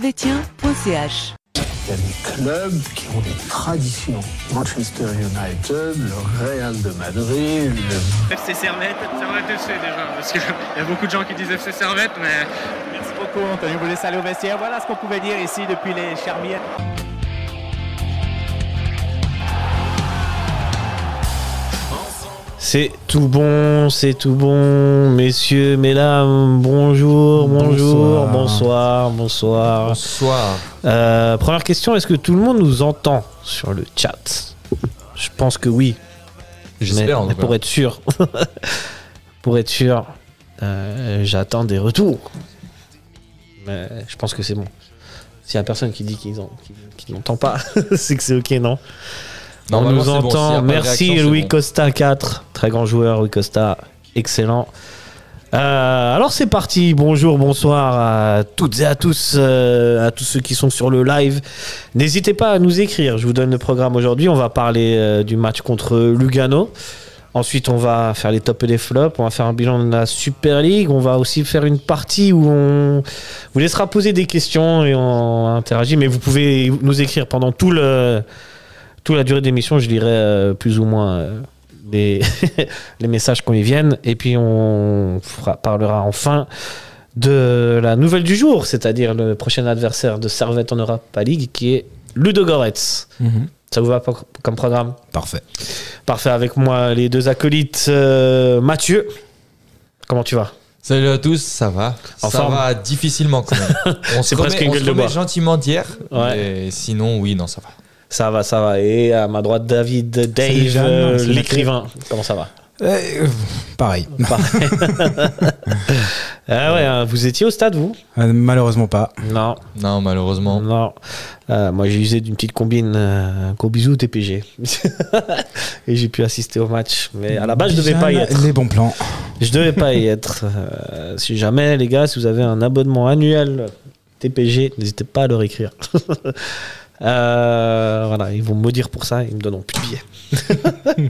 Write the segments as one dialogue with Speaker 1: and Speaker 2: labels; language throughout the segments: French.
Speaker 1: servetien.ch
Speaker 2: Il y a des clubs qui ont des traditions. Manchester United, le Real de Madrid, le-
Speaker 3: FC Servette. Servette FC déjà, parce qu'il y a beaucoup de gens qui disent FC Servette, mais
Speaker 4: Merci beaucoup, Anthony. Vous laissez aller au vestiaire. Voilà ce qu'on pouvait dire ici depuis les Charmières.
Speaker 5: C'est tout bon, c'est tout bon, messieurs, mesdames, bonjour, bonjour, bonsoir, bonsoir.
Speaker 6: Bonsoir.
Speaker 5: Euh, première question, est-ce que tout le monde nous entend sur le chat Je pense que oui, mais,
Speaker 6: J'espère en
Speaker 5: mais
Speaker 6: tout cas.
Speaker 5: pour être sûr, pour être sûr, euh, j'attends des retours. Mais je pense que c'est bon. S'il y a personne qui dit qu'ils ont- qu'ils- qu'ils n'entend pas, c'est que c'est ok, non on
Speaker 6: Normalement,
Speaker 5: nous
Speaker 6: c'est bon. S'il y a
Speaker 5: entend.
Speaker 6: pas de
Speaker 5: Merci
Speaker 6: réaction, c'est
Speaker 5: Louis
Speaker 6: bon.
Speaker 5: Costa 4. Très grand joueur, Louis Costa. Excellent. Euh, alors c'est parti. Bonjour, bonsoir à toutes et à tous, euh, à tous ceux qui sont sur le live. N'hésitez pas à nous écrire. Je vous donne le programme aujourd'hui. On va parler euh, du match contre Lugano. Ensuite, on va faire les tops et les flops. On va faire un bilan de la Super League. On va aussi faire une partie où on vous laissera poser des questions et on interagit. Mais vous pouvez nous écrire pendant tout le, toute la durée de l'émission, je lirai euh, plus ou moins euh, les, les messages qu'on y viennent. Et puis on fera- parlera enfin de la nouvelle du jour, c'est-à-dire le prochain adversaire de Servette en Europa League, qui est Ludogorets.
Speaker 6: Mhm.
Speaker 5: Ça vous va pour- comme programme
Speaker 6: Parfait.
Speaker 5: Parfait, avec moi les deux acolytes. euh, Mathieu, comment tu vas
Speaker 6: Salut à tous, ça va
Speaker 5: En
Speaker 6: Ça
Speaker 5: forme.
Speaker 6: va difficilement quand même. On
Speaker 5: C'est
Speaker 6: se
Speaker 5: presque
Speaker 6: remet,
Speaker 5: une
Speaker 6: on
Speaker 5: gueule
Speaker 6: se
Speaker 5: de
Speaker 6: remet
Speaker 5: bois.
Speaker 6: gentiment d'hier.
Speaker 5: Ouais.
Speaker 6: mais sinon, oui, non, ça va.
Speaker 5: Ça va, ça va. Et à ma droite, David,
Speaker 7: Salut,
Speaker 5: Dave,
Speaker 7: Jeanne,
Speaker 5: euh,
Speaker 7: salut,
Speaker 5: l'écrivain. Comment ça va
Speaker 7: Euh, euh, pareil.
Speaker 5: Ah ouais, hein, vous étiez au stade, vous
Speaker 7: Euh, Malheureusement pas.
Speaker 5: Non.
Speaker 6: Non, malheureusement.
Speaker 5: Non. Euh, moi, j'ai usé d'une petite combine. euh, gros bisous, TPG. et j'ai pu assister au match. Mais à la base, je devais pas y
Speaker 7: Jeanne,
Speaker 5: être. Ah
Speaker 7: Les bons plans.
Speaker 5: Je devais pas y être. Euh, si jamais, les gars, si vous avez un abonnement annuel TPG, n'hésitez pas à leur écrire. Euh, voilà, ils vont me maudire pour ça, ils me donneront plus de billets.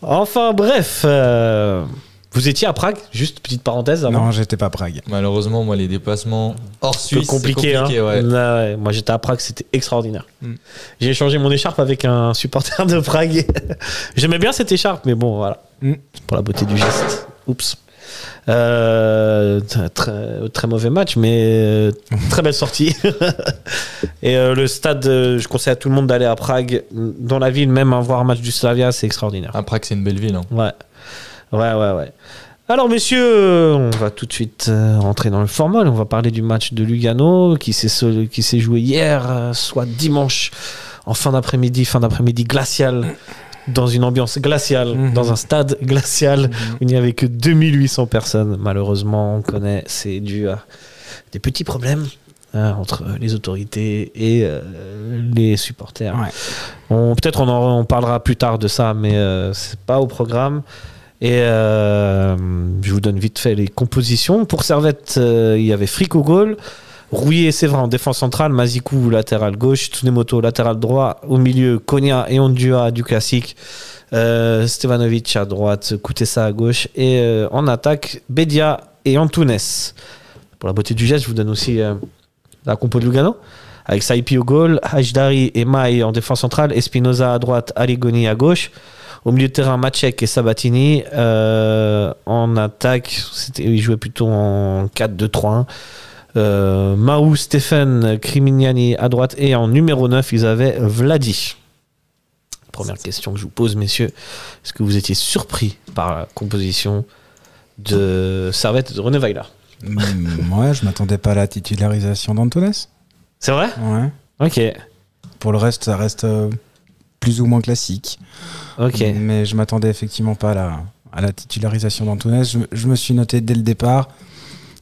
Speaker 5: enfin, bref, euh, vous étiez à Prague, juste petite parenthèse avant.
Speaker 7: Non, j'étais pas à Prague.
Speaker 6: Malheureusement, moi, les déplacements hors
Speaker 5: peu
Speaker 6: Suisse, c'est
Speaker 5: compliqué. hein.
Speaker 6: ouais.
Speaker 5: Ouais, ouais. Moi, j'étais à Prague, c'était extraordinaire.
Speaker 7: Mm.
Speaker 5: J'ai échangé mon écharpe avec un supporter de Prague. J'aimais bien cette écharpe, mais bon, voilà.
Speaker 7: Mm.
Speaker 5: C'est pour la beauté du geste. Oups. Euh, très, très mauvais match, mais euh, très belle sortie. Et euh, le stade, euh, je conseille à tout le monde d'aller à Prague, dans la ville même, hein, voir un match du Slavia, c'est extraordinaire.
Speaker 6: Ah, Prague, c'est une belle ville. hein.
Speaker 5: Ouais. Ouais, ouais, ouais. Alors, messieurs, on va tout de suite euh, rentrer dans le format. On va parler du match de Lugano qui s'est, sol- qui s'est joué hier, euh, soit dimanche, en fin d'après-midi, fin d'après-midi glaciale, dans une ambiance glaciale,
Speaker 7: Mhm.
Speaker 5: dans un stade glacial. où Il n'y avait que 2800 personnes. Malheureusement, on connaît, c'est dû à des petits problèmes hein, entre les autorités et euh, les supporters.
Speaker 7: Ouais.
Speaker 5: On, peut-être on en on parlera plus tard de ça, mais euh, c'est pas au programme. Et euh, je vous donne vite fait les compositions. Pour Servette, euh, il y avait Frick au goal, Rouillé et Séverin en défense centrale, Mazikou latéral gauche, Tsunemoto latéral droit, au milieu Konya et Ondua du classique, euh, Stevanovic à droite, Koutessa à gauche, et euh, en attaque Bedia et Antunes. Pour la beauté du geste, je vous donne aussi euh, la compo de Lugano avec Saipi au goal, Hajdari et Maï en défense centrale, Espinoza à droite, Aligoni à gauche. Au milieu de terrain, Macek et Sabatini. Euh, en attaque, c'était- ils jouaient plutôt en 4-2-3-1. Euh, Mahou, Stephen, Crimignani à droite. Et en numéro 9, ils avaient Vladi. Première question que je vous pose, messieurs. Est-ce que vous étiez surpris par la composition de Servette et de René Weiler
Speaker 7: Mm, ouais, je m'attendais pas à la titularisation d'Antunes.
Speaker 5: C'est vrai
Speaker 7: Ouais.
Speaker 5: Ok.
Speaker 7: Pour le reste, ça reste euh, plus ou moins classique.
Speaker 5: Ok.
Speaker 7: Mais je m'attendais effectivement pas à la, à la titularisation d'Antunes. Je, me- je me suis noté dès le départ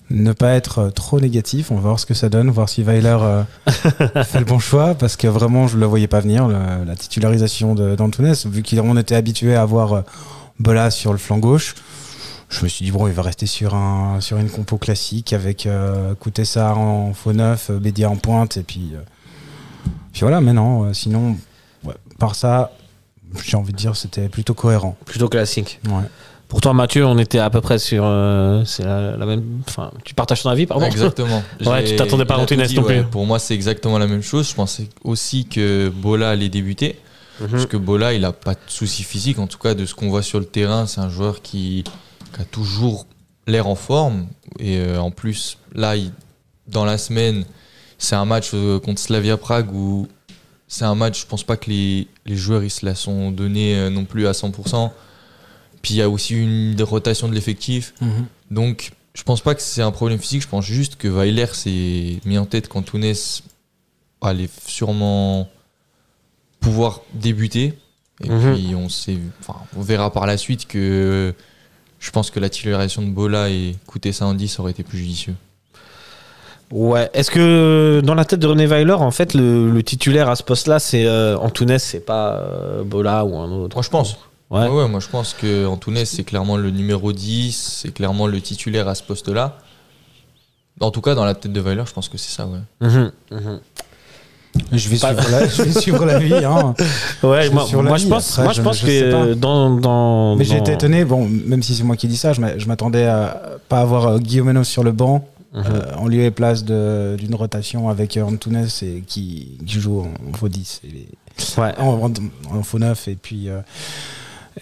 Speaker 7: ne pas être euh, trop négatif. On va voir ce que ça donne, voir si Weiler euh, fait le bon choix, parce que vraiment, je le voyais pas venir, le- la titularisation de- d'Antunes, vu qu'on était habitué à avoir euh, Bola sur le flanc gauche. Je me suis dit, bon, il va rester sur, un, sur une compo classique avec euh, Koutessa en faux neuf, euh, Bédia en pointe, et puis, euh, puis voilà, mais non, euh, sinon, ouais, par ça, j'ai envie de dire, c'était plutôt cohérent.
Speaker 5: Plutôt classique.
Speaker 7: Ouais.
Speaker 5: Pour toi, Mathieu, on était à peu près sur. euh, c'est la, la même. Enfin, tu partages ton avis, pardon
Speaker 6: Exactement.
Speaker 5: Ouais,
Speaker 6: J'ai-
Speaker 5: tu t'attendais pas
Speaker 6: il
Speaker 5: à
Speaker 6: a
Speaker 5: Antunes
Speaker 6: tout dit,
Speaker 5: non
Speaker 6: ouais.
Speaker 5: plus.
Speaker 6: Pour moi, c'est exactement la même chose. Je pensais aussi que Bola allait débuter. Parce que Bola, il n'a pas de soucis physiques, en tout cas de ce qu'on voit sur le terrain. C'est un joueur qui, qui a toujours l'air en forme. Et euh, en plus, là, il- dans la semaine, c'est un match euh, contre Slavia Prague où c'est un match, je pense pas que les, les joueurs ils se la sont donnés euh, non plus à 100%. Puis il y a aussi une rotation de l'effectif.
Speaker 7: Mhm.
Speaker 6: Donc, je pense pas que c'est un problème physique. Je pense juste que Weiler s'est mis en tête qu'Antunes allait sûrement pouvoir débuter. Et
Speaker 5: Mhm.
Speaker 6: puis, on, sait, enfin, on verra par la suite que je pense que la titularisation de Bola et Koutessa Andy, ça aurait été plus judicieux.
Speaker 5: Ouais. Est-ce que dans la tête de René Weiler, en fait, le, le titulaire à ce poste-là, c'est euh, Antunes, c'est pas euh, Bola ou un autre
Speaker 6: Moi, je pense.
Speaker 5: Ouais.
Speaker 6: Ouais, ouais, moi, je pense que Antunes, c'est clairement le numéro 10, c'est clairement le titulaire à ce poste-là. En tout cas, dans la tête de Weiler, je pense que c'est ça, ouais.
Speaker 5: Mhm, mhm.
Speaker 7: Je vais,
Speaker 5: Pas-
Speaker 7: suivre la, je vais suivre la vie. hein.
Speaker 5: Ouais,
Speaker 7: C'est
Speaker 5: moi,
Speaker 7: sur la
Speaker 5: moi, je
Speaker 7: vie,
Speaker 5: pense,
Speaker 7: après,
Speaker 5: moi, je
Speaker 7: je-
Speaker 5: pense
Speaker 7: je sais
Speaker 5: que
Speaker 7: pas.
Speaker 5: dans, dans.
Speaker 7: Mais j'ai été
Speaker 5: dans-
Speaker 7: étonné, bon, même si c'est moi qui dis ça, je m'a- je m'attendais à pas avoir euh, Guillaume sur le banc euh, en lieu et place de- d'une rotation avec euh, Antunes et qui, qui joue en, en faux 10, et-
Speaker 5: Ouais.
Speaker 7: en, en- en faux 9 et puis, euh,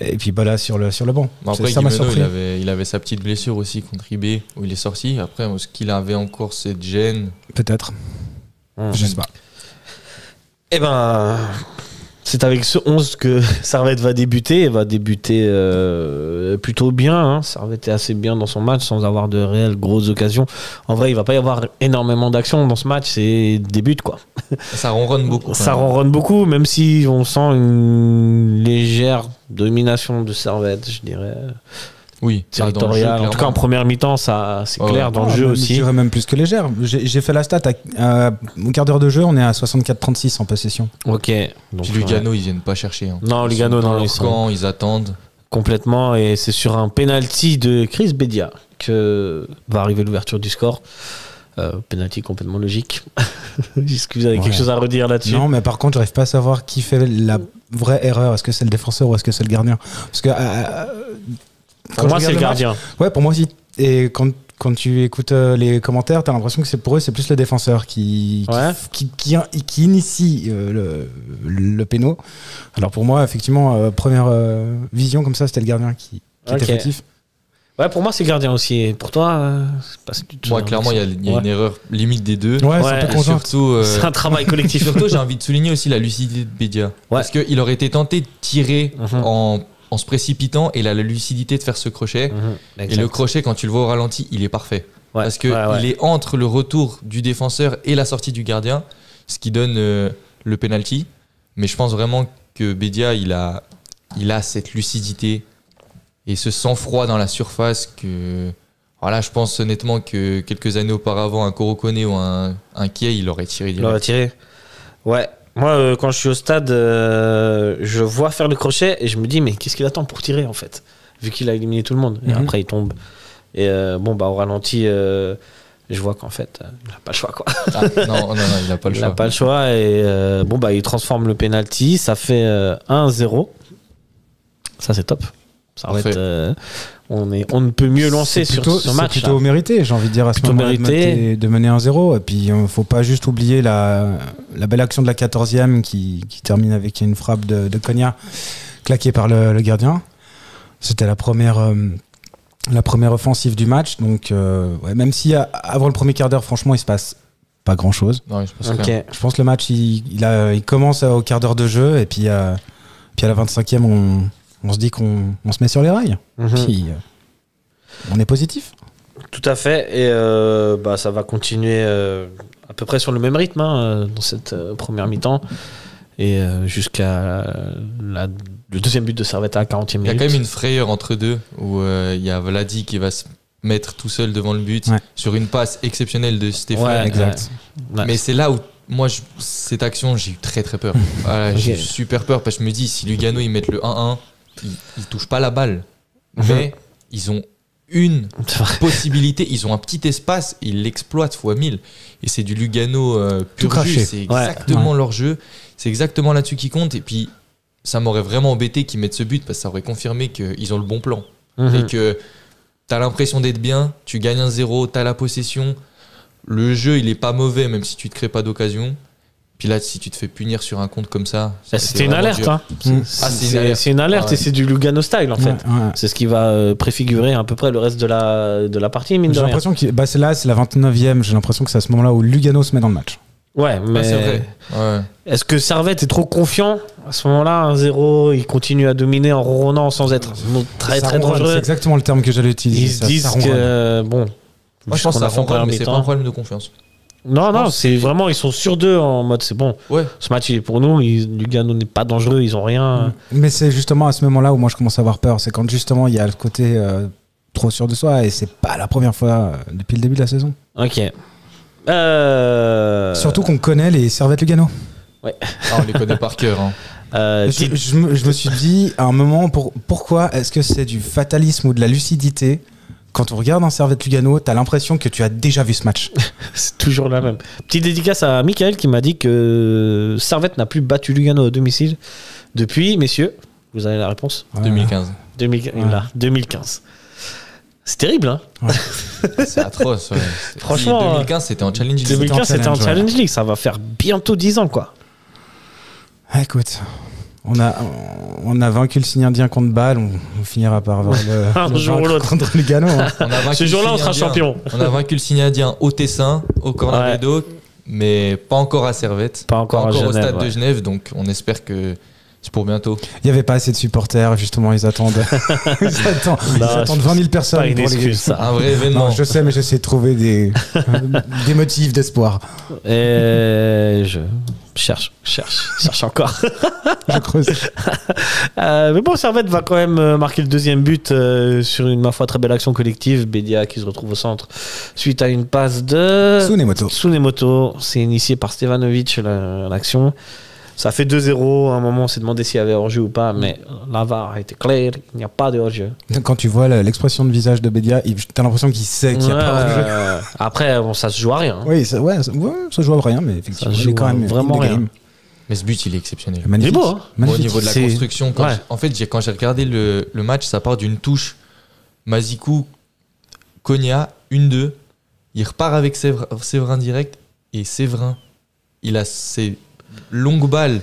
Speaker 7: et puis Bola sur le, sur le banc.
Speaker 6: Bon, après,
Speaker 7: ça m'a
Speaker 6: Guimeno,
Speaker 7: surpris.
Speaker 6: il avait, il avait sa petite blessure aussi contre IB où il est sorti. Après, ce qu'il avait encore cette gêne,
Speaker 7: Peut-être. Ah,
Speaker 5: Mhm.
Speaker 7: Je sais pas.
Speaker 5: Eh ben, c'est avec ce 11 que Servette va débuter. Elle va débuter euh, plutôt bien. hein. Servette est assez bien dans son match sans avoir de réelles grosses occasions. En vrai, il va pas y avoir énormément d'actions dans ce match. C'est des buts, quoi.
Speaker 6: ça ronronne beaucoup. quand
Speaker 5: Ça
Speaker 6: même.
Speaker 5: ronronne beaucoup, même si on sent une légère domination de Servette, je dirais,
Speaker 6: Oui, ça, dans le jeu,
Speaker 5: territoriale. En tout cas, en
Speaker 6: clairement.
Speaker 5: première mi-temps, ça, c'est
Speaker 6: Ouais,
Speaker 5: clair
Speaker 6: ouais.
Speaker 5: dans le
Speaker 7: Ah,
Speaker 5: jeu
Speaker 7: même, Je
Speaker 5: aussi.
Speaker 7: dirais même plus que légère. J'ai j'ai fait la stat, à, à- au quart d'heure de jeu, on est à 64-36 en possession.
Speaker 5: Ok. Donc,
Speaker 6: Puis
Speaker 5: ouais.
Speaker 6: Lugano, ils viennent pas chercher. hein.
Speaker 5: Non,
Speaker 6: Ils
Speaker 5: Lugano,
Speaker 6: sont dans
Speaker 5: non,
Speaker 6: leur
Speaker 5: ils sont-
Speaker 6: camp, ils attendent.
Speaker 5: complètement et c'est sur un penalty de Chris Bedia que va arriver l'ouverture du score. Euh, penalty complètement logique. Est-ce que vous avez
Speaker 7: Ouais.
Speaker 5: quelque chose à redire là-dessus
Speaker 7: Non, mais par contre, j'arrive pas à savoir qui fait la vraie erreur. Est-ce que c'est le défenseur ou est-ce que c'est le gardien Parce que. euh, euh,
Speaker 5: Pour
Speaker 7: quand je
Speaker 5: moi,
Speaker 7: regarde
Speaker 5: c'est le
Speaker 7: match-
Speaker 5: gardien.
Speaker 7: Ouais, pour moi aussi. Et quand, quand tu écoutes euh, les commentaires, t'as l'impression que c'est pour eux, c'est plus le défenseur qui, qui-
Speaker 5: Ouais.
Speaker 7: qui, qui- qui initie euh, le, le péno. Alors pour moi, effectivement, euh, première euh, vision comme ça, c'était le gardien qui, qui
Speaker 5: Ok.
Speaker 7: était fautif.
Speaker 5: Ouais, pour moi, c'est le gardien aussi. Et pour toi, euh, je sais pas si tu te
Speaker 6: Moi,
Speaker 5: souviens,
Speaker 6: clairement, il y a, il y a
Speaker 5: Ouais.
Speaker 6: une erreur limite des deux.
Speaker 7: Ouais,
Speaker 5: Ouais.
Speaker 7: c'est un
Speaker 6: Et
Speaker 7: peu conjoint.
Speaker 6: surtout, euh,
Speaker 5: C'est un travail collectif.
Speaker 6: surtout, j'ai envie de souligner aussi la lucidité de Bedia. Parce qu'il aurait été tenté de tirer
Speaker 5: Mhm.
Speaker 6: en, en se précipitant et il a la lucidité de faire ce crochet.
Speaker 5: Mhm,
Speaker 6: Et
Speaker 5: exact.
Speaker 6: le crochet, quand tu le vois au ralenti, il est parfait.
Speaker 5: Ouais,
Speaker 6: Parce qu'il
Speaker 5: ouais, ouais.
Speaker 6: est entre le retour du défenseur et la sortie du gardien, ce qui donne euh, le penalty. Mais je pense vraiment que Bedia, il a, il a cette lucidité et ce sang-froid dans la surface que. Voilà, je pense honnêtement que quelques années auparavant, un Corocone ou un, un Kiei, il aurait tiré
Speaker 5: Il l'aurait
Speaker 6: direct.
Speaker 5: tiré. Ouais. Moi, euh, quand je suis au stade, euh, je vois faire le crochet et je me dis, mais qu'est-ce qu'il attend pour tirer en fait Vu qu'il a éliminé tout le monde. Et
Speaker 7: Mhm.
Speaker 5: après, il tombe. Et euh, bon, bah, au ralenti, euh, je vois qu'en fait, euh, il n'a pas le choix. Quoi.
Speaker 6: Ah, non, non, non, il n'a pas le
Speaker 5: il n'a
Speaker 6: choix.
Speaker 5: pas le choix. Et euh, bon, bah, il transforme le penalty. Ça fait euh, 1-0. Ça, c'est top. Ça va
Speaker 6: Parfait.
Speaker 5: être, euh, on, est, on ne peut mieux lancer
Speaker 7: C'est
Speaker 5: sur
Speaker 7: plutôt-
Speaker 5: ce match.
Speaker 7: C'est plutôt mérité, j'ai envie de dire, à ce
Speaker 5: Plutôt
Speaker 7: moment-là, de
Speaker 5: mérité.
Speaker 7: mener- de mener 1-0. Et puis, il faut pas juste oublier la, la belle action de la 14e qui, qui termine avec une frappe de, de Cogna claquée par le, le gardien. C'était la première. euh, la première offensive du match, donc euh, ouais, même si à- avant le premier quart d'heure, franchement, il se passe pas grand chose.
Speaker 6: Non, je pense
Speaker 5: Ok.
Speaker 6: que-
Speaker 7: Je pense que le match, il, il a- il commence au quart d'heure de jeu, et puis, euh, puis à la 25e, on, on se dit qu'on on se met sur les rails.
Speaker 5: Mhm.
Speaker 7: Puis euh, on est positif.
Speaker 5: Tout à fait, et euh, bah, ça va continuer euh, à peu près sur le même rythme hein, euh, dans cette euh, première mi-temps et euh, jusqu'à la- le deuxième but de Servette à la 40e
Speaker 6: Il y
Speaker 5: minute.
Speaker 6: a quand même une frayeur entre deux où euh, il y a Vladi qui va se mettre tout seul devant le but
Speaker 7: Ouais.
Speaker 6: sur une passe exceptionnelle de Stéphane.
Speaker 5: Ouais,
Speaker 7: Exact.
Speaker 5: ouais, ouais.
Speaker 6: Mais c'est là où moi je- cette action j'ai eu très très peur. Voilà, J'ai eu
Speaker 5: Ok.
Speaker 6: super peur parce que je me dis si Lugano ils mettent le 1-1, ils, ils touchent pas la balle,
Speaker 5: Mhm.
Speaker 6: mais ils ont une
Speaker 5: C'est vrai.
Speaker 6: possibilité, ils ont un petit espace, ils l'exploitent fois 1000 et c'est du Lugano euh,
Speaker 7: Tout
Speaker 6: pur jus,
Speaker 7: craché.
Speaker 6: c'est exactement leur jeu, c'est exactement là-dessus qui compte et puis ça m'aurait vraiment embêté qu'ils mettent ce but parce que ça aurait confirmé qu'ils ont le bon plan.
Speaker 5: Mhm.
Speaker 6: et que t'as l'impression d'être bien, tu gagnes un zéro, t'as la possession, le jeu il est pas mauvais même si tu te crées pas d'occasion. Puis là, si tu te fais punir sur un compte comme ça,
Speaker 5: Bah,
Speaker 6: c'est
Speaker 5: C'était une
Speaker 6: vraiment
Speaker 5: alerte.
Speaker 6: dur.
Speaker 5: hein.
Speaker 7: Mm.
Speaker 6: Ah, c'est une
Speaker 5: C'est
Speaker 6: alerte.
Speaker 5: c'est une alerte
Speaker 6: Ah ouais. Mm.
Speaker 5: et c'est du Lugano style en fait.
Speaker 7: Ouais, ouais.
Speaker 5: C'est ce qui va euh, préfigurer à peu près le reste de la, de la partie, mine de
Speaker 7: J'ai
Speaker 5: rien.
Speaker 7: l'impression que bah, c'est là, c'est la 29e. J'ai l'impression que c'est à ce moment-là où Lugano se met dans le match.
Speaker 5: Ouais, hein. mais
Speaker 6: Ah, c'est vrai. Ouais.
Speaker 5: est-ce que Servette est trop confiant à ce moment-là 1-0, il continue à dominer en ronronnant sans être très
Speaker 7: Ça
Speaker 5: très
Speaker 7: ronronne, C'est
Speaker 5: dangereux.
Speaker 7: exactement le terme que j'allais utiliser.
Speaker 5: Ils
Speaker 7: ça-
Speaker 5: se
Speaker 7: ça
Speaker 5: disent
Speaker 7: ronronne.
Speaker 5: que euh, bon.
Speaker 6: Moi, je
Speaker 5: puisqu'on
Speaker 6: pense que ça
Speaker 5: avance en
Speaker 6: fait
Speaker 5: première
Speaker 6: mais c'est pas
Speaker 5: mi-temps.
Speaker 6: un problème de confiance.
Speaker 5: Non, non,
Speaker 6: pense
Speaker 5: c'est vraiment, ils sont sur deux en mode c'est bon.
Speaker 6: Ouais.
Speaker 5: Ce match, il est pour nous. ils- Lugano n'est pas dangereux, ils ont rien.
Speaker 7: Mais c'est justement à ce moment-là où moi je commence à avoir peur. C'est quand justement il y a le côté euh, trop sûr de soi et c'est pas la première fois euh, depuis le début de la saison.
Speaker 5: Ok. Euh...
Speaker 7: Surtout qu'on connaît les Servettes Lugano.
Speaker 6: Ah, on les connaît par cœur. hein.
Speaker 5: euh,
Speaker 7: Je,
Speaker 5: titre-
Speaker 7: je me- je me suis dit à un moment pour, pourquoi est-ce que c'est du fatalisme ou de la lucidité quand on regarde un Servette Lugano, t'as l'impression que tu as déjà vu ce match.
Speaker 5: C'est toujours la même. Petite dédicace à Michael qui m'a dit que Servette n'a plus battu Lugano à domicile depuis, messieurs. Vous avez la réponse
Speaker 6: 2015.
Speaker 5: 2000 il
Speaker 7: Ouais.
Speaker 5: l'a, 2015. C'est terrible, hein
Speaker 6: C'est atroce. ouais. C'est-
Speaker 5: Franchement, euh,
Speaker 6: si 2015, c'était en challenge. League.
Speaker 5: 2015, c'était en
Speaker 7: challenge, ouais.
Speaker 5: Challenge League. Ça va faire bientôt 10 ans, quoi.
Speaker 7: Ah, écoute, on a, on a vaincu le signe indien contre Bâle, on, on finira par avoir le,
Speaker 5: Un
Speaker 7: le
Speaker 5: jour ou
Speaker 7: vaincre
Speaker 5: l'autre.
Speaker 7: contre Lugano. hein.
Speaker 6: On a vaincu
Speaker 5: Ce
Speaker 6: le
Speaker 5: jour-là, on sera
Speaker 6: Signe Indien.
Speaker 5: champion.
Speaker 6: On a vaincu le signe indien au Tessin, au Cornaredo, mais pas encore à Servette.
Speaker 5: Pas encore à
Speaker 6: au
Speaker 5: Genève,
Speaker 6: stade
Speaker 5: ouais.
Speaker 6: de Genève, donc on espère que c'est pour bientôt.
Speaker 7: Il n'y avait pas assez de supporters, justement, ils attendent, ils attendent, ils
Speaker 5: Non,
Speaker 7: attendent
Speaker 5: je- Bah,
Speaker 7: 20 000
Speaker 5: C'est
Speaker 7: personnes.
Speaker 5: pas une
Speaker 7: pour les-
Speaker 5: excuse, ça.
Speaker 6: Un vrai événement.
Speaker 7: Non, je sais, mais j'essaie de trouver des, euh, des motifs d'espoir.
Speaker 5: Et je cherche, cherche, cherche encore.
Speaker 7: Je creuse.
Speaker 5: Euh, mais bon, Servette va quand même euh, marquer le deuxième but euh, sur une, ma foi, très belle action collective. Bédia qui se retrouve au centre suite à une passe de...
Speaker 7: Tsunemoto.
Speaker 5: Tsunemoto, c'est initié par Stevanovic la- l'action. Ça fait 2-0. À un moment, on s'est demandé s'il y avait hors-jeu ou pas, mais la VAR a été claire. Il n'y a pas de hors-jeu.
Speaker 7: Quand tu vois le- l'expression de visage de Bedia, il- t'as l'impression qu'il sait qu'il n'y a pas de jeu.
Speaker 5: Euh, Après, bon, ça se joue à rien. hein.
Speaker 7: Oui, ça, ouais, ça, ouais, ça joue à rien, mais effectivement,
Speaker 5: Ça
Speaker 7: il
Speaker 5: joue
Speaker 7: est quand
Speaker 5: à
Speaker 7: même
Speaker 5: vraiment
Speaker 7: in the
Speaker 5: rien.
Speaker 7: game.
Speaker 6: Mais ce but, il est exceptionnel.
Speaker 7: Magnifique.
Speaker 5: beau, hein.
Speaker 6: Bon, au
Speaker 7: Magnifique.
Speaker 6: niveau de la
Speaker 5: C'est-
Speaker 6: construction, quand
Speaker 5: Ouais.
Speaker 6: j'- en fait, j'ai- quand j'ai regardé le, le match, ça part d'une touche. Mazikou, Konya, 1-2. Il repart avec Séver- Séverin direct. Et Séverin, il a ces longues balles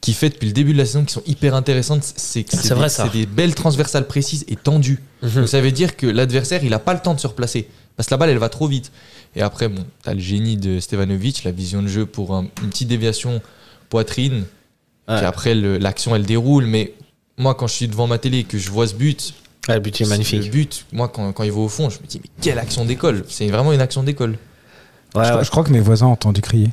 Speaker 6: qu'il fait depuis le début de la saison qui sont hyper intéressantes. C'est que
Speaker 5: Ah, C'est
Speaker 6: des-
Speaker 5: vrai, ça.
Speaker 6: C'est des belles transversales précises et tendues.
Speaker 5: Mhm.
Speaker 6: Donc ça veut dire que l'adversaire, il n'a pas le temps de se replacer. Parce que la balle, elle va trop vite. Et après, bon, t'as le génie de Stevanovic, la vision de jeu pour un- une petite déviation poitrine.
Speaker 5: Ouais.
Speaker 6: Puis après, le- l'action, elle déroule. Mais moi, quand je suis devant ma télé et que je vois ce but,
Speaker 5: Ah, le but est magnifique.
Speaker 6: le but, moi, quand, quand il va au fond, je me dis, mais quelle action d'école C'est vraiment une action d'école.
Speaker 5: Ouais,
Speaker 7: Je,
Speaker 5: ouais.
Speaker 7: je crois que mes voisins ont entendu crier.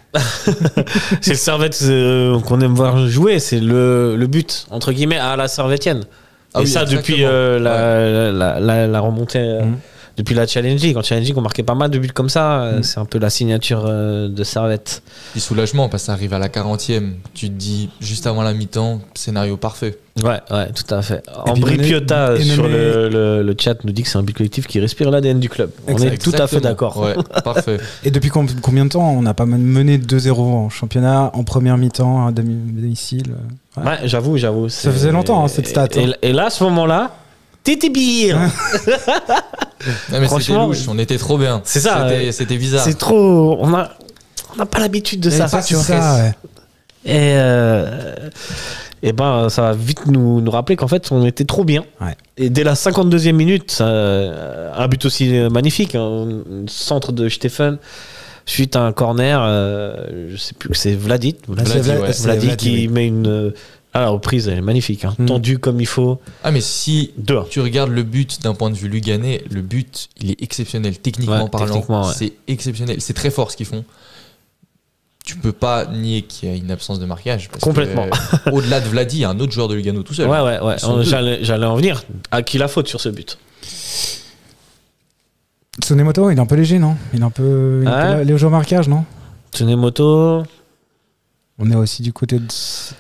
Speaker 5: C'est le servette euh, qu'on aime voir jouer. C'est le, le but, entre guillemets, à la servetienne.
Speaker 6: Ah
Speaker 5: Et
Speaker 6: oui,
Speaker 5: ça, depuis
Speaker 6: exactement.
Speaker 5: euh, la, la- la- la remontée, euh,
Speaker 7: Mhm.
Speaker 5: depuis la Challenge League. En Challenge League, on marquait pas mal de buts comme ça.
Speaker 7: Mm.
Speaker 5: Euh, C'est un peu la signature euh, de servette.
Speaker 6: Puis soulagement, parce que ça arrive à la 40e. Tu te dis, juste avant la mi-temps, scénario parfait.
Speaker 5: Ouais, ouais, tout à fait.
Speaker 7: puis
Speaker 5: Ambri
Speaker 7: nommé-
Speaker 5: Piotta euh,
Speaker 7: et
Speaker 5: sur
Speaker 7: nommé-
Speaker 5: le, le- le chat nous dit que c'est un but collectif qui respire l'ADN du club. On est tout à fait
Speaker 6: Exactement.
Speaker 5: d'accord.
Speaker 6: Ouais, parfait.
Speaker 7: Et depuis com- combien de temps on n'a pas mené 2-0 en championnat, en première mi-temps, à demi- domicile euh, ouais.
Speaker 5: Ouais, j'avoue, j'avoue. c'est-
Speaker 7: faisait longtemps, hein, cette stat,
Speaker 5: Et,
Speaker 7: hein.
Speaker 5: et là, à ce moment-là, Titi Beer
Speaker 6: Non, mais c'était
Speaker 5: Franchement,
Speaker 6: louche, on était trop bien.
Speaker 5: c'est ça,
Speaker 6: C'était-
Speaker 5: ouais.
Speaker 6: C'était bizarre.
Speaker 5: C'est trop. On a. On n'a pas l'habitude de
Speaker 7: Et
Speaker 5: ça.
Speaker 7: c'est ça, ouais.
Speaker 5: Et, euh, et ben, ça va vite nous, nous rappeler qu'en fait, on était trop bien.
Speaker 7: Ouais.
Speaker 5: Et dès la 52e minute, euh, un but aussi magnifique, hein, un centre de Stephen suite à un corner. euh, je sais plus que c'est Vladit. Vladi,
Speaker 6: Vladi,
Speaker 7: Vladi,
Speaker 6: ouais.
Speaker 7: c'est
Speaker 5: Vladi
Speaker 7: Vladi,
Speaker 5: qui
Speaker 7: oui.
Speaker 5: met une. euh, Ah, la reprise, elle est magnifique. hein,
Speaker 6: Hmm.
Speaker 7: Mm.
Speaker 5: Tendue comme il faut.
Speaker 6: Ah, mais si
Speaker 5: 2-1.
Speaker 6: tu regardes le but d'un point de vue luganais, le but, il est exceptionnel, techniquement
Speaker 5: Ouais,
Speaker 6: parlant.
Speaker 5: techniquement, ouais.
Speaker 6: C'est exceptionnel. C'est très fort ce qu'ils font. Tu peux pas nier qu'il y a une absence de marquage. parce que,
Speaker 5: Complètement.
Speaker 6: euh, Au-delà de Vladi, il y a un autre joueur de Lugano tout
Speaker 5: Ouais,
Speaker 6: seul.
Speaker 5: ouais, ouais.
Speaker 6: Ils sont
Speaker 5: On-
Speaker 6: deux.
Speaker 5: J'allais j'allais en venir. À qui la faute sur ce but
Speaker 7: Tsunemoto, il est un peu léger, non Il est un peu, il est un peu
Speaker 5: Ouais.
Speaker 7: léger au marquage, non
Speaker 5: Tsunemoto.
Speaker 7: On est aussi du côté de,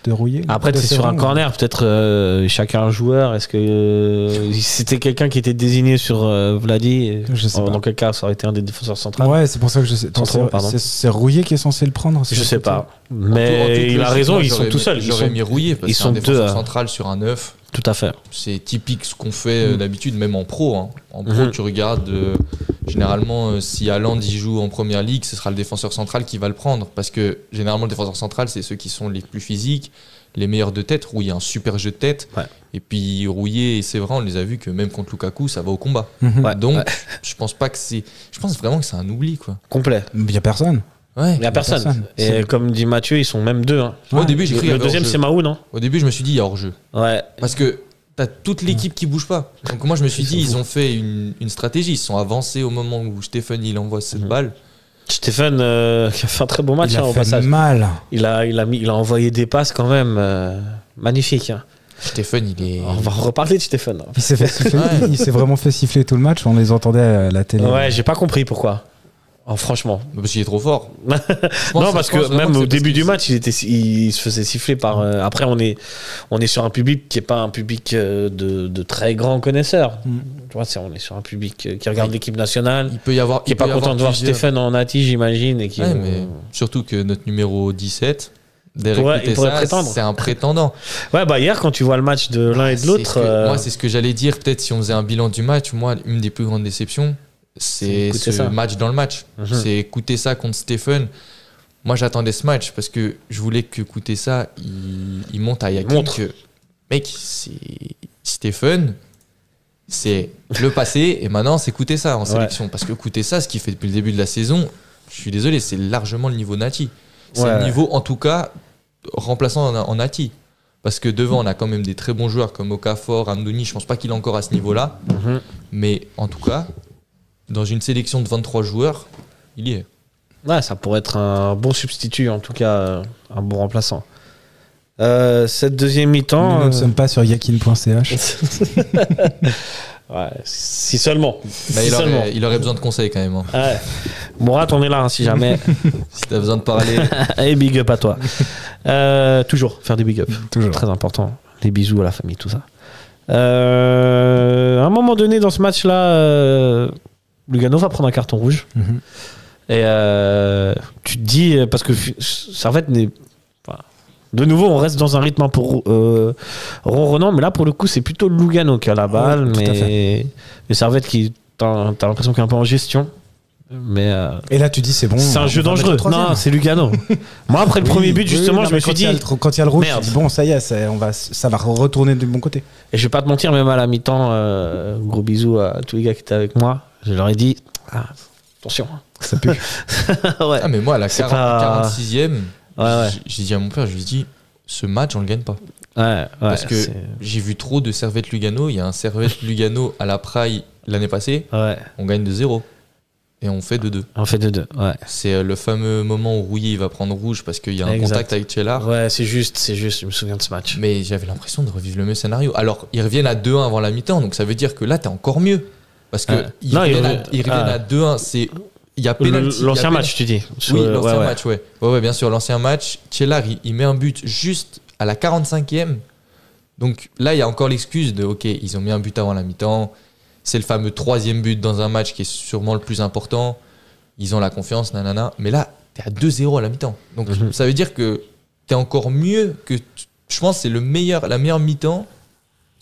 Speaker 7: de Rouillé.
Speaker 5: Après,
Speaker 7: de
Speaker 5: c'est sur
Speaker 7: Séverin,
Speaker 5: un corner, peut-être euh, chacun un joueur. Est-ce que euh, c'était quelqu'un qui était désigné sur euh, Vladi
Speaker 7: Je sais
Speaker 5: En-
Speaker 7: pas.
Speaker 5: Dans quel cas, ça aurait été un des défenseurs
Speaker 7: Ouais,
Speaker 5: centraux
Speaker 7: Ouais, c'est pour ça que je sais. attends,
Speaker 5: Central,
Speaker 7: c'est-
Speaker 5: pardon.
Speaker 7: c'est- C'est Rouillé qui est censé le prendre c'est
Speaker 5: Je
Speaker 7: le
Speaker 5: sais
Speaker 7: côté
Speaker 5: pas.
Speaker 6: En tout- en toute
Speaker 5: Mais il a
Speaker 6: logique,
Speaker 5: raison,
Speaker 6: moi,
Speaker 5: ils sont
Speaker 6: j'aurais
Speaker 5: tout
Speaker 6: mis-
Speaker 5: seuls. Ils
Speaker 6: J'aurais
Speaker 5: sont-
Speaker 6: mis rouillé parce
Speaker 5: ils
Speaker 6: qu'ils
Speaker 5: sont
Speaker 6: sont
Speaker 5: deux, hein.
Speaker 6: défenseur central sur un 9.
Speaker 5: Tout à fait.
Speaker 6: C'est typique ce qu'on
Speaker 5: Mm.
Speaker 6: fait euh, d'habitude, même en pro. hein. En pro,
Speaker 5: Mhm.
Speaker 6: tu regardes, euh, généralement, euh, si Haaland y joue en première ligue, ce sera le défenseur central qui va le prendre. Parce que généralement, le défenseur central, c'est ceux qui sont les plus physiques, les meilleurs de tête, où il y a un super jeu de tête.
Speaker 5: Ouais.
Speaker 6: Et puis Rouillé et Séverin, on les a vus que même contre Lukaku, ça va au combat.
Speaker 7: Mhm.
Speaker 5: Mm-hmm. Ouais,
Speaker 6: Donc,
Speaker 5: ouais.
Speaker 6: je pense pas que c'est. Je pense vraiment que c'est un oubli, quoi.
Speaker 5: Complet.
Speaker 7: Il y a personne.
Speaker 6: Ouais.
Speaker 5: Il n'y a personne.
Speaker 7: personne.
Speaker 5: Et
Speaker 7: C'est-
Speaker 5: comme dit Mathieu, ils sont même deux. hein.
Speaker 6: Moi, au début, j'ai cru qu'il y
Speaker 5: Le
Speaker 6: avait
Speaker 5: deuxième,
Speaker 6: hors-jeu.
Speaker 5: c'est hein. Mahou, non
Speaker 6: Au début, je me suis dit, il y a hors-jeu.
Speaker 5: Ouais.
Speaker 6: Parce que t'as toute l'équipe qui bouge pas. Donc moi je me suis dit, ils ont fait une, une stratégie. Ils sont avancés au moment où Stéphane il envoie cette balle.
Speaker 5: Stéphane euh, qui a fait un très bon match
Speaker 7: il
Speaker 5: hein,
Speaker 7: a
Speaker 5: au
Speaker 7: fait
Speaker 5: passage.
Speaker 7: mal.
Speaker 5: Il a, il, a mis, il a envoyé des passes quand même. euh, magnifique. hein.
Speaker 6: Stéphane il est.
Speaker 5: On va en reparler de Stéphane. hein.
Speaker 7: Il s'est fait siffler.
Speaker 6: Ouais.
Speaker 7: Il s'est vraiment fait siffler tout le match. On les entendait à la télé.
Speaker 5: Ouais, j'ai pas compris pourquoi. Oh, franchement.
Speaker 6: Parce qu'il est trop fort. Je pense-
Speaker 5: non, parce
Speaker 6: je pense
Speaker 5: que
Speaker 6: vraiment
Speaker 5: même
Speaker 6: c'est
Speaker 5: au
Speaker 6: parce
Speaker 5: début
Speaker 6: qu'il-
Speaker 5: du match, il, était, il se faisait siffler par. euh, après, on est, on est sur un public qui n'est pas un public euh, de, de très grands connaisseurs.
Speaker 7: Mm.
Speaker 5: Tu vois, c'est- on est sur un public euh, qui regarde l'équipe nationale,
Speaker 6: Il peut y avoir.
Speaker 5: qui n'est
Speaker 6: il peut
Speaker 5: pas
Speaker 6: y avoir
Speaker 5: content de voir
Speaker 6: plusieurs-
Speaker 5: Stéphane en Nati, j'imagine. Et qui euh,
Speaker 6: Ouais,
Speaker 5: vont-
Speaker 6: mais surtout que notre numéro 17, Derek
Speaker 5: Pourrait- il
Speaker 6: Vitessa,
Speaker 5: pourrait prétendre.
Speaker 6: c'est un prétendant.
Speaker 5: Ouais, bah hier, quand tu vois le match de l'un et de
Speaker 6: C'est ce
Speaker 5: l'autre.
Speaker 6: que-
Speaker 5: euh,
Speaker 6: Moi, c'est ce que j'allais dire. Peut-être si on faisait un bilan du match, moi, une des plus grandes déceptions, c'est
Speaker 5: écouter
Speaker 6: ce
Speaker 5: ça.
Speaker 6: match dans le match.
Speaker 5: Mhm.
Speaker 6: C'est écouter ça contre Stephen. Moi, j'attendais ce match parce que je voulais que écouter ça. Il, il monte à Yakin.
Speaker 5: montre.
Speaker 6: Que, mec, c'est Stephen. C'est le passé et maintenant c'est écouter ça en
Speaker 5: Ouais.
Speaker 6: sélection. Parce que écouter ça, ce qu'il fait depuis le début de la saison, je suis désolé, c'est largement le niveau Nati. C'est
Speaker 5: Ouais.
Speaker 6: le niveau, en tout cas, remplaçant en, en Nati. Parce que devant, on a quand même des très bons joueurs comme Okafor, Amdouni. Je pense pas qu'il est encore à ce niveau-là.
Speaker 5: Mhm.
Speaker 6: Mais en tout cas, dans une sélection de 23 joueurs, il y est.
Speaker 5: Ouais, ça pourrait être un bon substitut, en tout cas, euh, un bon remplaçant. Euh, cette deuxième
Speaker 7: Nous,
Speaker 5: mi-temps.
Speaker 7: nous ne
Speaker 5: euh,
Speaker 7: sommes pas sur yakin.ch.
Speaker 5: ouais, si seulement.
Speaker 6: Bah,
Speaker 5: si
Speaker 6: il,
Speaker 5: seulement.
Speaker 6: aurait, il aurait besoin de conseils quand même. hein.
Speaker 5: Ouais. Mourad, on est là, hein, si jamais.
Speaker 6: Si t'as besoin de parler,
Speaker 5: Et big up à toi. Euh, toujours faire des big up.
Speaker 7: Toujours.
Speaker 5: Très important. Les bisous à la famille, tout ça. Euh, à un moment donné, dans ce match-là, euh, Lugano va prendre un carton rouge.
Speaker 7: Mhm.
Speaker 5: Et euh, tu te dis, euh, parce que fi- Servette n'est. enfin, de nouveau, on reste dans un rythme un peu rou- euh, ronronnant, mais là, pour le coup, c'est plutôt Lugano qui a la balle,
Speaker 7: Ouais, tout à
Speaker 5: mais, mais Servette qui. T'as t'as l'impression qu'il est un peu en gestion. Mais euh,
Speaker 7: Et là, tu dis, c'est bon.
Speaker 5: c'est un
Speaker 7: on
Speaker 5: jeu
Speaker 7: va mettre le
Speaker 5: dangereux.
Speaker 7: troisième.
Speaker 5: Non, c'est Lugano. Moi, après le
Speaker 7: Oui,
Speaker 5: premier but,
Speaker 7: oui,
Speaker 5: justement,
Speaker 7: non,
Speaker 5: je me
Speaker 7: mais
Speaker 5: suis
Speaker 7: quand
Speaker 5: dit.
Speaker 7: il y a le tro- quand il y a le rouge,
Speaker 5: Merde.
Speaker 7: tu dis, bon, ça y est, ça, on va, ça va retourner du bon côté.
Speaker 5: Et je vais pas te mentir, même à la mi-temps, euh, gros bisous à tous les gars qui étaient avec moi. Je leur ai dit, ah, attention. Ça pue. ouais.
Speaker 6: ah, mais moi, à la
Speaker 5: C'est
Speaker 6: 40
Speaker 5: pas-
Speaker 6: 46e,
Speaker 5: Ouais, ouais.
Speaker 6: j- j'ai dit à mon père, je lui ai dit, ce match, on le gagne pas.
Speaker 5: Ouais, ouais,
Speaker 6: Parce que
Speaker 5: c'est-
Speaker 6: j'ai vu trop de Servette Lugano. Il y a un Servette Lugano à la Praille l'année passée,
Speaker 5: Ouais,
Speaker 6: on gagne de 0. Et on fait de 2.
Speaker 5: on fait 2-2. ouais.
Speaker 6: C'est euh, le fameux moment où Rouillé il va prendre rouge parce qu'il y a un
Speaker 5: Exact.
Speaker 6: contact avec Chellar.
Speaker 5: Ouais, c'est juste, c'est juste, je me souviens de ce match.
Speaker 6: Mais j'avais l'impression de revivre le même scénario. Alors, ils reviennent à 2-1 avant la mi-temps, donc ça veut dire que là, t'es encore mieux. Parce que
Speaker 5: Ah.
Speaker 6: ils,
Speaker 5: Non, ils
Speaker 6: reviennent
Speaker 5: reviennent-
Speaker 6: à, ils reviennent
Speaker 5: ah.
Speaker 6: à 2-1. C'est, il y a
Speaker 5: Le-
Speaker 6: pénalty, il y a
Speaker 5: L'ancien
Speaker 6: pénalty.
Speaker 5: match, tu dis. Sur-
Speaker 6: Oui,
Speaker 5: Euh, ouais,
Speaker 6: l'ancien
Speaker 5: ouais.
Speaker 6: match, ouais. ouais. Ouais, bien sûr, l'ancien match. Chellar, il, il met un but juste à la 45e. Donc là, il y a encore l'excuse de, OK, ils ont mis un but avant la mi-temps. C'est le fameux troisième but dans un match qui est sûrement le plus important. Ils ont la confiance, nanana. Mais là, t'es à 2-0 à la mi-temps. Donc
Speaker 5: Mhm.
Speaker 6: ça veut dire que t'es encore mieux que. tu- Je pense que c'est le meilleur, la meilleure mi-temps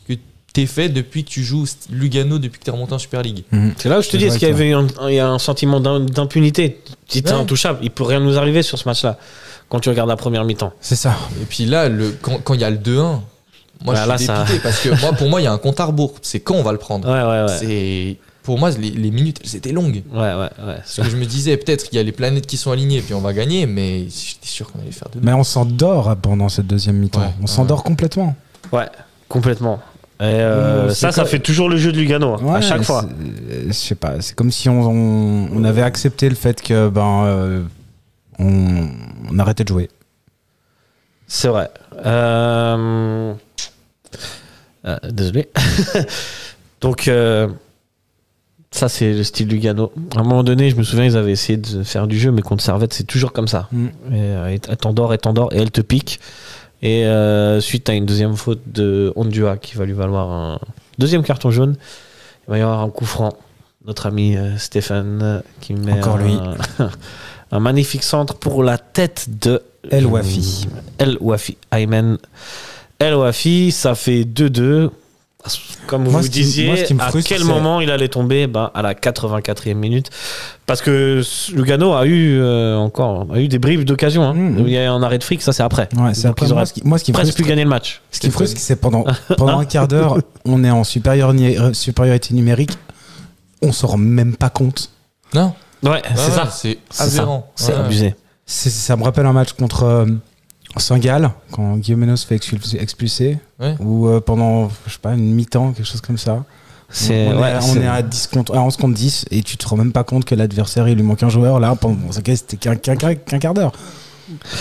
Speaker 6: que t'es fait depuis que tu joues Lugano, depuis que t'es remonté en Super League.
Speaker 5: C'est là où je te
Speaker 7: C'est
Speaker 5: dis, est-ce
Speaker 7: vrai
Speaker 5: qu'il y
Speaker 7: que-
Speaker 5: avait un, il y a un sentiment d'im- d'impunité Tu t'es
Speaker 6: Ouais.
Speaker 5: intouchable, il peut rien nous arriver sur ce match-là quand tu regardes la première mi-temps.
Speaker 7: C'est ça.
Speaker 6: Et puis là, le, quand quand il y a le 2-1, moi
Speaker 5: Bah, là,
Speaker 6: je suis
Speaker 5: ça-
Speaker 6: dépité parce que moi, pour moi, il y a un compte à rebours. C'est quand on va le prendre.
Speaker 5: Ouais, ouais, Ah ouais.
Speaker 6: C'est Pour moi, les, les minutes, elles étaient longues.
Speaker 5: Ouais, ouais, ouais.
Speaker 6: Parce que je me disais, peut-être qu'il y a les planètes qui sont alignées, puis on va gagner, mais j'étais sûr qu'on allait faire deux.
Speaker 7: Mais on s'endort pendant cette deuxième mi-temps.
Speaker 6: Ouais.
Speaker 7: on s'endort complètement.
Speaker 5: Ouais, complètement. Et euh,
Speaker 7: Euh,
Speaker 5: ça,
Speaker 7: c'est
Speaker 5: ça
Speaker 7: quoi-
Speaker 5: fait toujours le jeu de Lugano, hein, à
Speaker 7: Ouais,
Speaker 5: chaque fois.
Speaker 7: c'est- euh, Je sais pas. C'est comme si on, on, on avait accepté le fait que ben euh, on, on arrêtait de jouer.
Speaker 5: C'est vrai. Euh, euh, désolé. Donc, euh, ça, c'est le style Lugano. À un moment donné, je me souviens, ils avaient essayé de faire du jeu, mais contre Servette, c'est toujours comme ça.
Speaker 7: Mm.
Speaker 5: Et, euh, et t'endors, et t'endors, et elle te pique. Et euh, suite à une deuxième faute de Ondua qui va lui valoir un deuxième carton jaune, il va y avoir un coup franc. Notre ami euh, Stéphane euh, qui met
Speaker 7: Encore
Speaker 5: un,
Speaker 7: lui.
Speaker 5: un magnifique centre pour la tête de
Speaker 7: El Wafi.
Speaker 5: El Wafi Ayman. El Wafi, ça fait 2-2. Comme vous
Speaker 7: Moi,
Speaker 5: le
Speaker 7: ce qui-
Speaker 5: disiez,
Speaker 7: moi, ce qui me frustre,
Speaker 5: à quel
Speaker 7: c'est-
Speaker 5: moment il allait tomber ben, À la 84e minute. Parce que Lugano a eu, euh, encore, a eu des bribes d'occasion. hein.
Speaker 7: Mhm.
Speaker 5: Il y a eu un arrêt de fric, ça c'est après.
Speaker 7: Ouais, c'est
Speaker 5: Donc,
Speaker 7: après,
Speaker 5: ils auraient
Speaker 7: moi, ce qui, moi, ce qui me
Speaker 5: presque
Speaker 7: frustre,
Speaker 5: pu gagner le match.
Speaker 7: ce qui me frustre, c'est que pendant, pendant un quart d'heure, on est en supérieur ni- euh, supériorité numérique, on s'en rend même pas compte.
Speaker 6: Non,
Speaker 5: Ouais,
Speaker 6: ouais,
Speaker 5: Ah, c'est
Speaker 6: ouais,
Speaker 5: ça.
Speaker 6: C'est
Speaker 5: C'est ça.
Speaker 6: aberrant.
Speaker 5: C'est
Speaker 6: Ouais.
Speaker 5: abusé.
Speaker 7: C'est- ça me rappelle un match contre euh, Saint-Gall, quand Guillaume Menos fait expulser, expulser,
Speaker 6: Ouais.
Speaker 7: ou euh, pendant, je sais pas, une mi-temps, quelque chose comme ça.
Speaker 5: C'est-
Speaker 7: on, on
Speaker 5: ouais,
Speaker 7: est, à- on
Speaker 5: c'est-
Speaker 7: est à 10 contre, à 11 contre 10 et tu te rends même pas compte que l'adversaire il lui manque un joueur là pendant ça c'était qu'un qu'un- qu'un- qu'un quart d'heure.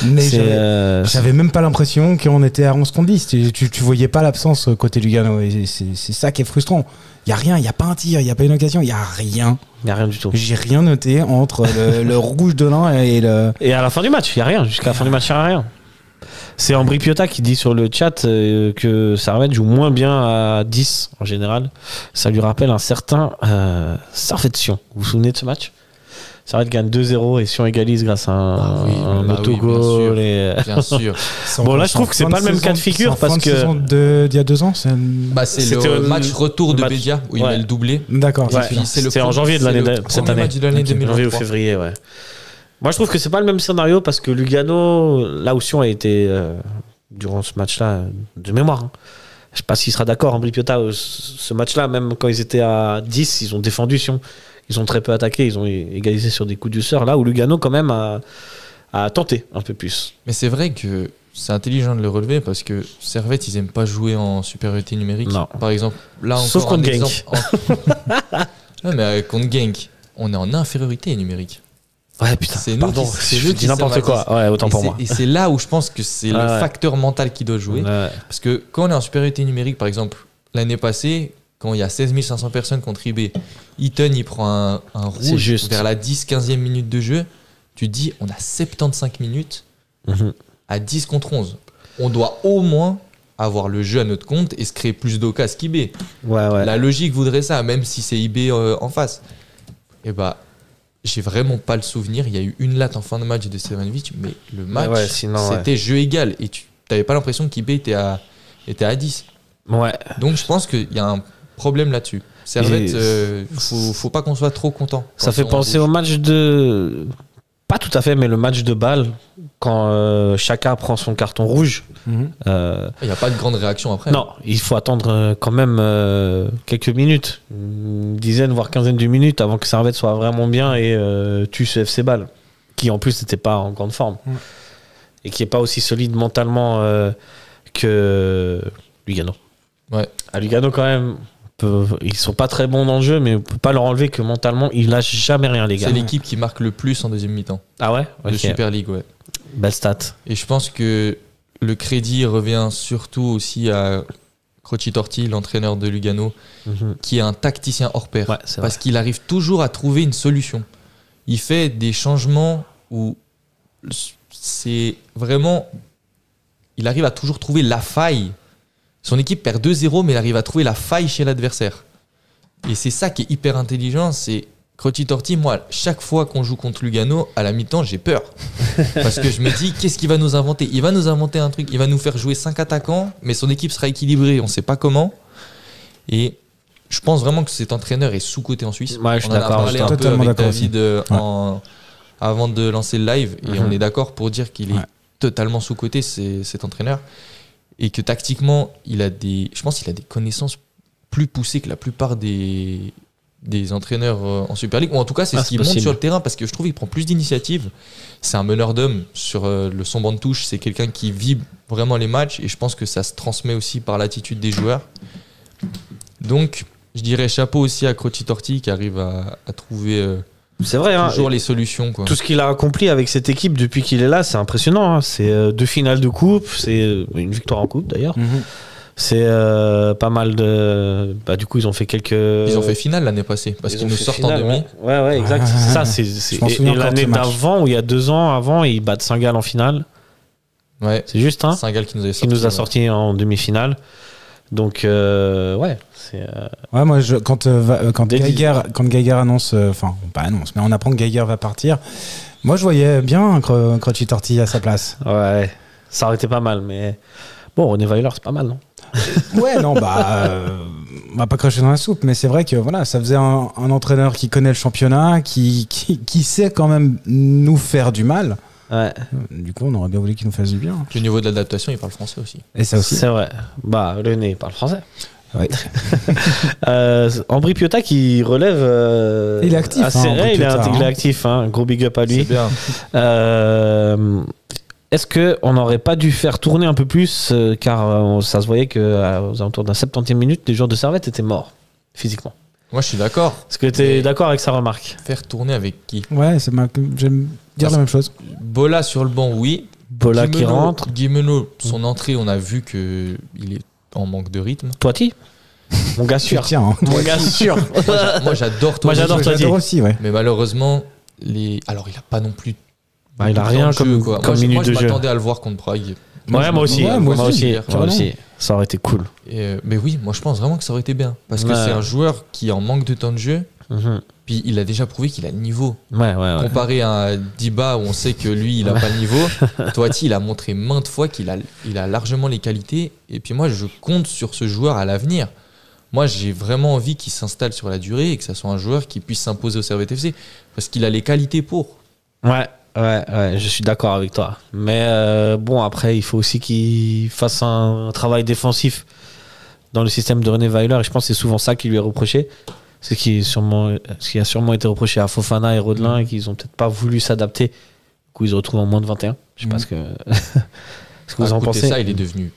Speaker 7: Mais
Speaker 5: c'est,
Speaker 7: j'avais-
Speaker 5: euh,
Speaker 7: j'avais même pas l'impression qu'on était à 11 contre 10. Tu, tu, tu voyais pas l'absence euh, côté Lugano et c'est c'est ça qui est frustrant. Il y a rien, il y a pas un tir, il y a pas une occasion, il y a rien.
Speaker 5: Il n'y a rien du tout.
Speaker 7: J'ai rien noté entre le, le rouge de l'un et le
Speaker 5: Et à la fin du match, il n'y a rien. Jusqu'à la fin du match, il n'y a rien. C'est Ambri Piotta qui dit sur le chat euh, que Sarvet joue moins bien à 10 en général. Ça lui rappelle un certain euh, Sarvet Sion. Vous vous souvenez de ce match Sarvet gagne 2-0 et Sion égalise grâce à un,
Speaker 6: Ah oui,
Speaker 5: un
Speaker 6: bah oui,
Speaker 5: autogol.
Speaker 6: bien sûr.
Speaker 5: et- euh,
Speaker 6: Bien sûr.
Speaker 5: Bon, là, je trouve que c'est pas le même cas de figure parce que-
Speaker 7: d'il y a deux ans, c'est
Speaker 6: Bah, c'est
Speaker 5: C'était
Speaker 6: le
Speaker 5: le
Speaker 6: match retour de
Speaker 5: match-
Speaker 6: Bédia où il
Speaker 5: ouais.
Speaker 6: met le doublé.
Speaker 7: D'accord,
Speaker 5: Ouais.
Speaker 7: c'est celui-là.
Speaker 6: C'est le
Speaker 5: C'était en
Speaker 6: premier-
Speaker 5: janvier de l'année
Speaker 6: c'est le
Speaker 5: de- cette
Speaker 6: premier
Speaker 5: année.
Speaker 6: match de l'année
Speaker 7: Ok.
Speaker 5: Janvier ou
Speaker 6: 2023.
Speaker 5: février, ouais. Moi, je trouve que c'est pas le même scénario parce que Lugano, là où Sion a été euh, durant ce match-là, euh, de mémoire. hein. Je sais pas s'il sera d'accord, Ambri Piotta, euh, ce ce match-là, même quand ils étaient à 10, ils ont défendu Sion. Ils ont très peu attaqué, ils ont é- égalisé sur des coups du sort. Là où Lugano, quand même, a, a tenté un peu plus.
Speaker 6: Mais c'est vrai que c'est intelligent de le relever parce que Servette, ils aiment pas jouer en supériorité numérique.
Speaker 5: Non.
Speaker 6: Par exemple, là encore.
Speaker 5: Sauf
Speaker 6: un
Speaker 5: contre
Speaker 6: exemple- en- non, mais euh, contre Genk, on est en infériorité numérique.
Speaker 5: Ouais, putain.
Speaker 6: C'est nous
Speaker 5: pardon,
Speaker 6: qui- c'est
Speaker 5: je
Speaker 6: nous
Speaker 5: dis
Speaker 6: qui
Speaker 5: n'importe quoi. Ouais, autant
Speaker 6: et
Speaker 5: pour
Speaker 6: c'est-
Speaker 5: moi.
Speaker 6: Et c'est là où je pense que c'est
Speaker 5: Ah ouais.
Speaker 6: le facteur mental qui doit jouer.
Speaker 5: Ouais.
Speaker 6: Parce que quand on est en supériorité numérique, par exemple, l'année passée, quand il y a 16 500 personnes contre IB, Eaton, il prend un, un
Speaker 5: C'est
Speaker 6: rouge
Speaker 5: juste.
Speaker 6: vers la 10-15e minute de jeu. Tu te dis, on a 75 minutes
Speaker 5: Mhm.
Speaker 6: à 10 contre 11. On doit au moins avoir le jeu à notre compte et se créer plus d'occasions qu'IB.
Speaker 5: ouais, ouais.
Speaker 6: La logique voudrait ça, même si c'est IB euh, en face. Et bah, j'ai vraiment pas le souvenir. Il y a eu une latte en fin de match de Stevanovic, mais le match,
Speaker 5: ouais, sinon, ouais.
Speaker 6: c'était jeu égal. Et tu n'avais pas l'impression qu'IB était à, était à 10.
Speaker 5: Ouais.
Speaker 6: Donc je pense qu'il y a un problème là-dessus. Servette,
Speaker 5: Et-
Speaker 6: euh, faut, faut pas qu'on soit trop content.
Speaker 5: Ça fait penser au match de. Pas tout à fait, mais le match de balle, quand euh, Chaka prend son carton rouge.
Speaker 7: Mhm.
Speaker 5: euh,
Speaker 6: Il n'y a pas de grande réaction après.
Speaker 5: non, il faut attendre euh, quand même euh, quelques minutes, une dizaine voire quinzaine de minutes avant que Servette soit vraiment bien et euh, tue ce FC Ball, qui en plus n'était pas en grande forme
Speaker 6: Mm.
Speaker 7: Mhm.
Speaker 5: et qui n'est pas aussi solide mentalement euh, que Lugano.
Speaker 6: Ouais.
Speaker 5: À Lugano, quand même, on peut- ils sont pas très bons dans le jeu, mais on peut pas leur enlever que mentalement, ils lâchent jamais rien, les gars.
Speaker 6: C'est l'équipe qui marque le plus en deuxième mi-temps
Speaker 5: Ah ouais
Speaker 6: de
Speaker 5: Ok.
Speaker 6: Super League, ouais.
Speaker 5: Belle stat.
Speaker 6: Et je pense que le crédit revient surtout aussi à Croci Torti, l'entraîneur de Lugano, qui est un tacticien hors pair.
Speaker 5: Mhm. Ouais, c'est vrai.
Speaker 6: parce qu'il arrive toujours à trouver une solution. Il fait des changements où c'est vraiment. Il arrive à toujours trouver la faille. Son équipe perd 2-0, mais il arrive à trouver la faille chez l'adversaire. Et c'est ça qui est hyper intelligent. C'est Crotti Torti, moi, chaque fois qu'on joue contre Lugano, à la mi-temps, j'ai peur. Parce que je me dis, qu'est-ce qu'il va nous inventer Il va nous inventer un truc. Il va nous faire jouer 5 attaquants, mais son équipe sera équilibrée. On ne sait pas comment. Et je pense vraiment que cet entraîneur est sous-coté en Suisse.
Speaker 5: Ouais, je suis
Speaker 6: on en a
Speaker 5: d'accord,
Speaker 6: parlé
Speaker 7: je
Speaker 6: un
Speaker 7: suis
Speaker 6: peu
Speaker 7: totalement
Speaker 6: avec
Speaker 7: d'accord
Speaker 6: David euh,
Speaker 7: Ouais.
Speaker 6: en- avant de lancer le live. Et
Speaker 5: Mhm.
Speaker 6: on est d'accord pour dire qu'il
Speaker 7: Ouais.
Speaker 6: est totalement sous-coté, c'est- cet entraîneur. Et que tactiquement, il a des, je pense qu'il a des connaissances plus poussées que la plupart des, des entraîneurs euh, en Super League. Ou en tout cas, c'est
Speaker 5: Ah,
Speaker 6: ce
Speaker 5: c'est
Speaker 6: qu'il montre
Speaker 5: possible.
Speaker 6: sur le terrain parce que je trouve qu'il prend plus d'initiatives. C'est un meneur d'hommes sur euh, le son banc de touche. C'est quelqu'un qui vit vraiment les matchs et je pense que ça se transmet aussi par l'attitude des joueurs. Donc, je dirais chapeau aussi à Croci Torti qui arrive à, à trouver euh,
Speaker 5: C'est vrai, hein.
Speaker 6: toujours les solutions. Quoi.
Speaker 5: tout ce qu'il a accompli avec cette équipe depuis qu'il est là, c'est impressionnant. hein. C'est euh, deux finales de coupe, c'est euh, une victoire en coupe d'ailleurs.
Speaker 7: Mhm.
Speaker 5: C'est euh, pas mal de. Bah, du coup, ils ont fait quelques.
Speaker 6: Ils ont fait finale l'année passée parce
Speaker 5: Ils
Speaker 6: qu'ils
Speaker 5: ont
Speaker 6: nous
Speaker 5: fait
Speaker 6: sortent
Speaker 5: finale,
Speaker 6: en demi.
Speaker 5: Ouais, ouais, ouais, exact.
Speaker 7: Ouais, ouais,
Speaker 5: ça,
Speaker 7: ouais.
Speaker 5: c'est. c'est-
Speaker 7: Je m'en
Speaker 5: et-
Speaker 7: souviens
Speaker 5: Et
Speaker 7: encore de
Speaker 5: l'année
Speaker 7: ce match.
Speaker 5: d'avant, où il y a deux ans avant, ils battent Saint-Gall en finale.
Speaker 6: Ouais.
Speaker 5: C'est juste, hein
Speaker 6: C'est un gars qui nous, avait
Speaker 5: Qui nous a
Speaker 6: ouais.
Speaker 5: sorti en demi-finale. Donc, euh, ouais. c'est, euh,
Speaker 7: Ouais, moi, je, quand, euh, va- euh, quand,
Speaker 5: Des
Speaker 7: Geiger, quand Geiger annonce, euh, enfin, pas annonce, mais on apprend que Geiger va partir, moi, je voyais bien Cro- Croci Torti à sa place.
Speaker 5: ouais. Ça aurait été pas mal, mais. Bon, René Weiler, c'est pas mal, non
Speaker 7: Ouais, non, bah, euh, on va pas cracher dans la soupe, mais c'est vrai que voilà, ça faisait un, un entraîneur qui connaît le championnat, qui, qui, qui sait quand même nous faire du mal.
Speaker 5: Ouais,
Speaker 7: Du coup, on aurait bien voulu qu'il nous fasse du bien.
Speaker 6: Puis au niveau de l'adaptation, il parle français aussi.
Speaker 7: Et ça aussi.
Speaker 5: c'est vrai. Bah, le nez parle français.
Speaker 7: Ouais.
Speaker 5: Euh, Ambry Piotta qui relève. euh,
Speaker 7: Il est actif,
Speaker 5: assez-
Speaker 7: hein, Ambry
Speaker 5: ouais, il, est,
Speaker 7: Piotta,
Speaker 5: int- il est
Speaker 7: hein.
Speaker 5: actif, hein. gros big up à
Speaker 6: C'est
Speaker 5: lui.
Speaker 6: bien.
Speaker 5: Euh, Est-ce qu'on n'aurait pas dû faire tourner un peu plus euh, Car euh, on- ça se voyait que euh, aux alentours de la 70e minute, les joueurs de Servette étaient morts, physiquement.
Speaker 6: Moi, je suis d'accord.
Speaker 5: Est-ce que tu es d'accord avec sa remarque
Speaker 6: Faire tourner avec qui
Speaker 7: Ouais, c'est ma... j'aime dire la même chose.
Speaker 6: Bola sur le banc, oui.
Speaker 5: Bola qui
Speaker 6: Guimeno-
Speaker 5: rentre.
Speaker 6: Guimeno, son entrée, on a vu que il est en manque de rythme.
Speaker 5: Toiti Mon gars sûr.
Speaker 7: Tiens, hein.
Speaker 5: Mon gars sûr.
Speaker 6: Moi, j'adore
Speaker 5: Moi,
Speaker 6: Tony.
Speaker 5: j'adore Toiti.
Speaker 7: J'adore aussi, ouais.
Speaker 6: Mais malheureusement, les... alors il a pas non plus.
Speaker 5: Bah, il a
Speaker 6: beaucoup
Speaker 5: rien
Speaker 6: de temps de
Speaker 5: comme-
Speaker 6: jeu, quoi.
Speaker 5: comme
Speaker 6: moi, je-
Speaker 5: minute
Speaker 6: moi,
Speaker 5: de
Speaker 6: je
Speaker 5: jeu.
Speaker 6: m'attendais à le voir contre Prague.
Speaker 5: Ouais, moi aussi. euh,
Speaker 7: Ouais,
Speaker 5: moi,
Speaker 7: moi
Speaker 5: aussi.
Speaker 7: aussi,
Speaker 5: moi
Speaker 7: carrément.
Speaker 5: aussi. Ça aurait été cool.
Speaker 6: Et, euh, mais oui, moi je pense vraiment que ça aurait été bien. Parce que
Speaker 5: Ouais.
Speaker 6: c'est un joueur qui est en manque de temps de jeu.
Speaker 5: Mhm.
Speaker 6: Puis il a déjà prouvé qu'il a le niveau.
Speaker 5: Ouais, ouais, ouais.
Speaker 6: Comparé à Diba où on sait que lui il a pas le niveau, Toati il a montré maintes fois qu'il a, il a largement les qualités. Et puis moi je compte sur ce joueur à l'avenir. Moi j'ai vraiment envie qu'il s'installe sur la durée et que ça soit un joueur qui puisse s'imposer au Servette FC. Parce qu'il a les qualités pour.
Speaker 5: Ouais, ouais, ouais, je suis d'accord avec toi. Mais euh, bon, après, il faut aussi qu'il fasse un travail défensif dans le système de René Weiler. Et je pense que c'est souvent ça qui lui est reproché. Ce qui, est sûrement, ce qui a sûrement été reproché à Fofana et Rodelin, et qu'ils ont peut-être pas voulu s'adapter. Du coup, ils se retrouvent en moins de 21. Je sais pas
Speaker 7: Mhm.
Speaker 5: ce que, ce que vous
Speaker 6: à
Speaker 5: en
Speaker 6: côté de
Speaker 5: pensez.
Speaker 6: ça, il est devenu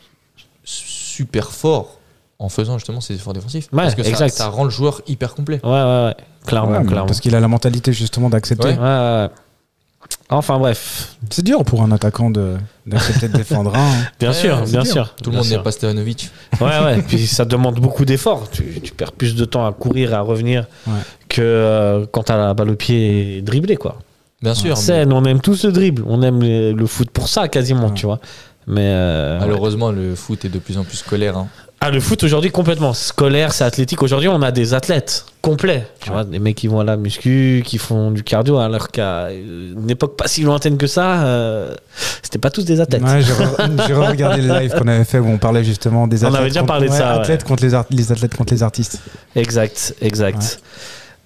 Speaker 6: super fort en faisant justement ses efforts défensifs.
Speaker 5: Ouais,
Speaker 6: parce que ça,
Speaker 5: exact.
Speaker 6: ça rend le joueur hyper complet.
Speaker 5: Ouais, ouais, ouais. Clairement,
Speaker 7: Ouais, mais
Speaker 5: clairement.
Speaker 7: parce qu'il a la mentalité justement d'accepter.
Speaker 6: Ouais.
Speaker 5: Ouais, ouais, ouais. Enfin, bref.
Speaker 7: C'est dur pour un attaquant de- d'accepter de défendre un. hein.
Speaker 5: Bien
Speaker 6: Ouais,
Speaker 5: sûr,
Speaker 6: c'est
Speaker 5: bien
Speaker 6: dur.
Speaker 5: sûr.
Speaker 6: Tout le
Speaker 5: Bien
Speaker 6: monde
Speaker 5: sûr.
Speaker 6: n'est pas Stevanovic.
Speaker 5: Ouais, ouais. Puis ça demande beaucoup d'efforts. Tu, tu perds plus de temps à courir et à revenir
Speaker 7: Ouais.
Speaker 5: que euh, quand t'as la balle au pied et dribbler, quoi.
Speaker 6: Bien sûr. mais
Speaker 5: C'est, on aime tous le dribble. On aime le, le foot pour ça, quasiment,
Speaker 7: Ouais.
Speaker 5: tu vois. Mais. euh, ouais.
Speaker 6: Malheureusement, le foot est de plus en plus scolaire. hein.
Speaker 5: Ah, le foot aujourd'hui, complètement. C'est Scolaire, c'est athlétique. Aujourd'hui, on a des athlètes complets. Tu vois, des mecs qui vont à la muscu, qui font du cardio, alors qu'à euh, une époque pas si lointaine que ça, euh, c'était pas tous des athlètes.
Speaker 7: Ouais, j'ai re- j'ai re-regardé les lives qu'on avait fait où on parlait justement des
Speaker 5: On
Speaker 7: athlètes.
Speaker 5: avait déjà
Speaker 7: contre-
Speaker 5: parlé de
Speaker 7: ouais,
Speaker 5: ça, ouais.
Speaker 7: Athlètes contre les, ar- les athlètes contre les artistes.
Speaker 5: Exact, exact.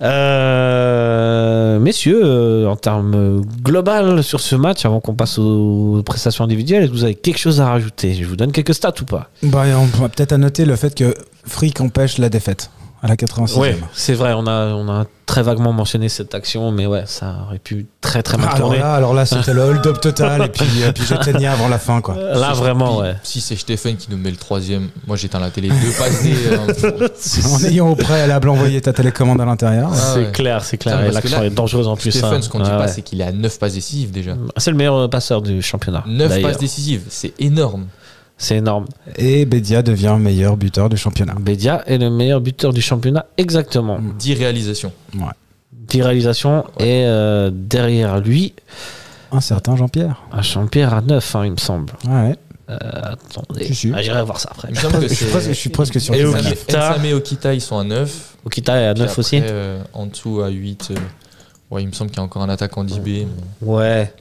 Speaker 5: Euh, messieurs, euh, en termes global sur ce match, avant qu'on passe aux prestations individuelles, est-ce que vous avez quelque chose à rajouter Je vous donne quelques stats ou pas
Speaker 7: Bah, et on pourrait peut-être à noter le fait que Frick empêche la défaite à la e 86e.
Speaker 5: Ouais, c'est vrai, on a, on a très vaguement mentionné cette action, mais ouais, ça aurait pu très très mal
Speaker 7: Ah, Alors
Speaker 5: tourner. Là,
Speaker 7: là, alors là, c'était le hold-up total et puis, et puis Jotenia avant la fin quoi.
Speaker 6: Si-
Speaker 5: vraiment,
Speaker 6: puis,
Speaker 5: ouais.
Speaker 6: Si c'est Stéphane qui nous met le troisième, moi j'éteins la télé. Deux passés. euh,
Speaker 7: En ayant au préalable envoyé ta télécommande à l'intérieur.
Speaker 6: Ah
Speaker 5: C'est
Speaker 6: ouais.
Speaker 5: clair, c'est clair.
Speaker 6: Putain,
Speaker 5: Et
Speaker 6: parce que
Speaker 5: L'action
Speaker 6: là,
Speaker 5: est dangereuse en plus. hein.
Speaker 6: Stéphane, ce qu'on dit
Speaker 5: Ouais,
Speaker 6: pas,
Speaker 5: ouais.
Speaker 6: c'est qu'il est à 9 passes décisives déjà.
Speaker 5: C'est le meilleur passeur du championnat.
Speaker 6: 9
Speaker 5: d'ailleurs.
Speaker 6: passes décisives, c'est énorme.
Speaker 5: C'est énorme.
Speaker 7: Et Bedia devient meilleur buteur du championnat.
Speaker 5: Bedia est le meilleur buteur du championnat, exactement.
Speaker 6: 10 réalisations.
Speaker 5: 10 réalisations et euh, derrière lui,
Speaker 7: Un certain Jean-Pierre.
Speaker 5: un Jean-Pierre à 9, il me semble. Euh,
Speaker 7: Ouais.
Speaker 5: Attendez,
Speaker 7: Si, si.
Speaker 5: Ah, j'irai voir ça après.
Speaker 6: Il me semble que
Speaker 7: Je suis
Speaker 6: c'est-
Speaker 7: presque, je suis presque sûr.
Speaker 5: Et
Speaker 7: que
Speaker 5: au
Speaker 7: c'est ça.
Speaker 5: Okita.
Speaker 6: Ensame et Okita, ils sont à 9.
Speaker 5: Okita est à 9
Speaker 6: Puis
Speaker 5: aussi.
Speaker 6: après, euh, en dessous à 8. euh, ouais, il me semble qu'il y a encore un attaque en 10B. mais-
Speaker 5: Ouais.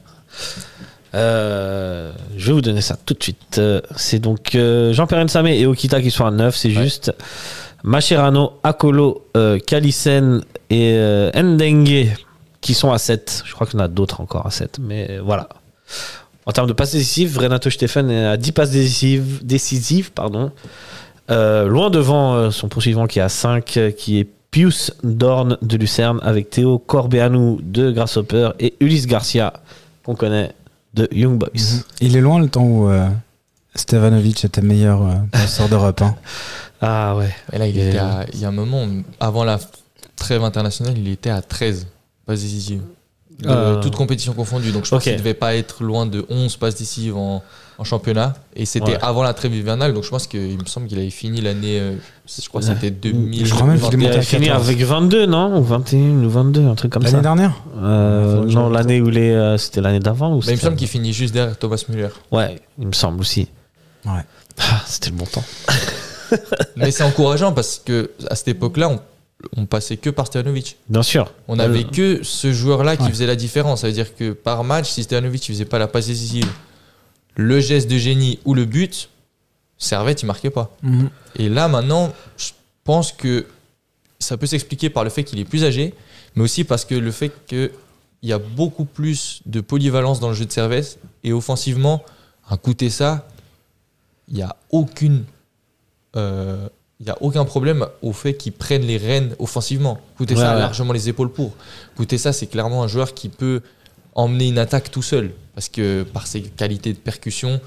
Speaker 5: Euh, je vais vous donner ça tout de suite. Euh, C'est donc euh, Jean-Pierre Nsamé et Okita qui sont à 9, c'est juste. Macherano, Akolo, euh, Kalisen et euh, Ndengue qui sont à 7. Je crois qu'il y en a d'autres encore à 7, mais euh, voilà. En termes de passes décisives, Renato Steffen est à 10 passes décisives, décisives pardon. Euh, loin devant euh, son poursuivant qui est à 5, euh, qui est Pius Dorn de Lucerne, avec Théo Corbeanu de Grasshopper et Ulysse Garcia, qu'on connaît, de Young Boys.
Speaker 7: Il est loin le temps où euh, Stevanovic était meilleur euh, passeur d'Europe. hein.
Speaker 5: Ah ouais.
Speaker 6: Et là, il,
Speaker 5: Et-
Speaker 6: était à- il y a un moment, avant la trêve internationale, il était à 13 passes décisives. De,
Speaker 5: Euh.
Speaker 6: Toutes compétitions confondues. Donc je pense
Speaker 5: Ok.
Speaker 6: qu'il ne devait pas être loin de 11 passes décisives en, en championnat. Et c'était
Speaker 5: Ouais.
Speaker 6: avant la trêve hivernale. Donc je pense qu'il me semble qu'il avait fini l'année, euh, je crois que c'était 2000.
Speaker 7: Je crois même qu'il est
Speaker 5: Il
Speaker 7: monté
Speaker 5: avait
Speaker 7: à
Speaker 5: fini
Speaker 7: 14.
Speaker 5: avec 22, non Ou 21 ou 22, un truc comme
Speaker 7: L'année
Speaker 5: ça.
Speaker 7: dernière
Speaker 5: Euh,
Speaker 7: Faut que je
Speaker 5: non,
Speaker 7: regarde.
Speaker 5: l'année où les. euh, c'était l'année d'avant ou
Speaker 6: Mais Bah, il me
Speaker 5: c'était-
Speaker 6: semble qu'il finit juste derrière Thomas Müller.
Speaker 5: Ouais, il me semble aussi.
Speaker 7: Ouais.
Speaker 5: Ah, c'était le bon temps.
Speaker 6: Mais c'est encourageant parce que à cette époque-là, on, on passait que par Stojanovic.
Speaker 5: Bien sûr.
Speaker 6: On n'avait
Speaker 5: Euh,
Speaker 6: que ce joueur-là qui
Speaker 7: Ouais.
Speaker 6: faisait la différence. Ça veut dire que par match, si Stevanovic ne faisait pas la passe décisive, le geste de génie ou le but, Servette, il marquait pas.
Speaker 7: Mhm.
Speaker 6: Et là, maintenant, je pense que ça peut s'expliquer par le fait qu'il est plus âgé, mais aussi parce que le fait qu'il y a beaucoup plus de polyvalence dans le jeu de Servette. Et offensivement, à côté ça, il n'y a aucune. euh, il y a aucun problème au fait qu'il prenne les rênes offensivement. Coutessa
Speaker 5: Ouais,
Speaker 6: a
Speaker 5: ouais.
Speaker 6: largement les épaules pour. Coutessa, c'est clairement un joueur qui peut emmener une attaque tout seul. Parce que par ses qualités de percussion,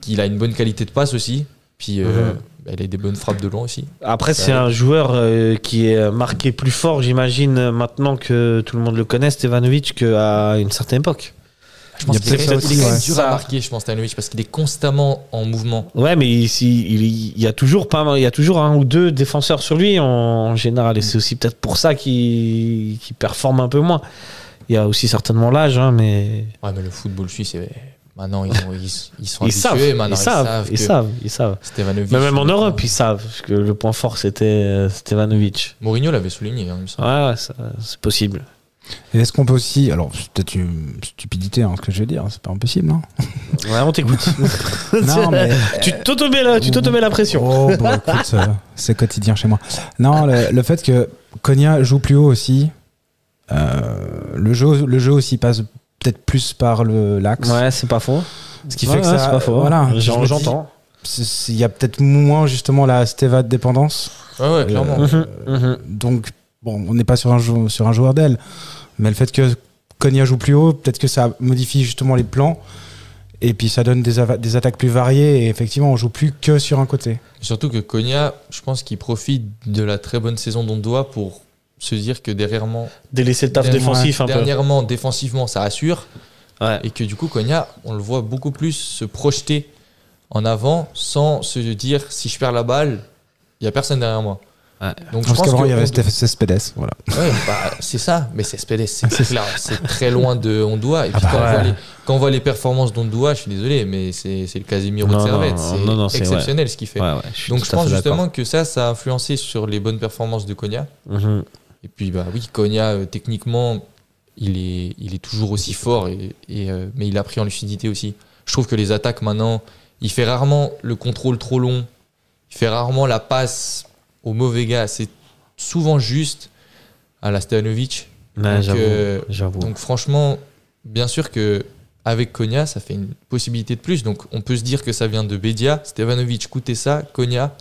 Speaker 6: qu'il a une bonne qualité de passe aussi. Puis euh,
Speaker 5: Mhm.
Speaker 6: bah, il a des bonnes frappes de loin aussi.
Speaker 5: Après, c'est
Speaker 6: Ouais.
Speaker 5: un joueur euh, qui est marqué plus fort, j'imagine, euh, maintenant que tout le monde le connaît, Stevanovic, qu'à une certaine époque.
Speaker 6: Je
Speaker 7: pense
Speaker 6: pense
Speaker 7: Il y a
Speaker 6: qu'il
Speaker 7: qu'il peut-être est- ça
Speaker 6: est,
Speaker 7: aussi, il est ouais.
Speaker 6: dur à marquer, je pense, Tanovic, parce qu'il est constamment en mouvement.
Speaker 5: Ouais, mais il, si- il, il y a toujours pas, il y a toujours un ou deux défenseurs sur lui en, général, et c'est aussi peut-être pour ça qu'il qu'il performe un peu moins. Il y a aussi certainement l'âge, hein, mais
Speaker 6: Ouais, mais le football suisse, c'est- maintenant ils, ont- ils, ils sont
Speaker 5: ils
Speaker 6: habitués,
Speaker 5: savent,
Speaker 6: maintenant
Speaker 5: ils savent, ils
Speaker 6: que
Speaker 5: savent, ils savent.
Speaker 6: Stevanovic-
Speaker 5: Mais même en Europe, ils savent parce que le point fort c'était euh, Stevanovic.
Speaker 6: Mourinho l'avait souligné, hein, il me semble.
Speaker 5: Ouais, ouais, ça, c'est possible.
Speaker 7: Et est-ce qu'on peut aussi. Alors, c'est peut-être une stupidité, hein, ce que je vais dire, c'est pas impossible, non
Speaker 5: Ouais, on t'écoute.
Speaker 7: Non, mais.
Speaker 5: tu t'automets la, Ah, tu t'automets la pression.
Speaker 7: Oh, bon, écoute, euh, c'est quotidien chez moi. Non, le, le fait que Konya joue plus haut aussi, euh, le, jeu, le jeu aussi passe peut-être plus par le l'axe.
Speaker 5: Ouais, c'est pas faux. Ce qui
Speaker 7: Ouais,
Speaker 5: fait que
Speaker 7: ouais,
Speaker 5: ça,
Speaker 7: c'est
Speaker 5: pas
Speaker 7: pas
Speaker 5: faux.
Speaker 7: faux. Voilà, je
Speaker 5: J'en-
Speaker 7: me dis-
Speaker 5: j'entends.
Speaker 7: C'est- c'est- Il y a peut-être moins justement la Steva de dépendance.
Speaker 6: Ouais, ouais, clairement.
Speaker 5: Mhm, mhm.
Speaker 7: Donc, bon, on n'est pas sur un, jou- sur un joueur d'aile. Mais le fait que Konya joue plus haut, peut-être que ça modifie justement les plans. Et puis ça donne des, ava- des attaques plus variées. Et effectivement, on joue plus que sur un côté.
Speaker 6: Surtout que Konya, je pense qu'il profite de la très bonne saison d'Ondoa pour se dire que dernièrement,
Speaker 5: Délaisser le taf
Speaker 6: Dernier-
Speaker 5: défensif un peu.
Speaker 6: dernièrement défensivement, ça assure.
Speaker 5: Ouais.
Speaker 6: Et que du coup, Konya, on le voit beaucoup plus se projeter en avant sans se dire si je perds la balle, il n'y a personne derrière moi.
Speaker 5: Ouais.
Speaker 6: Donc je
Speaker 7: Parce
Speaker 6: pense
Speaker 7: qu'avant, il y
Speaker 6: que
Speaker 7: avait
Speaker 6: Ondo-
Speaker 7: Cespedes. Voilà.
Speaker 6: Ouais, bah, c'est ça, mais c'est Spedes, c'est clair, c'est très loin de Ondoa. Et puis
Speaker 7: bah
Speaker 6: quand,
Speaker 7: ouais.
Speaker 6: on voit les, quand on voit les performances d'Ondoa, je suis désolé, mais c'est c'est le Casemiro
Speaker 5: Non,
Speaker 6: de Servette.
Speaker 5: non, non, non,
Speaker 6: C'est
Speaker 5: c'est- ouais.
Speaker 6: exceptionnel ce qu'il fait.
Speaker 5: Ouais, ouais, je suis
Speaker 6: Donc
Speaker 5: tout
Speaker 6: je
Speaker 5: à
Speaker 6: pense
Speaker 5: fait d'accord.
Speaker 6: justement que ça, ça a influencé sur les bonnes performances de Konya.
Speaker 5: Mhm.
Speaker 6: Et puis bah oui, Konya, euh, techniquement, il est, il est toujours aussi fort, et, et, euh, mais il a pris en lucidité aussi. Je trouve que les attaques maintenant, il fait rarement le contrôle trop long, il fait rarement la passe au mauvais gars, c'est souvent juste à la Stojanovic.
Speaker 5: Ouais,
Speaker 6: Donc,
Speaker 5: j'avoue,
Speaker 6: euh,
Speaker 5: j'avoue.
Speaker 6: Donc franchement, bien sûr que avec Konya, ça fait une possibilité de plus. Donc on peut se dire que ça vient de Bedia, Stevanovic, Kutesa, Konya,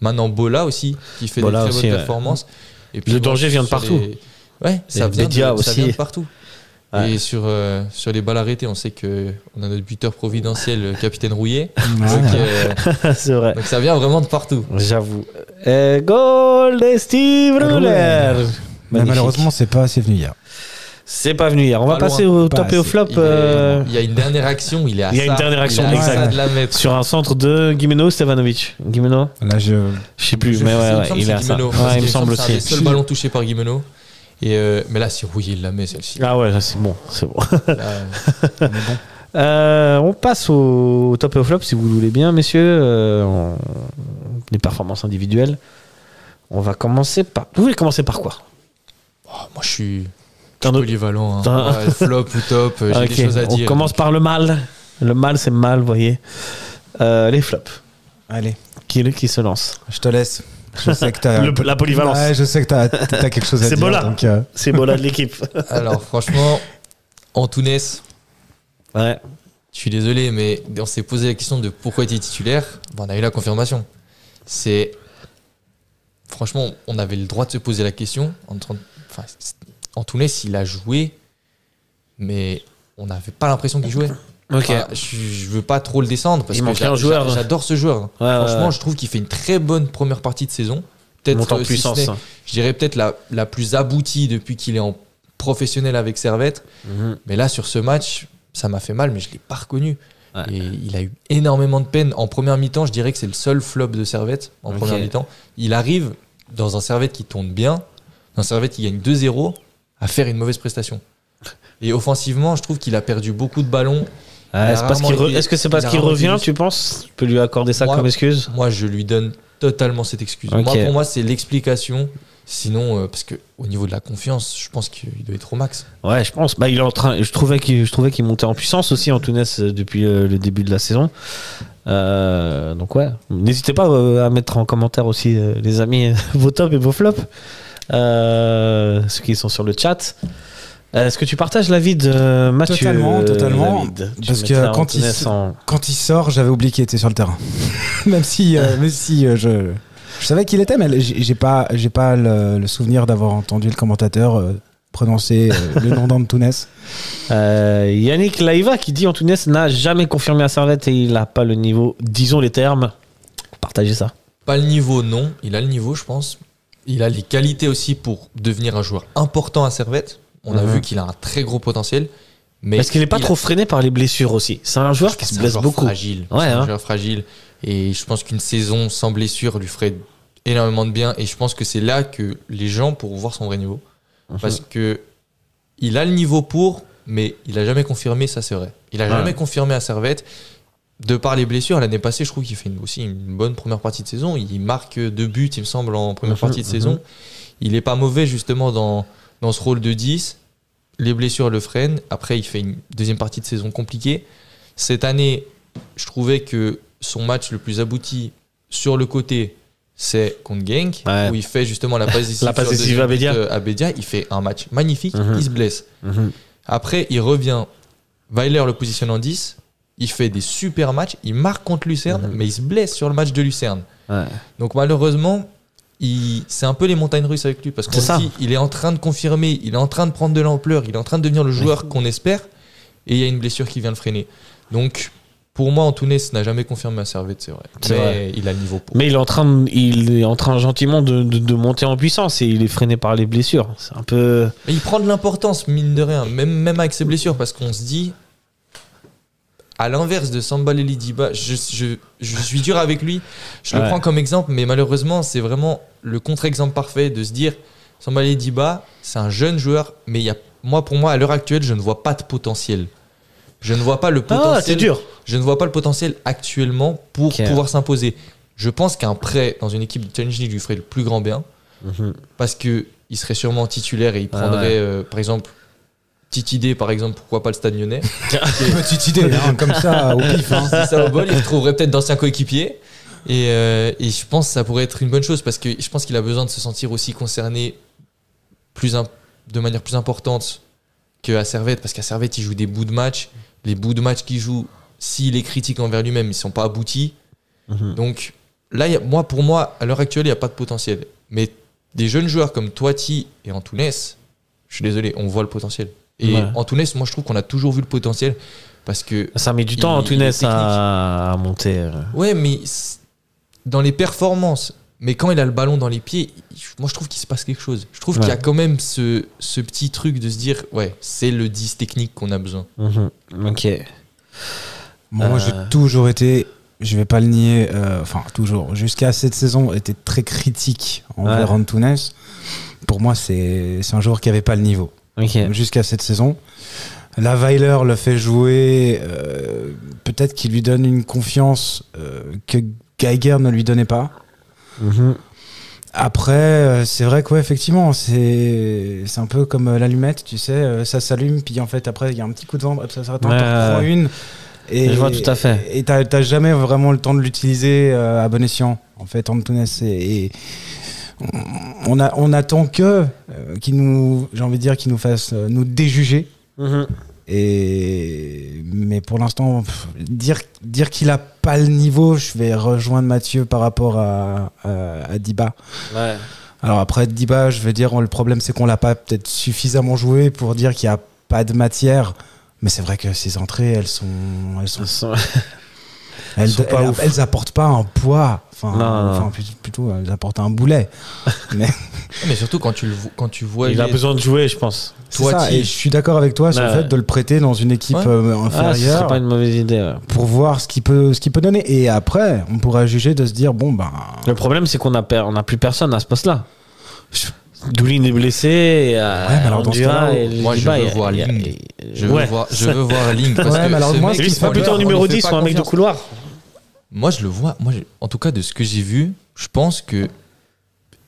Speaker 6: maintenant Bola aussi, qui fait
Speaker 5: Bola
Speaker 6: des très
Speaker 5: aussi,
Speaker 6: bonnes
Speaker 5: ouais.
Speaker 6: performances. Et
Speaker 5: Le
Speaker 6: bon,
Speaker 5: danger vient de
Speaker 6: sur
Speaker 5: partout.
Speaker 6: les- Ouais, ça
Speaker 5: Et
Speaker 6: vient, de,
Speaker 5: Bedia
Speaker 6: ça
Speaker 5: aussi.
Speaker 6: vient de partout.
Speaker 5: Ouais.
Speaker 6: Et sur, euh, sur les balles arrêtées, on sait que on a notre buteur providentiel, le capitaine Rouillet. Donc, euh,
Speaker 5: c'est vrai.
Speaker 6: donc ça vient vraiment de partout.
Speaker 5: J'avoue. Et goal de Steve Ruller.
Speaker 7: Mais
Speaker 5: Magnifique.
Speaker 7: malheureusement, c'est pas assez venu hier.
Speaker 5: c'est pas venu hier. On va
Speaker 6: Pas
Speaker 5: passer
Speaker 6: loin.
Speaker 5: au
Speaker 7: Pas
Speaker 5: top et au
Speaker 7: assez.
Speaker 5: flop
Speaker 6: Il, est-
Speaker 5: euh,
Speaker 6: il y a une dernière action, il est à
Speaker 5: Il y a une
Speaker 6: ça-
Speaker 5: dernière action,
Speaker 6: il est à
Speaker 7: exact.
Speaker 6: ça de la mettre.
Speaker 5: sur un centre de Gimeno Stevanovic. Gimeno,
Speaker 7: Là, je.
Speaker 5: je sais plus,
Speaker 6: Je
Speaker 5: mais
Speaker 6: sais,
Speaker 5: ouais,
Speaker 6: il me
Speaker 5: ouais, il
Speaker 6: semble que
Speaker 5: a
Speaker 6: c'est
Speaker 5: ça.
Speaker 6: Guimeno,
Speaker 5: Ouais,
Speaker 6: parce
Speaker 5: il me
Speaker 6: que
Speaker 5: semble
Speaker 6: C'est le
Speaker 5: aussi.
Speaker 6: seul ballon touché par Guimeno. Et euh, mais là, c'est rouillé, il la met celle-ci.
Speaker 5: Ah ouais, là, c'est bon, c'est bon.
Speaker 6: Là, euh,
Speaker 5: Euh, on passe au, au top et au flop, si vous le voulez bien, messieurs. Euh, on- Les performances individuelles. On va commencer par. Vous voulez commencer par quoi
Speaker 6: oh, moi, je suis
Speaker 5: T'en as-
Speaker 6: polyvalent. hein.
Speaker 5: T'en-
Speaker 6: Ouais, flop ou top, euh, j'ai
Speaker 5: Ah, Ok,
Speaker 6: des choses à
Speaker 5: on
Speaker 6: dire.
Speaker 5: commence par le mal. Le mal, c'est mal, vous voyez. Euh, les flops.
Speaker 7: Allez,
Speaker 5: Qui est le qui se lance
Speaker 7: je te laisse. Je sais que t'as.
Speaker 5: Le- La polyvalence.
Speaker 7: Ouais, je sais que t'as as quelque chose à
Speaker 5: C'est
Speaker 7: dire.
Speaker 5: Bola.
Speaker 7: donc, euh,
Speaker 5: C'est bon là de l'équipe.
Speaker 6: Alors, franchement, Antunes,
Speaker 5: Ouais.
Speaker 6: je suis désolé, mais on s'est posé la question de pourquoi il était titulaire. Bon, on a eu la confirmation. C'est. Franchement, on avait le droit de se poser la question. En train de- enfin, c'est- Antunes, il a joué, mais on n'avait pas l'impression qu'il jouait.
Speaker 5: Ok.
Speaker 6: Enfin, je, je veux pas trop le descendre parce
Speaker 5: Il
Speaker 6: que
Speaker 5: manquait
Speaker 6: j'a-
Speaker 5: un joueur.
Speaker 6: j'a- j'adore ce joueur.
Speaker 5: Ouais, ouais,
Speaker 6: Franchement,
Speaker 5: ouais.
Speaker 6: je trouve qu'il fait une très bonne première partie de saison. Peut-être
Speaker 5: Monte en
Speaker 6: euh, si ce
Speaker 5: puissance. hein.
Speaker 6: n'est- je dirais peut-être la, la plus aboutie depuis qu'il est en professionnel avec Servette.
Speaker 5: Mhm.
Speaker 6: Mais là, sur ce match, ça m'a fait mal, mais je l'ai pas reconnu.
Speaker 5: Ouais.
Speaker 6: Et il a eu énormément de peine. En première mi-temps, je dirais que c'est le seul flop de Servette. En
Speaker 5: Ok.
Speaker 6: première mi-temps, il arrive dans un Servette qui tourne bien, dans un Servette qui gagne 2-0, à faire une mauvaise prestation. Et offensivement, je trouve qu'il a perdu beaucoup de ballons.
Speaker 5: Ah,
Speaker 6: Il a
Speaker 5: c'est parce qu'il
Speaker 6: rarement
Speaker 5: re-
Speaker 6: été-
Speaker 5: Est-ce que c'est
Speaker 6: il
Speaker 5: parce
Speaker 6: a
Speaker 5: qu'il
Speaker 6: rarement été
Speaker 5: revient,
Speaker 6: juste.
Speaker 5: tu penses Tu peux lui accorder ça
Speaker 6: Moi-
Speaker 5: comme excuse
Speaker 6: Moi, je lui donne totalement cette excuse.
Speaker 5: Ok.
Speaker 6: Moi, pour moi, c'est l'explication. Sinon, euh, parce que au niveau de la confiance, je pense qu'il doit être au max.
Speaker 5: Ouais, je pense. Bah, il est en train. Je trouvais qu'il, je trouvais qu'il montait en puissance aussi Antunes euh, depuis euh, le début de la saison. Euh, donc ouais, n'hésitez pas euh, à mettre en commentaire aussi euh, les amis vos tops et vos flops, Euh, ceux qui sont sur le chat. Euh, Est-ce que tu partages l'avis de euh, Mathieu
Speaker 7: Totalement,
Speaker 5: euh,
Speaker 7: totalement.
Speaker 5: David Tu
Speaker 7: Parce que
Speaker 5: mettrais
Speaker 7: quand il
Speaker 5: Antunes
Speaker 7: se-
Speaker 5: en-
Speaker 7: Quand il sort, j'avais oublié qu'il était sur le terrain. même si, euh, même si euh, je, je savais qu'il était, mais j'ai j'ai pas, j'ai pas le, le souvenir d'avoir entendu le commentateur euh, prononcer euh, le nom d'Antunes.
Speaker 5: Euh, Yannick Laïva qui dit Antunes n'a jamais confirmé à Servette et il n'a pas le niveau. Disons les termes. Partagez ça.
Speaker 6: Pas le niveau, non. Il a le niveau, je pense. Il a les qualités aussi pour devenir un joueur important à Servette. On a
Speaker 5: Mhm.
Speaker 6: vu qu'il a un très gros potentiel. Mais
Speaker 5: Parce qu'il n'est pas
Speaker 6: il-
Speaker 5: trop freiné par les blessures aussi. C'est un joueur qui
Speaker 6: C'est
Speaker 5: se
Speaker 6: un
Speaker 5: blesse
Speaker 6: joueur
Speaker 5: beaucoup.
Speaker 6: Fragile.
Speaker 5: Ouais,
Speaker 6: C'est
Speaker 5: hein.
Speaker 6: un joueur fragile. Et je pense qu'une saison sans blessure lui ferait énormément de bien. Et je pense que c'est là que les gens pourront voir son vrai niveau.
Speaker 5: Mhm.
Speaker 6: Parce que il a le niveau pour, mais il a jamais confirmé, ça c'est vrai. Il a jamais confirmé à Servette. De par les blessures, l'année passée, je trouve qu'il fait une- aussi une bonne première partie de saison. Il marque deux buts, il me semble, en première
Speaker 5: Mhm,
Speaker 6: partie de
Speaker 5: mhm.
Speaker 6: saison. Il est pas mauvais, justement, dans, dans ce rôle de 10. Les blessures le freinent. Après, il fait une deuxième partie de saison compliquée. Cette année, je trouvais que son match le plus abouti sur le côté, c'est contre Genk,
Speaker 5: Ouais.
Speaker 6: où il fait justement la passe décisive,
Speaker 5: La passe
Speaker 6: sur le
Speaker 5: décisive à
Speaker 6: deuxième
Speaker 5: Bedia.
Speaker 6: but, euh, à Bedia. Il fait un match magnifique,
Speaker 5: Mhm.
Speaker 6: il se blesse.
Speaker 5: Mhm.
Speaker 6: Après, il revient. Weiler le positionne en 10. Il fait des super matchs. Il marque contre Lucerne, mais il se blesse sur le match de Lucerne.
Speaker 5: Mhm. Ouais.
Speaker 6: Donc malheureusement, il- c'est un peu les montagnes russes avec lui parce qu'on
Speaker 5: C'est ça.
Speaker 6: se dit il est en train de confirmer, il est en train de prendre de l'ampleur, il est en train de devenir le joueur qu'on espère et il y a une blessure qui vient le freiner. Donc pour moi, Antunes n'a jamais confirmé à Servette, c'est vrai.
Speaker 5: C'est
Speaker 6: Mais
Speaker 5: vrai.
Speaker 6: il a le niveau pour.
Speaker 5: Mais il est en train, de- il est en train gentiment de, de- de monter en puissance et il est freiné par les blessures. C'est un peu.
Speaker 6: Mais il prend de l'importance, mine de rien, même, même avec ses blessures, parce qu'on se dit, à l'inverse de Sambal et Lidiba, je, je- je suis dur avec lui, je
Speaker 5: Ouais.
Speaker 6: le prends comme exemple, mais malheureusement, c'est vraiment le contre-exemple parfait de se dire, Sambal et Lidiba, c'est un jeune joueur, mais il y a, moi, pour moi, à l'heure actuelle, je ne vois pas de potentiel. Je ne vois pas le potentiel.
Speaker 5: Ah, c'est dur.
Speaker 6: Je ne vois pas le potentiel actuellement pour
Speaker 5: Ok.
Speaker 6: pouvoir s'imposer. Je pense qu'un prêt dans une équipe de Challenge League lui ferait le plus grand bien
Speaker 5: Mhm.
Speaker 6: parce que il serait sûrement titulaire et il prendrait,
Speaker 5: ouais.
Speaker 6: euh, par exemple, petite idée, par exemple, pourquoi pas le Stade Lyonnais.
Speaker 7: Petite idée, hein, comme ça, au pif. hein.
Speaker 6: C'est ça au bol, il trouverait peut-être d'anciens coéquipiers. Et, euh, et je pense que ça pourrait être une bonne chose parce que je pense qu'il a besoin de se sentir aussi concerné plus im- de manière plus importante qu'à Servette parce qu'à Servette il joue des bouts de match. Les bouts de match qu'il joue, s'il est critique envers lui-même, ils sont pas aboutis.
Speaker 5: Mhm.
Speaker 6: Donc là, il y a- moi, pour moi, à l'heure actuelle, il n'y a pas de potentiel. Mais des jeunes joueurs comme Toiti et Antunes, je suis désolé, on voit le potentiel. Et
Speaker 5: Ouais.
Speaker 6: Antunes, moi je trouve qu'on a toujours vu le potentiel parce que
Speaker 5: Ça met du
Speaker 6: Il-
Speaker 5: temps,
Speaker 6: il est
Speaker 5: Antunes,
Speaker 6: technique.
Speaker 5: à, à monter. euh.
Speaker 6: Ouais, mais c'est- dans les performances, mais quand il a le ballon dans les pieds, il- moi je trouve qu'il se passe quelque chose. Je trouve
Speaker 5: Ouais.
Speaker 6: qu'il y a quand même ce, ce petit truc de se dire, ouais, c'est le 10 technique qu'on a besoin.
Speaker 5: Mhm. Ok.
Speaker 7: Bon, Moi, j'ai
Speaker 5: Euh.
Speaker 7: toujours été, je vais pas le nier, euh, enfin, toujours, jusqu'à cette saison, était très critique envers
Speaker 5: Ouais.
Speaker 7: Antunes. Pour moi, c'est c'est un joueur qui avait pas le niveau.
Speaker 5: Ok.
Speaker 7: jusqu'à cette saison. La Weiler le fait jouer, euh, peut-être qu'il lui donne une confiance euh, que Geiger ne lui donnait pas.
Speaker 5: Mhm.
Speaker 7: Après, euh, c'est vrai que ouais, effectivement, c'est c'est un peu comme euh, l'allumette, tu sais, euh, ça s'allume, puis en fait, après, il y a un petit coup de vent, hop, ça s'arrête,
Speaker 5: Ouais,
Speaker 7: t'en reprends
Speaker 5: ouais.
Speaker 7: une. Et,
Speaker 5: Je vois tout à fait.
Speaker 7: Et t'as t'as jamais vraiment le temps de l'utiliser euh, à bon escient, en fait, Antunes. Et, et on- on, a, on attend que, euh, qu'il nous, j'ai envie de dire, qu'il nous fasse euh, nous déjuger.
Speaker 5: Mhm.
Speaker 7: Et mais pour l'instant, pff, dire dire qu'il a pas le niveau, je vais rejoindre Mathieu par rapport à, à, à Diba.
Speaker 5: Ouais.
Speaker 7: Alors après Diba, je veux dire, on- le problème c'est qu'on l'a pas peut-être suffisamment joué pour dire qu'il y a pas de matière. Mais c'est vrai que ses entrées, elles sont, elles sont, elles,
Speaker 5: sont pas
Speaker 7: elles-
Speaker 5: ouf.
Speaker 7: elles apportent pas un poids. Enfin,
Speaker 5: Non, non,
Speaker 7: enfin,
Speaker 5: non.
Speaker 7: plus- plutôt, elles apportent un boulet. mais
Speaker 6: Mais surtout quand tu, le, vo- quand tu vois
Speaker 5: Il a
Speaker 6: les-
Speaker 5: besoin de jouer, je pense.
Speaker 7: c'est
Speaker 6: Toi,
Speaker 7: ça.
Speaker 6: tu-
Speaker 7: Et je suis d'accord avec toi sur
Speaker 5: Ouais,
Speaker 7: le
Speaker 5: ouais.
Speaker 7: fait de le prêter dans une équipe
Speaker 6: Ouais.
Speaker 7: euh,
Speaker 5: Ah, ce
Speaker 7: inférieure.
Speaker 5: serait pas une mauvaise idée. ouais.
Speaker 7: pour voir ce qu'il peut, ce qu'il peut donner. Et après, on pourra juger de se dire bon ben,
Speaker 5: Le problème, c'est qu'on n'a per- on n'a plus personne à ce poste-là.
Speaker 7: Je-
Speaker 5: Doulin est blessé. euh,
Speaker 7: mais alors, dans ce cas-là,
Speaker 6: moi, je veux voir Ling. je, veux voir, je veux voir Link.
Speaker 7: Ouais, mais alors, moi, ce
Speaker 5: Lui,
Speaker 7: qui
Speaker 5: c'est pas
Speaker 7: on
Speaker 5: plutôt un numéro 10 ou un mec de couloir
Speaker 6: Moi, je le vois. Moi, je- en tout cas, de ce que j'ai vu, je pense que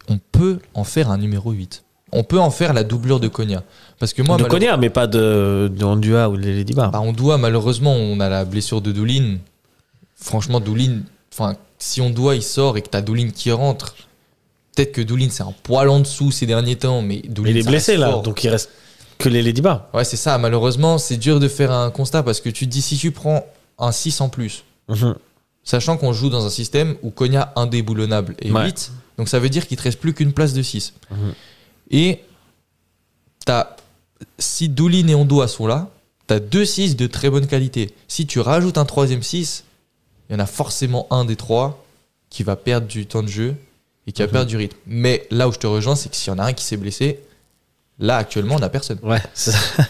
Speaker 6: on peut en faire un numéro 8. On peut en faire la doublure de Konya. Parce que moi,
Speaker 5: de
Speaker 6: malheure-
Speaker 5: Konya, mais pas de, de Ondua ou de Lady Bar.
Speaker 6: bah, on doit, malheureusement, on a la blessure de Doulin. Franchement, Doulin, enfin, si on doit, il sort et que t'as Doulin qui rentre. Peut-être que Doulin, c'est un poil en dessous ces derniers temps, mais
Speaker 5: Mais
Speaker 6: Doulin.
Speaker 5: il est
Speaker 6: ça
Speaker 5: blessé
Speaker 6: reste
Speaker 5: là,
Speaker 6: fort.
Speaker 5: donc il reste que les Lady Bar.
Speaker 6: Ouais, c'est ça. Malheureusement, c'est dur de faire un constat parce que tu te dis si tu prends un 6 en plus,
Speaker 5: Mhm.
Speaker 6: sachant qu'on joue dans un système où Konya indéboulonnable est
Speaker 5: Ouais.
Speaker 6: 8, donc ça veut dire qu'il te reste plus qu'une place de 6.
Speaker 5: Mhm.
Speaker 6: Et t'as, si Doulin et Ondoa sont là, t'as deux 6 de très bonne qualité. Si tu rajoutes un troisième 6, il y en a forcément un des trois qui va perdre du temps de jeu et
Speaker 5: Mhm.
Speaker 6: qui va perdre du rythme. Mais là où je te rejoins, c'est que s'il y en a un qui s'est blessé, là actuellement on n'a personne.
Speaker 5: Ouais, c'est ça.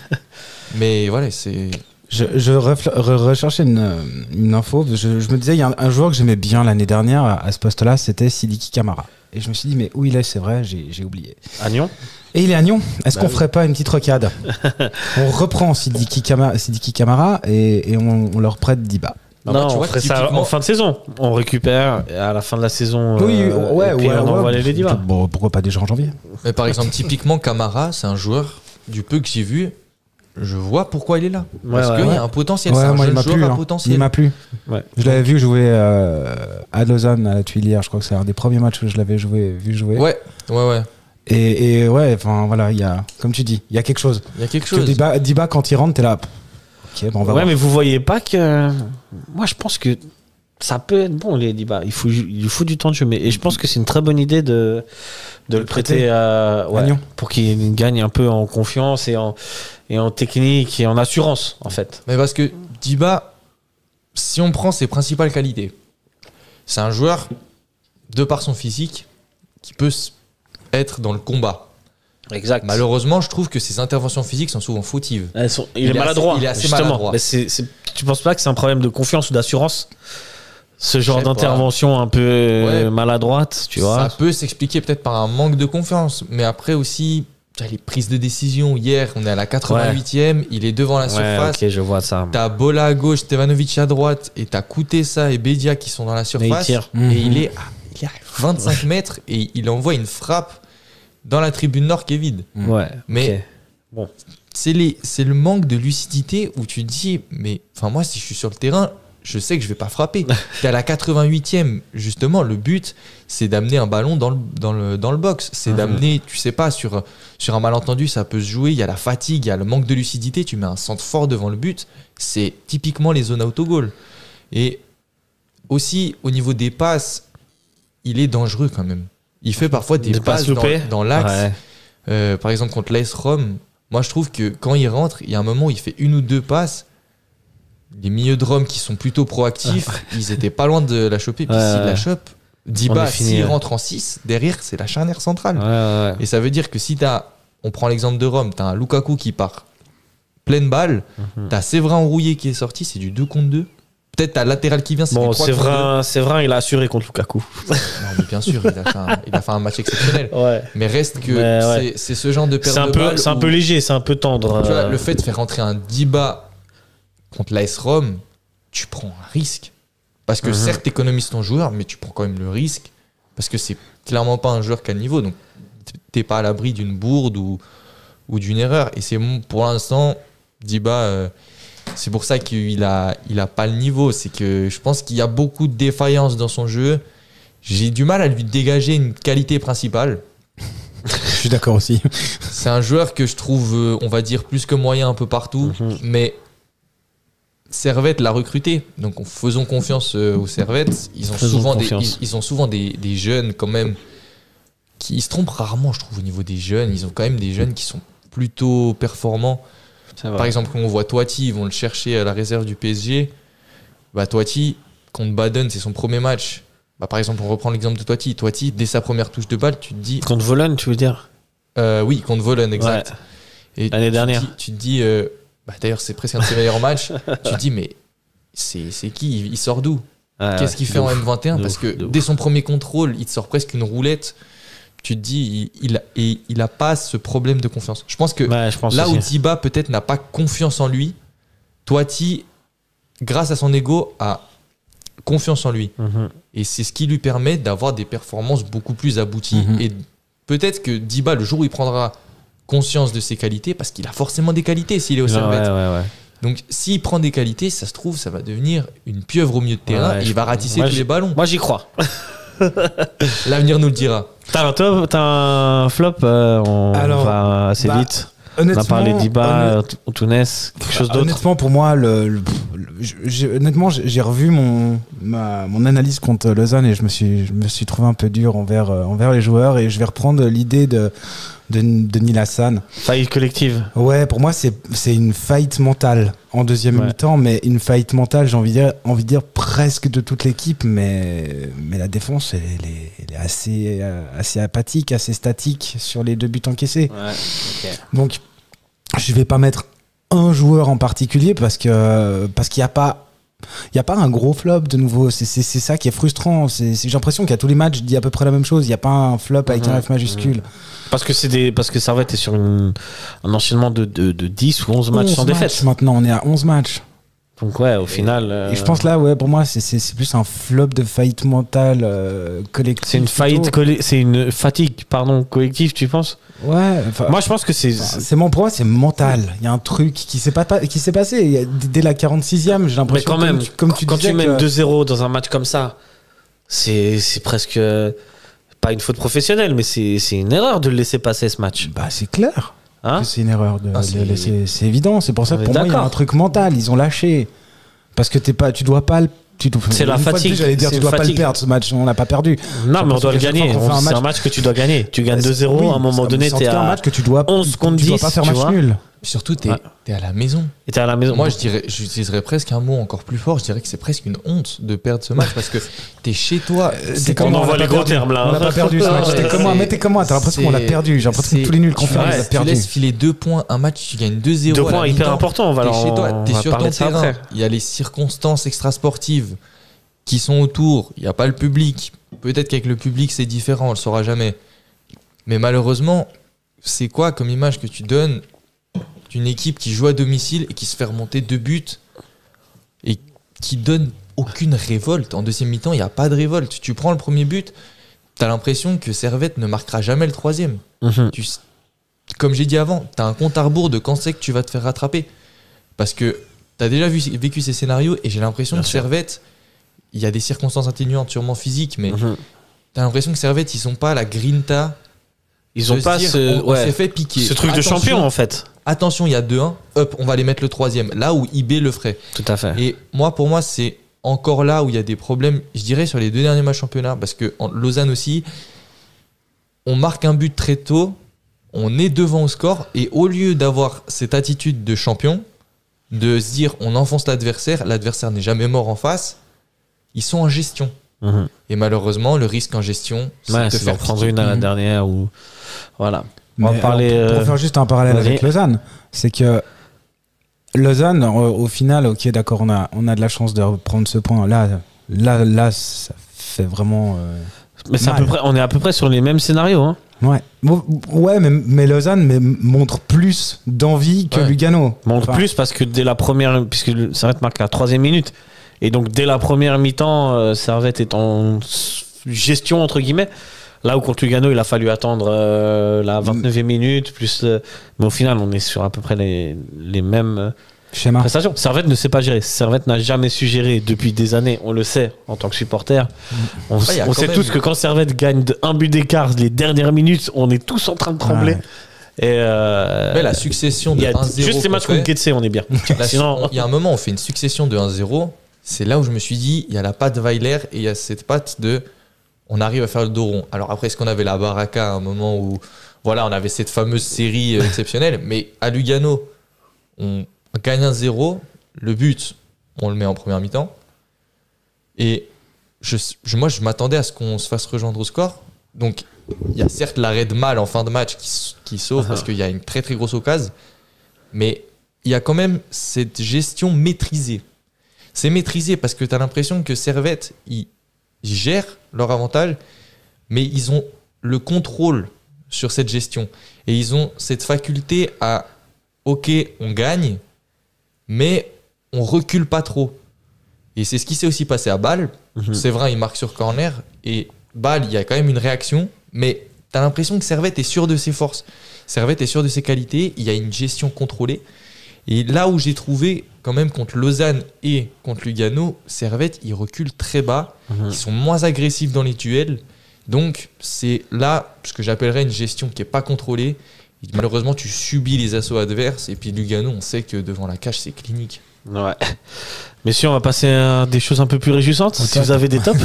Speaker 6: Mais voilà, c'est.
Speaker 7: Je, je refl- re- recherchais une, euh, une info. Je, je me disais, il y a un, un joueur que j'aimais bien l'année dernière à, à ce poste-là, c'était Sidiki Kamara. Et je me suis dit, mais où il est C'est vrai, j'ai j'ai oublié.
Speaker 5: À Nyon
Speaker 7: Et il est à Nyon. Est-ce
Speaker 5: Bah
Speaker 7: qu'on
Speaker 5: oui.
Speaker 7: ferait pas une petite rocade On reprend Sidiki, Kama- Sidiki Kamara et, et on, on leur prête Diba.
Speaker 6: Non,
Speaker 5: Non,
Speaker 6: bah, tu
Speaker 5: on
Speaker 6: vois,
Speaker 5: ferait ça
Speaker 6: typiquement-
Speaker 5: en fin de saison. On récupère et à la fin de la saison. euh, et puis on envoie les Lady Bar.
Speaker 7: Bon, pourquoi pas déjà en janvier
Speaker 6: Mais par exemple, typiquement, Camara, c'est un joueur, du peu que j'ai vu, je vois pourquoi il est là.
Speaker 5: Ouais,
Speaker 6: Parce
Speaker 5: ouais,
Speaker 6: qu'il y
Speaker 5: ouais.
Speaker 6: a un potentiel. c'est
Speaker 7: Ouais,
Speaker 6: un
Speaker 7: moi, il
Speaker 6: jeune
Speaker 7: m'a
Speaker 6: joueur
Speaker 7: plu.
Speaker 6: à
Speaker 7: hein.
Speaker 6: potentiel.
Speaker 7: Il m'a plu.
Speaker 5: Ouais.
Speaker 7: Je l'avais vu jouer euh, à Lausanne, à la Tuilière. Je crois que c'est un des premiers matchs où je l'avais joué, vu jouer.
Speaker 6: Ouais, ouais, ouais.
Speaker 7: Et, et ouais, enfin voilà, il y a, comme tu dis, il y a quelque chose.
Speaker 6: Il y a quelque
Speaker 7: Parce que
Speaker 6: chose.
Speaker 7: Diba, Diba, quand il rentre, t'es là. Ok, bon, on va
Speaker 5: ouais,
Speaker 7: voir.
Speaker 5: mais vous voyez pas que. Moi, je pense que ça peut être bon, les Diba. Il faut, ju- il faut du temps de jeu. Mais, et je pense que c'est une très bonne idée de, de le prêter, à, ouais,
Speaker 7: À Lyon.
Speaker 5: pour qu'il gagne un peu en confiance et en, et en technique et en assurance, en fait.
Speaker 6: Mais parce que Diba, si on prend ses principales qualités, c'est un joueur, de par son physique, qui peut s- être dans le combat.
Speaker 5: Exact.
Speaker 6: Malheureusement, je trouve que ses interventions physiques sont souvent fautives.
Speaker 5: Elles sont- il,
Speaker 6: Il
Speaker 5: est,
Speaker 6: est assez-
Speaker 5: maladroit.
Speaker 6: il est assez
Speaker 5: justement.
Speaker 6: maladroit.
Speaker 5: Mais c'est- c'est- tu penses pas que c'est un problème de confiance ou d'assurance Ce genre
Speaker 6: sais pas.
Speaker 5: d'intervention un peu euh,
Speaker 6: Ouais.
Speaker 5: maladroite, tu vois
Speaker 6: Ça peut s'expliquer peut-être par un manque de confiance, mais après aussi, tu as les prises de décision. Hier, on est à la 88e, il est devant la
Speaker 5: Ouais,
Speaker 6: surface.
Speaker 5: ok, je vois ça.
Speaker 6: T'as Bola à gauche, Stevanovic à droite, et t'as Koutessa et Bedia qui sont dans la
Speaker 5: Mais il
Speaker 6: surface.
Speaker 5: tire.
Speaker 7: Mhm.
Speaker 6: Et il est, à, il est à 25 mètres et il envoie une frappe dans la tribune nord qui est vide.
Speaker 5: Ouais.
Speaker 6: Mais
Speaker 5: ok.
Speaker 6: C'est les- c'est le manque de lucidité où tu te dis, mais enfin moi si je suis sur le terrain, je sais que je vais pas frapper. T'es à la 88e, justement, le but, c'est d'amener un ballon dans le, dans le, dans le box. C'est
Speaker 5: Mhm.
Speaker 6: d'amener, tu sais pas, sur, sur un malentendu, ça peut se jouer, il y a la fatigue, il y a le manque de lucidité, tu mets un centre fort devant le but, c'est typiquement les zones autogol. Et aussi, au niveau des passes, il est dangereux quand même. Il fait parfois des,
Speaker 5: Des passes
Speaker 6: passes, dans-
Speaker 5: loupées.
Speaker 6: dans, l'axe.
Speaker 5: Ouais.
Speaker 6: Euh, par exemple, contre l'AS Rome, moi je trouve que quand il rentre, il y a un moment où il fait une ou deux passes. Les milieux de Rome qui sont plutôt proactifs, ils étaient pas loin de la choper. Puis
Speaker 5: Ouais,
Speaker 6: s'ils la
Speaker 5: ouais.
Speaker 6: chopent,
Speaker 5: On
Speaker 6: Diba,
Speaker 5: est fini,
Speaker 6: s'il
Speaker 5: ouais.
Speaker 6: rentre en 6, derrière c'est la charnière centrale.
Speaker 5: Ouais, ouais,
Speaker 6: Et ça veut dire que si t'as, on prend l'exemple de Rome, t'as un Lukaku qui part pleine balle,
Speaker 5: Mhm.
Speaker 6: t'as Séverin Rouillé qui est sorti, c'est du 2 contre 2. Peut-être t'as latéral qui vient, c'est
Speaker 5: Bon,
Speaker 6: du 3 contre
Speaker 5: Séverin, Séverin, il a assuré contre Lukaku.
Speaker 6: 2. Non, mais bien sûr, il a, fait un, il a fait un match exceptionnel.
Speaker 5: Ouais.
Speaker 6: Mais reste que
Speaker 5: Mais ouais.
Speaker 6: c'est- c'est ce genre de perte
Speaker 5: C'est un,
Speaker 6: de
Speaker 5: peu,
Speaker 6: balle
Speaker 5: c'est un
Speaker 6: où-
Speaker 5: peu léger, c'est un peu tendre.
Speaker 6: Tu vois,
Speaker 5: euh,
Speaker 6: le fait de faire rentrer un Diba contre l'AS Rome, tu prends un risque. Parce que
Speaker 5: Mhm.
Speaker 6: certes, tu économises ton joueur, mais tu prends quand même le risque. Parce que c'est clairement pas un joueur qui a le niveau. Donc, t- t'es pas à l'abri d'une bourde ou, ou d'une erreur. Et c'est mon- pour l'instant, Diba, euh, c'est pour ça qu'il a, il a pas le niveau. C'est que je pense qu'il y a beaucoup de défaillances dans son jeu. J'ai du mal à lui dégager une qualité principale.
Speaker 7: Je suis d'accord aussi.
Speaker 6: C'est un joueur que je trouve, euh, on va dire, plus que moyen un peu partout,
Speaker 5: Mhm.
Speaker 6: mais Servette l'a recruté. Donc en- faisons confiance euh, aux Servettes. Ils ont
Speaker 5: Faisons
Speaker 6: souvent, des, ils,
Speaker 5: confiance.
Speaker 6: ils ont souvent des, des jeunes quand même qui ils se trompent rarement, je trouve, au niveau des jeunes. Ils ont quand même des jeunes qui sont plutôt performants.
Speaker 5: c'est vrai.
Speaker 6: Par exemple, quand on voit Toiti, ils vont le chercher à la réserve du PSG. Bah, Toiti, contre Baden, c'est son premier match. Bah, par exemple, on reprend l'exemple de Toiti. Toiti, dès sa première touche de balle, tu te dis,
Speaker 5: Contre Volon, tu veux dire
Speaker 6: euh, oui, contre Volen, exact.
Speaker 5: Ouais.
Speaker 6: Et
Speaker 5: L'année
Speaker 6: tu te
Speaker 5: dernière.
Speaker 6: dis- Tu te dis, euh, bah, d'ailleurs, c'est presque un de ses meilleurs matchs. Tu te dis, mais c'est c'est qui Il- Il sort d'où
Speaker 5: Ouais,
Speaker 6: Qu'est-ce
Speaker 5: Ah ouais,
Speaker 6: qu'il
Speaker 5: de
Speaker 6: fait en
Speaker 5: ouf.
Speaker 6: M21
Speaker 5: de
Speaker 6: Parce
Speaker 5: ouf,
Speaker 6: que
Speaker 5: de ouf.
Speaker 6: dès son premier contrôle, il te sort presque une roulette. Tu te dis, il, il, a- et il a pas ce problème de confiance. Je pense que
Speaker 5: Ouais, je pense
Speaker 6: là où
Speaker 5: aussi.
Speaker 6: Diba peut-être n'a pas confiance en lui, Toiti, grâce à son ego, a confiance en lui.
Speaker 5: Mhm.
Speaker 6: Et c'est ce qui lui permet d'avoir des performances beaucoup plus abouties.
Speaker 7: Mhm.
Speaker 6: Et peut-être que Diba, le jour où il prendra conscience de ses qualités, parce qu'il a forcément des qualités s'il est au
Speaker 5: Ouais, ouais,
Speaker 6: Servette.
Speaker 5: ouais.
Speaker 6: Donc s'il prend des qualités, ça se trouve, ça va devenir une pieuvre au milieu de terrain.
Speaker 5: Ouais,
Speaker 6: et
Speaker 5: je-
Speaker 6: il va ratisser
Speaker 5: moi,
Speaker 6: tous
Speaker 5: je-
Speaker 6: les ballons.
Speaker 5: Moi j'y crois.
Speaker 6: L'avenir nous le dira.
Speaker 5: T'as un, top- t'as un flop, euh, on
Speaker 7: Alors,
Speaker 5: va assez
Speaker 7: bah,
Speaker 5: vite. On
Speaker 7: Honnêtement,
Speaker 5: a parlé
Speaker 7: honnêt-
Speaker 5: d'Iba, Tou- Tounes, quelque chose
Speaker 7: bah,
Speaker 5: d'autre.
Speaker 7: Honnêtement, pour moi, le, le- pff, le- j- j'ai- honnêtement, j'ai j'ai revu mon, ma- mon analyse contre Lausanne et je me suis, je me suis trouvé un peu dur envers, euh, envers les joueurs et je vais reprendre l'idée de, de, de Neil Hassan.
Speaker 5: Faillite collective.
Speaker 7: Ouais, pour moi, c'est c'est une faillite mentale en deuxième
Speaker 5: Ouais.
Speaker 7: mi-temps, mais une faillite mentale, j'ai envie de dire, envie de dire presque de toute l'équipe, mais, mais la défense, elle, elle est, elle est assez, euh, assez apathique, assez statique sur les deux buts encaissés. Donc, je vais pas mettre un joueur en particulier parce que parce qu'il n'y a pas il y a pas un gros flop de nouveau. C'est c'est- c'est ça qui est frustrant. C'est- c'est- J'ai l'impression qu'à tous les matchs, je dis à peu près la même chose. Il n'y a pas un flop avec
Speaker 5: Mhm.
Speaker 7: un F majuscule.
Speaker 5: Parce que c'est des, parce que Servette est sur une, un enchaînement de, de, de 10 ou 11 matchs
Speaker 7: 11
Speaker 5: sans défaite.
Speaker 7: Maintenant, on est à 11 matchs.
Speaker 5: Donc ouais, au final, euh,
Speaker 7: Et je pense là, ouais, pour moi, c'est- c'est c'est plus un flop de faillite mentale euh, collective.
Speaker 5: c'est une faillite,
Speaker 7: plutôt.
Speaker 5: colli- c'est une fatigue, pardon, collective, tu penses
Speaker 7: Ouais, enfin,
Speaker 5: Moi je pense que c'est,
Speaker 7: enfin, c'est mon pour moi, c'est mental. Il y a un truc qui s'est pas, qui s'est passé Il y a- dès la 46e. J'ai
Speaker 5: mais
Speaker 7: l'impression.
Speaker 5: quand
Speaker 7: comme
Speaker 5: même,
Speaker 7: tu- comme tu
Speaker 5: quand
Speaker 7: disais
Speaker 5: tu mènes
Speaker 7: que-
Speaker 5: 2-0 dans un match comme ça, c'est, c'est presque euh, pas une faute professionnelle, mais c'est, c'est une erreur de le laisser passer ce match.
Speaker 7: Bah, c'est clair.
Speaker 5: Hein
Speaker 7: que c'est une erreur. de-
Speaker 6: Ah,
Speaker 7: de-
Speaker 6: c'est-
Speaker 7: de- c'est c'est évident. C'est pour ça
Speaker 5: On
Speaker 7: que
Speaker 5: est
Speaker 7: pour moi, il y a
Speaker 5: d'accord.
Speaker 7: un truc mental. Ils ont lâché. Parce que t'es pas, tu dois pas le. tu dois-
Speaker 5: C'est la
Speaker 7: une fois de
Speaker 5: fatigue.
Speaker 7: plus, J'allais dire,
Speaker 5: C'est
Speaker 7: tu
Speaker 5: une
Speaker 7: dois pas le
Speaker 5: fatigue.
Speaker 7: perdre ce match. On l'a pas perdu.
Speaker 5: Non, mais on
Speaker 7: pense
Speaker 5: doit le
Speaker 7: qu'à chaque
Speaker 5: gagner.
Speaker 7: fois qu'on fait
Speaker 5: On-
Speaker 7: un
Speaker 5: C'est
Speaker 7: match-
Speaker 5: un match que tu dois gagner. Tu gagnes
Speaker 7: Bah, c'est-
Speaker 5: 2-0,
Speaker 7: oui,
Speaker 5: à un moment
Speaker 7: ça-
Speaker 5: donné,
Speaker 7: c'est en
Speaker 5: t'es
Speaker 7: tout cas un
Speaker 5: à,
Speaker 7: match que tu dois,
Speaker 5: 11 contre
Speaker 7: tu dois pas
Speaker 5: 10,
Speaker 7: faire
Speaker 5: tu
Speaker 7: match
Speaker 5: vois.
Speaker 7: nul.
Speaker 6: Surtout, t'es
Speaker 5: Ouais.
Speaker 6: t'es à la maison.
Speaker 5: et t'es à la maison.
Speaker 6: Moi, je dirais, j'utiliserais presque un mot encore plus fort. Je dirais que c'est presque une honte de perdre ce match parce que t'es chez toi.
Speaker 7: C'est
Speaker 5: on
Speaker 7: comme-
Speaker 5: envoie
Speaker 7: l'a
Speaker 5: les
Speaker 7: pas
Speaker 5: gros
Speaker 7: perdu.
Speaker 5: termes là.
Speaker 7: On l'a pas perdu ce match.
Speaker 6: Ouais,
Speaker 7: T'es comme moi,
Speaker 6: c'est-
Speaker 7: mais t'es comme moi. T'as l'impression qu'on l'a
Speaker 6: c'est-
Speaker 7: perdu. J'ai l'impression que
Speaker 6: c'est-
Speaker 7: tous les nuls qu'on fait, on
Speaker 5: Ouais,
Speaker 7: l'a
Speaker 5: tu
Speaker 6: Tu
Speaker 7: perdu.
Speaker 6: laisses filer deux points, un match, tu gagnes 2-0.
Speaker 5: Deux
Speaker 6: à la
Speaker 5: points hyper
Speaker 6: mi-temps.
Speaker 5: importants. On va
Speaker 6: T'es
Speaker 5: leur-
Speaker 6: chez
Speaker 5: on
Speaker 6: toi, t'es
Speaker 5: va
Speaker 6: sur
Speaker 5: parler
Speaker 6: ton
Speaker 5: de ça
Speaker 6: terrain.
Speaker 5: après.
Speaker 6: Il y a les circonstances extrasportives qui sont autour. Il n'y a pas le public. Peut-être qu'avec le public, c'est différent, on le saura jamais. Mais malheureusement, c'est quoi comme image que tu donnes d'une équipe qui joue à domicile et qui se fait remonter deux buts et qui donne aucune révolte En deuxième mi-temps, il n'y a pas de révolte. Tu prends le premier but, t'as l'impression que Servette ne marquera jamais le troisième.
Speaker 5: Mhm.
Speaker 6: Tu s- comme j'ai dit avant, tu as un compte à rebours de quand c'est que tu vas te faire rattraper. Parce que tu as déjà vu, vécu ces scénarios et j'ai l'impression
Speaker 5: Bien
Speaker 6: que
Speaker 5: sûr.
Speaker 6: Servette, il y a des circonstances atténuantes, sûrement physiques, mais
Speaker 5: Mhm.
Speaker 6: tu as l'impression que Servette, ils sont pas à la grinta.
Speaker 5: Ils ont
Speaker 6: de se
Speaker 5: pas
Speaker 6: dire,
Speaker 5: ce,
Speaker 6: on, on
Speaker 5: ouais,
Speaker 6: s'est fait piquer.
Speaker 5: ce truc de
Speaker 6: Attention,
Speaker 5: champion en fait.
Speaker 6: Attention, il y a 2-1, hop, on va les mettre le troisième. Là où IB le ferait.
Speaker 5: Tout à fait.
Speaker 6: Et moi, pour moi, c'est encore là où il y a des problèmes, je dirais, sur les deux derniers matchs championnat, parce que en Lausanne aussi, on marque un but très tôt, on est devant au score, et au lieu d'avoir cette attitude de champion, de se dire on enfonce l'adversaire, l'adversaire n'est jamais mort en face, ils sont en gestion.
Speaker 5: Mhm.
Speaker 6: Et malheureusement, le risque en gestion, c'est
Speaker 5: Ouais,
Speaker 6: de te
Speaker 5: c'est d'en
Speaker 6: faire
Speaker 5: prendre
Speaker 6: piquer.
Speaker 5: une à la dernière ou voilà.
Speaker 7: Mais
Speaker 5: On va
Speaker 7: alors,
Speaker 5: parler.
Speaker 7: pour-
Speaker 5: euh,
Speaker 7: Pour faire juste un parallèle
Speaker 5: vas-y.
Speaker 7: avec Lausanne, c'est que Lausanne, au, au final, ok, d'accord, on a, on a de la chance de reprendre ce point. Là, là, là, ça fait vraiment. euh,
Speaker 5: Mais c'est à peu
Speaker 7: mal.
Speaker 5: près, on est à peu près sur les mêmes scénarios. hein.
Speaker 7: Ouais, Bon, ouais, mais, mais Lausanne mais montre plus d'envie que
Speaker 6: Ouais.
Speaker 7: Lugano.
Speaker 5: Bon,
Speaker 7: Enfin,
Speaker 5: plus parce que dès la première, puisque le- Servette marque la troisième minute, et donc dès la première mi-temps, euh, Servette est en s- gestion entre guillemets. Là où contre Lugano, il a fallu attendre euh, la 29e minute, plus. le- mais au final, on est sur à peu près les, les mêmes euh,
Speaker 7: Schéma.
Speaker 5: prestations. Servette ne sait pas gérer. Servette n'a jamais su gérer depuis des années. On le sait en tant que supporter. On, s-
Speaker 6: Mm. il y a
Speaker 5: on
Speaker 6: quand
Speaker 5: sait
Speaker 6: même-
Speaker 5: tous que quand Servette gagne de un but d'écart les dernières minutes, on est tous en train de trembler.
Speaker 7: Ouais.
Speaker 5: Et euh,
Speaker 6: Mais la succession
Speaker 5: il
Speaker 6: de
Speaker 5: y a
Speaker 6: 1-0.
Speaker 5: juste les
Speaker 6: qu'on
Speaker 5: matchs
Speaker 6: fait,
Speaker 5: contre Getse, on est bien.
Speaker 6: Là,
Speaker 5: Sinon-
Speaker 6: on- il y a un moment, on fait une succession de 1-0. C'est là où je me suis dit, il y a la patte Weiler et il y a cette patte de on arrive à faire le dos rond. Alors après, est-ce qu'on avait la Baraka à un moment où voilà, on avait cette fameuse série euh, exceptionnelle Mais à Lugano, on gagne 1-0. Le but, on le met en première mi-temps. Et je, je- moi, je m'attendais à ce qu'on se fasse rejoindre au score. Donc, il y a certes l'arrêt de mal en fin de match qui, s- qui sauve parce qu'il y a une très très grosse occasion. Mais il y a quand même cette gestion maîtrisée. C'est maîtrisé parce que tu as l'impression que Servette, ils ils gèrent leur avantage, mais ils ont le contrôle sur cette gestion. Et ils ont cette faculté à, ok, on gagne, mais on recule pas trop. Et c'est ce qui s'est aussi passé à Bâle,
Speaker 5: Mhm.
Speaker 6: Séverin, il marque sur corner et Bâle, il y a quand même une réaction, mais t'as l'impression que Servette est sûr de ses forces. Servette est sûr de ses qualités, il y a une gestion contrôlée. Et là où j'ai trouvé, quand même, contre Lausanne et contre Lugano, Servette, ils reculent très bas,
Speaker 5: Mhm.
Speaker 6: ils sont moins agressifs dans les duels. Donc, c'est là ce que j'appellerais une gestion qui n'est pas contrôlée. Et Malheureusement, tu subis les assauts adverses. Et puis, Lugano, on sait que devant la cage, c'est clinique.
Speaker 5: Ouais. Messieurs, on va passer à des choses un peu plus réjouissantes. si
Speaker 7: top.
Speaker 5: vous avez des tops,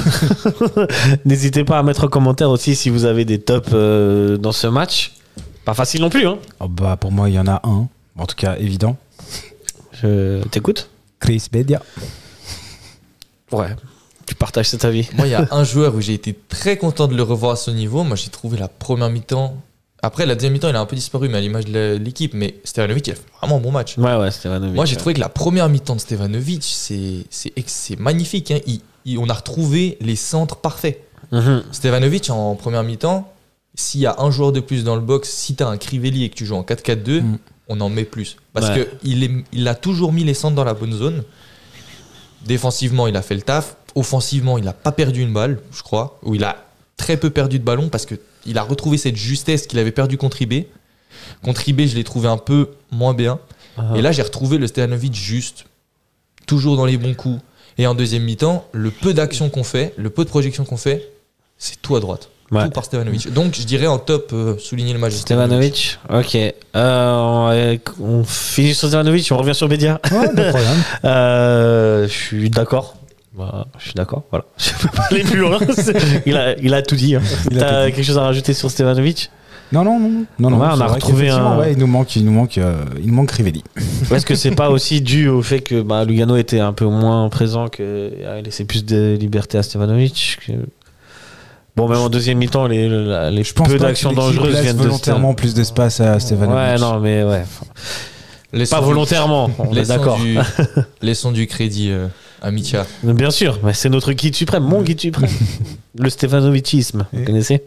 Speaker 5: n'hésitez pas à mettre en commentaire aussi si vous avez des tops euh, dans ce match. Pas facile non plus. Hein.
Speaker 7: Oh bah, pour moi, il y en a un. En tout cas, évident.
Speaker 5: Je t'écoute.
Speaker 7: Chris Bedia.
Speaker 5: Ouais. Tu partages cet avis.
Speaker 6: Moi, il y a un joueur où j'ai été très content de le revoir à ce niveau. Moi, j'ai trouvé la première mi-temps. Après, la deuxième mi-temps, il a un peu disparu, mais à l'image de la- l'équipe. Mais Stevanovic, il a fait vraiment un bon match.
Speaker 5: Ouais, ouais, Stevanovic.
Speaker 6: Moi, j'ai
Speaker 5: ouais.
Speaker 6: trouvé que la première mi-temps de Stevanovic, c'est- c'est ex- c'est magnifique. hein. Il- il- on a retrouvé les centres parfaits.
Speaker 5: Mhm.
Speaker 6: Stevanovic, en première mi-temps, s'il y a un joueur de plus dans le box, si tu as un Crivelli et que tu joues en 4-4-2,
Speaker 7: Mm.
Speaker 6: on en met plus. Parce
Speaker 5: Ouais.
Speaker 6: que qu'il est- il a toujours mis les centres dans la bonne zone. Défensivement, il a fait le taf. Offensivement, il n'a pas perdu une balle, je crois. Ou il a très peu perdu de ballon parce qu'il a retrouvé cette justesse qu'il avait perdu contre IB. Contre IB, je l'ai trouvé un peu moins bien.
Speaker 5: Ah.
Speaker 6: Et là, j'ai retrouvé le Stevanovic juste, toujours dans les bons coups. Et en deuxième mi-temps, le peu d'action qu'on fait, le peu de projection qu'on fait, c'est tout à droite.
Speaker 5: Ouais.
Speaker 6: Tout par Stevanovic. Donc, je dirais en top, euh, souligner le match de
Speaker 5: Stevanovic, ok. Euh, on, on finit sur Stevanovic, on revient sur Bedia.
Speaker 7: Ouais, pas de problème.
Speaker 5: Euh, je suis d'accord. Bah, je suis d'accord, voilà. Je peux pas aller plus loin. C'est- il, a, il a tout dit. hein.
Speaker 7: Il a
Speaker 5: T'as
Speaker 7: tout dit.
Speaker 5: quelque chose à rajouter sur Stevanovic
Speaker 7: Non, non, non. non, non
Speaker 5: Ouais, on
Speaker 7: c'est
Speaker 5: a
Speaker 7: vrai
Speaker 5: retrouvé
Speaker 7: qu'effectivement,
Speaker 5: un-
Speaker 7: Ouais, il nous manque, il nous manque, euh, il nous manque Crivelli.
Speaker 5: Ou Est-ce que c'est pas aussi dû au fait que bah, Lugano était un peu moins présent, qu'il a laissé plus de liberté à Stevanovic que- Bon, même en deuxième mi-temps, les, la- les
Speaker 7: Je pense
Speaker 5: peu
Speaker 7: pas que
Speaker 5: d'actions
Speaker 7: l'équipe
Speaker 5: dangereuses
Speaker 7: laisse
Speaker 5: viennent de
Speaker 7: volontairement plus d'espace à Stevanovic.
Speaker 5: Ouais, non, mais ouais. Pas volontairement, on est d'accord.
Speaker 6: Laissons du crédit euh, à Mitya.
Speaker 5: Bien sûr, mais c'est notre guide suprême, mon guide suprême. Le Stevanovicisme, vous connaissez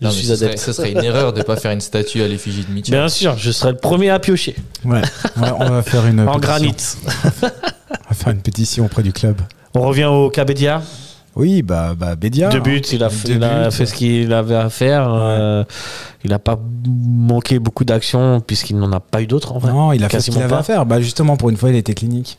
Speaker 5: Je
Speaker 6: Non, mais
Speaker 5: suis
Speaker 6: ce, serait,
Speaker 5: adepte.
Speaker 6: ce serait une erreur de ne pas faire une statue à l'effigie de Mitya.
Speaker 5: Bien sûr, je serai le premier à piocher.
Speaker 7: Ouais. Ouais, on va faire une.
Speaker 5: en
Speaker 7: pétition.
Speaker 5: granit.
Speaker 7: On va faire une pétition auprès du club.
Speaker 5: On revient au Kabedia.
Speaker 7: Oui, bah, bah Bédia.
Speaker 5: deux buts, il a, fait-
Speaker 7: Deux
Speaker 5: il a
Speaker 7: buts.
Speaker 5: fait ce qu'il avait à faire. euh, il n'a pas manqué beaucoup d'actions puisqu'il n'en a pas eu d'autres en vrai.
Speaker 7: Non, il a fait ce
Speaker 5: Quasiment
Speaker 7: qu'il avait
Speaker 5: pas.
Speaker 7: à faire. Bah justement, pour une fois, il était clinique.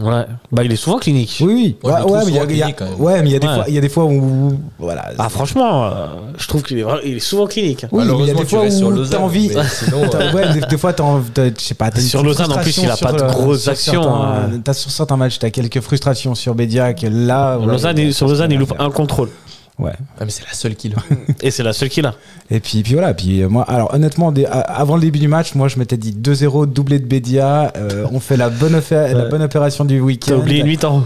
Speaker 5: Ouais. Bah, il est souvent clinique.
Speaker 7: Oui, oui.
Speaker 6: Ouais,
Speaker 7: Ouais,
Speaker 6: je le
Speaker 7: ouais,
Speaker 6: trouve souvent
Speaker 7: mais il y a- il y a,
Speaker 6: clinique, quand même.
Speaker 7: ouais, mais il y a des
Speaker 5: Ouais.
Speaker 7: fois, il y a des fois où, voilà.
Speaker 5: Ah, franchement, euh, je trouve qu'il est, vra- il est souvent clinique.
Speaker 7: Oui, mais il y a des fois
Speaker 6: restes
Speaker 7: où
Speaker 6: Lausanne,
Speaker 7: t'as envie.
Speaker 6: mais sinon, euh,
Speaker 7: T'as- ouais, des, des fois, t'as envie de- je sais pas. t'as une
Speaker 5: Sur
Speaker 7: petite
Speaker 5: Lausanne, en plus, il a
Speaker 7: frustration
Speaker 5: pas
Speaker 7: sur,
Speaker 5: de
Speaker 7: euh,
Speaker 5: grosses
Speaker 7: sur
Speaker 5: actions,
Speaker 7: certains-
Speaker 5: euh.
Speaker 7: T'as sur certains matchs, t'as quelques frustrations sur Bédia que là. Ah, ouais,
Speaker 5: Lausanne,
Speaker 7: il y a
Speaker 5: il- sur Lausanne, il loupe
Speaker 7: certains-
Speaker 5: un contrôle.
Speaker 7: Ouais.
Speaker 6: ouais, ah, mais c'est la seule qu'il a.
Speaker 5: Et c'est la seule qu'il a.
Speaker 7: Et puis, puis voilà. Puis euh, moi, alors honnêtement, des- a- avant le début du match, moi, je m'étais dit 2-0, doublé de Bédia. euh, on fait la bonne, offé- la
Speaker 5: Ouais.
Speaker 7: bonne opération du
Speaker 5: T'as
Speaker 7: week-end.
Speaker 5: oublié 8 ans.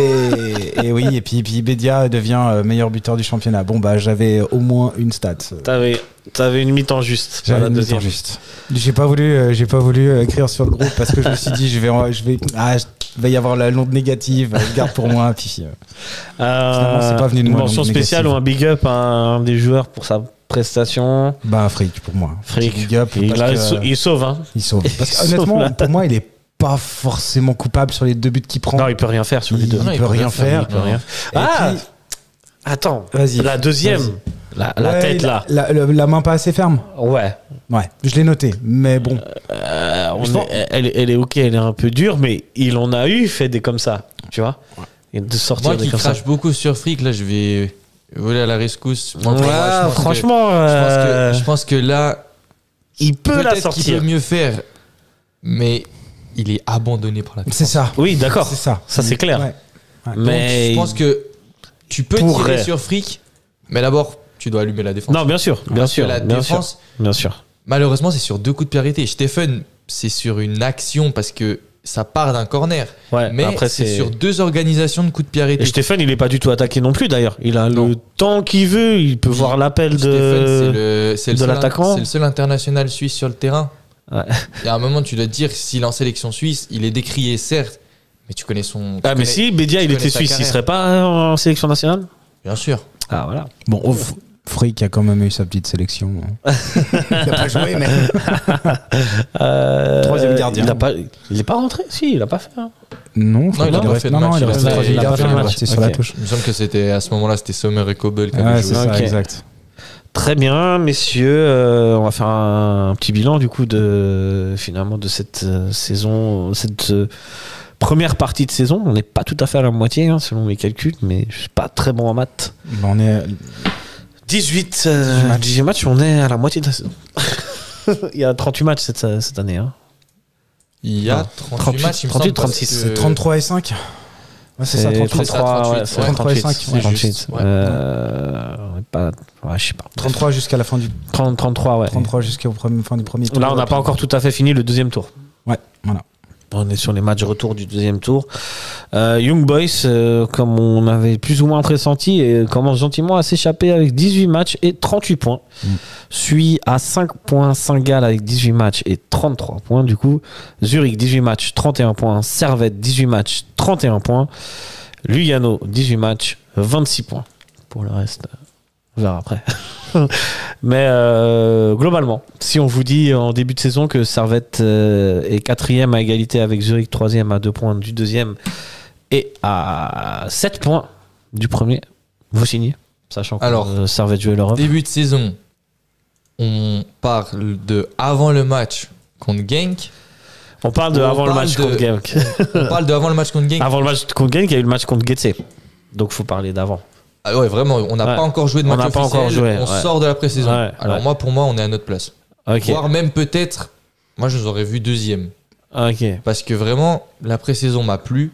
Speaker 7: Et, et oui, et puis, puis Bédia devient euh, meilleur buteur du championnat. Bon, bah, j'avais au moins une stat. euh,
Speaker 5: T'avais, t'avais une mi-temps juste.
Speaker 7: J'avais
Speaker 5: Voilà,
Speaker 7: une
Speaker 5: deuxième.
Speaker 7: mi-temps juste. J'ai pas voulu, euh, j'ai pas voulu euh, écrire sur le groupe parce que je me suis dit, je vais, en- je vais, ah, je- il va y avoir la longue négative. euh, Je garde pour moi. Puis, euh,
Speaker 5: Euh,
Speaker 7: Finalement, c'est pas venu de
Speaker 5: une
Speaker 7: moi,
Speaker 5: mention
Speaker 7: donc
Speaker 5: spéciale ou un big
Speaker 7: négative.
Speaker 5: up à un des joueurs pour sa prestation.
Speaker 7: bah, fric pour moi.
Speaker 5: Frick.
Speaker 7: Big up,
Speaker 5: il,
Speaker 7: parce
Speaker 5: a-
Speaker 7: que,
Speaker 5: il sau- il sauve. Hein.
Speaker 7: il sauve. Parce
Speaker 5: il
Speaker 7: que,
Speaker 5: sauve,
Speaker 7: honnêtement,
Speaker 5: là.
Speaker 7: pour moi, il est pas forcément coupable sur les deux buts qu'il prend.
Speaker 5: Non, il peut rien faire sur les
Speaker 7: Il-
Speaker 5: deux.
Speaker 7: il peut rien faire.
Speaker 5: peut rien.
Speaker 7: Et
Speaker 5: Ah
Speaker 7: puis-
Speaker 5: Attends,
Speaker 7: Vas-y.
Speaker 5: la deuxième, la, la
Speaker 7: Ouais,
Speaker 5: tête
Speaker 7: la-
Speaker 5: là.
Speaker 7: La, le- la main pas assez ferme.
Speaker 5: Ouais.
Speaker 7: Ouais, je l'ai noté. Mais bon,
Speaker 5: Euh, on
Speaker 7: Je
Speaker 5: est-
Speaker 7: pense-
Speaker 5: elle, est- elle est ok, elle est un peu dure, mais il en a eu fait des comme ça, tu vois. Et de sortir
Speaker 6: Moi
Speaker 5: des
Speaker 6: qui
Speaker 5: comme ça.
Speaker 6: crache beaucoup sur Frick, là, je vais voler à la rescousse. Moi, pour
Speaker 5: Ouais,
Speaker 6: moi, je pense que-
Speaker 5: franchement,
Speaker 6: je pense que-
Speaker 5: euh,
Speaker 6: je pense que là,
Speaker 5: il peut la
Speaker 6: peut-être qu'il
Speaker 5: sortir.
Speaker 6: peut mieux faire, mais il est abandonné par la
Speaker 7: c'est ça.
Speaker 5: Oui, d'accord.
Speaker 7: C'est ça.
Speaker 5: Ça, c'est clair.
Speaker 7: Ouais.
Speaker 5: Mais
Speaker 6: Donc, je pense que tu peux
Speaker 5: pourrait.
Speaker 6: tirer sur Frick, mais d'abord, tu dois allumer la défense.
Speaker 5: non, bien sûr, bien
Speaker 6: Parce que
Speaker 5: sûr,
Speaker 6: la
Speaker 5: bien sûr,
Speaker 6: défense,
Speaker 5: bien sûr.
Speaker 6: malheureusement, c'est sur deux coups de priorité. Stephen, c'est sur une action parce que ça part d'un corner.
Speaker 5: Ouais.
Speaker 6: mais
Speaker 5: après,
Speaker 6: c'est
Speaker 5: c'est
Speaker 6: sur deux organisations de coups de
Speaker 5: Et
Speaker 6: priorité.
Speaker 5: Stéphane, il est pas du tout attaqué non plus d'ailleurs. Il a le
Speaker 6: Non.
Speaker 5: temps qu'il veut, il peut voir l'appel
Speaker 6: Stephen, c'est
Speaker 5: de.
Speaker 6: le, c'est le
Speaker 5: de
Speaker 6: seul-
Speaker 5: l'attaquant.
Speaker 6: c'est le seul international suisse sur le terrain.
Speaker 5: Ouais.
Speaker 6: Il y a un moment, tu dois te dire, s'il est en sélection suisse, il est décrié, certes, mais tu connais son. tu
Speaker 5: Ah mais
Speaker 6: connais-
Speaker 5: si, Bédia,
Speaker 6: tu
Speaker 5: il
Speaker 6: connais
Speaker 5: était
Speaker 6: sa
Speaker 5: suisse, il
Speaker 6: carrière.
Speaker 5: serait pas en sélection nationale
Speaker 6: Bien sûr.
Speaker 5: Ah voilà.
Speaker 7: Bon, oh, F- Frick a quand même eu sa petite sélection. hein. il a pas joué, mais.
Speaker 5: Euh,
Speaker 7: Troisième gardien.
Speaker 5: Il n'est pas, il est pas rentré Si, il a pas fait. hein.
Speaker 7: Non, je crois
Speaker 6: il a
Speaker 7: qu'il
Speaker 6: pas
Speaker 7: aurait-
Speaker 6: fait de
Speaker 7: non, non,
Speaker 6: match,
Speaker 7: il
Speaker 6: il a
Speaker 7: aurait
Speaker 6: fait-
Speaker 7: fait-
Speaker 5: il a
Speaker 7: il a
Speaker 5: pas
Speaker 7: fait
Speaker 5: fait
Speaker 7: un
Speaker 5: de
Speaker 7: match,
Speaker 5: match.
Speaker 7: c'est sur la
Speaker 5: Ok.
Speaker 7: touche.
Speaker 6: Il me semble que c'était à ce moment-là, c'était Sommer et Kobel qui
Speaker 7: Ouais,
Speaker 6: avaient
Speaker 7: c'est
Speaker 6: joué.
Speaker 7: ça,
Speaker 5: Ok.
Speaker 7: exact.
Speaker 5: Très bien, messieurs. euh, on va faire un, petit bilan du coup de finalement de cette euh, saison, cette euh, première partie de saison. On n'est pas tout à fait à la moitié hein, selon mes calculs, mais je suis pas très bon en maths.
Speaker 7: Bah, on est
Speaker 5: 18 euh, 18 matchs, on est à la moitié de la saison. Il y a 38 matchs cette, cette année. hein.
Speaker 6: Il y a 38
Speaker 5: 38,
Speaker 6: matchs, il
Speaker 5: 38,
Speaker 6: me semble, parce
Speaker 5: 36,
Speaker 6: que-
Speaker 7: c'est 33 et 5. Ouais, c'est ça, Ah,
Speaker 5: C'est
Speaker 7: 38.
Speaker 5: 33, ouais,
Speaker 6: 38,
Speaker 5: c'est
Speaker 6: ouais.
Speaker 5: 38,
Speaker 7: 35,
Speaker 5: ouais,
Speaker 6: c'est juste,
Speaker 5: 38.
Speaker 6: ouais.
Speaker 5: Euh, on est pas, ouais, je sais pas.
Speaker 7: 33 jusqu'à la fin du
Speaker 5: 30, 33, ouais.
Speaker 7: 33 jusqu'au premier- fin du premier tour.
Speaker 5: Là, on n'a pas encore tout à fait fini le deuxième tour.
Speaker 7: Ouais, voilà.
Speaker 5: On est sur les matchs retour du deuxième tour. Euh, Young Boys, euh, comme on avait plus ou moins pressenti, et commence gentiment à s'échapper avec 18 matchs et 38 points. Suit à 5 points Saint-Gall avec 18 matchs et 33 points. Du coup, Zurich 18 matchs, 31 points. Servette 18 matchs, 31 points. Lugano 18 matchs, 26 points. Pour le reste, on verra après. Mais euh, globalement, si on vous dit en début de saison que Servette euh, est quatrième à égalité avec Zurich, troisième à deux points du deuxième et à 7 points du premier, vous signez, sachant que
Speaker 6: Alors,
Speaker 5: euh, Servette jouait l'Europe.
Speaker 6: Début de saison, on parle de avant le match contre Genk.
Speaker 5: On parle de
Speaker 6: on
Speaker 5: avant le
Speaker 6: parle
Speaker 5: match
Speaker 6: de-
Speaker 5: contre Genk.
Speaker 6: On parle de avant le match contre Genk.
Speaker 5: avant le match contre Genk, il y a eu le match contre Getse. Donc faut parler d'avant.
Speaker 6: Ah ouais, vraiment, on n'a
Speaker 5: Ouais.
Speaker 6: pas encore joué de
Speaker 5: On
Speaker 6: match
Speaker 5: n'a pas
Speaker 6: officiel.
Speaker 5: encore joué,
Speaker 6: on
Speaker 5: ouais.
Speaker 6: sort de la pré-saison.
Speaker 5: Ouais,
Speaker 6: Alors
Speaker 5: ouais.
Speaker 6: moi, pour moi, on est à notre place.
Speaker 5: Ok.
Speaker 6: Voire même peut-être, moi, je vous aurais vu deuxième.
Speaker 5: Ok.
Speaker 6: Parce que vraiment, la pré-saison m'a plu.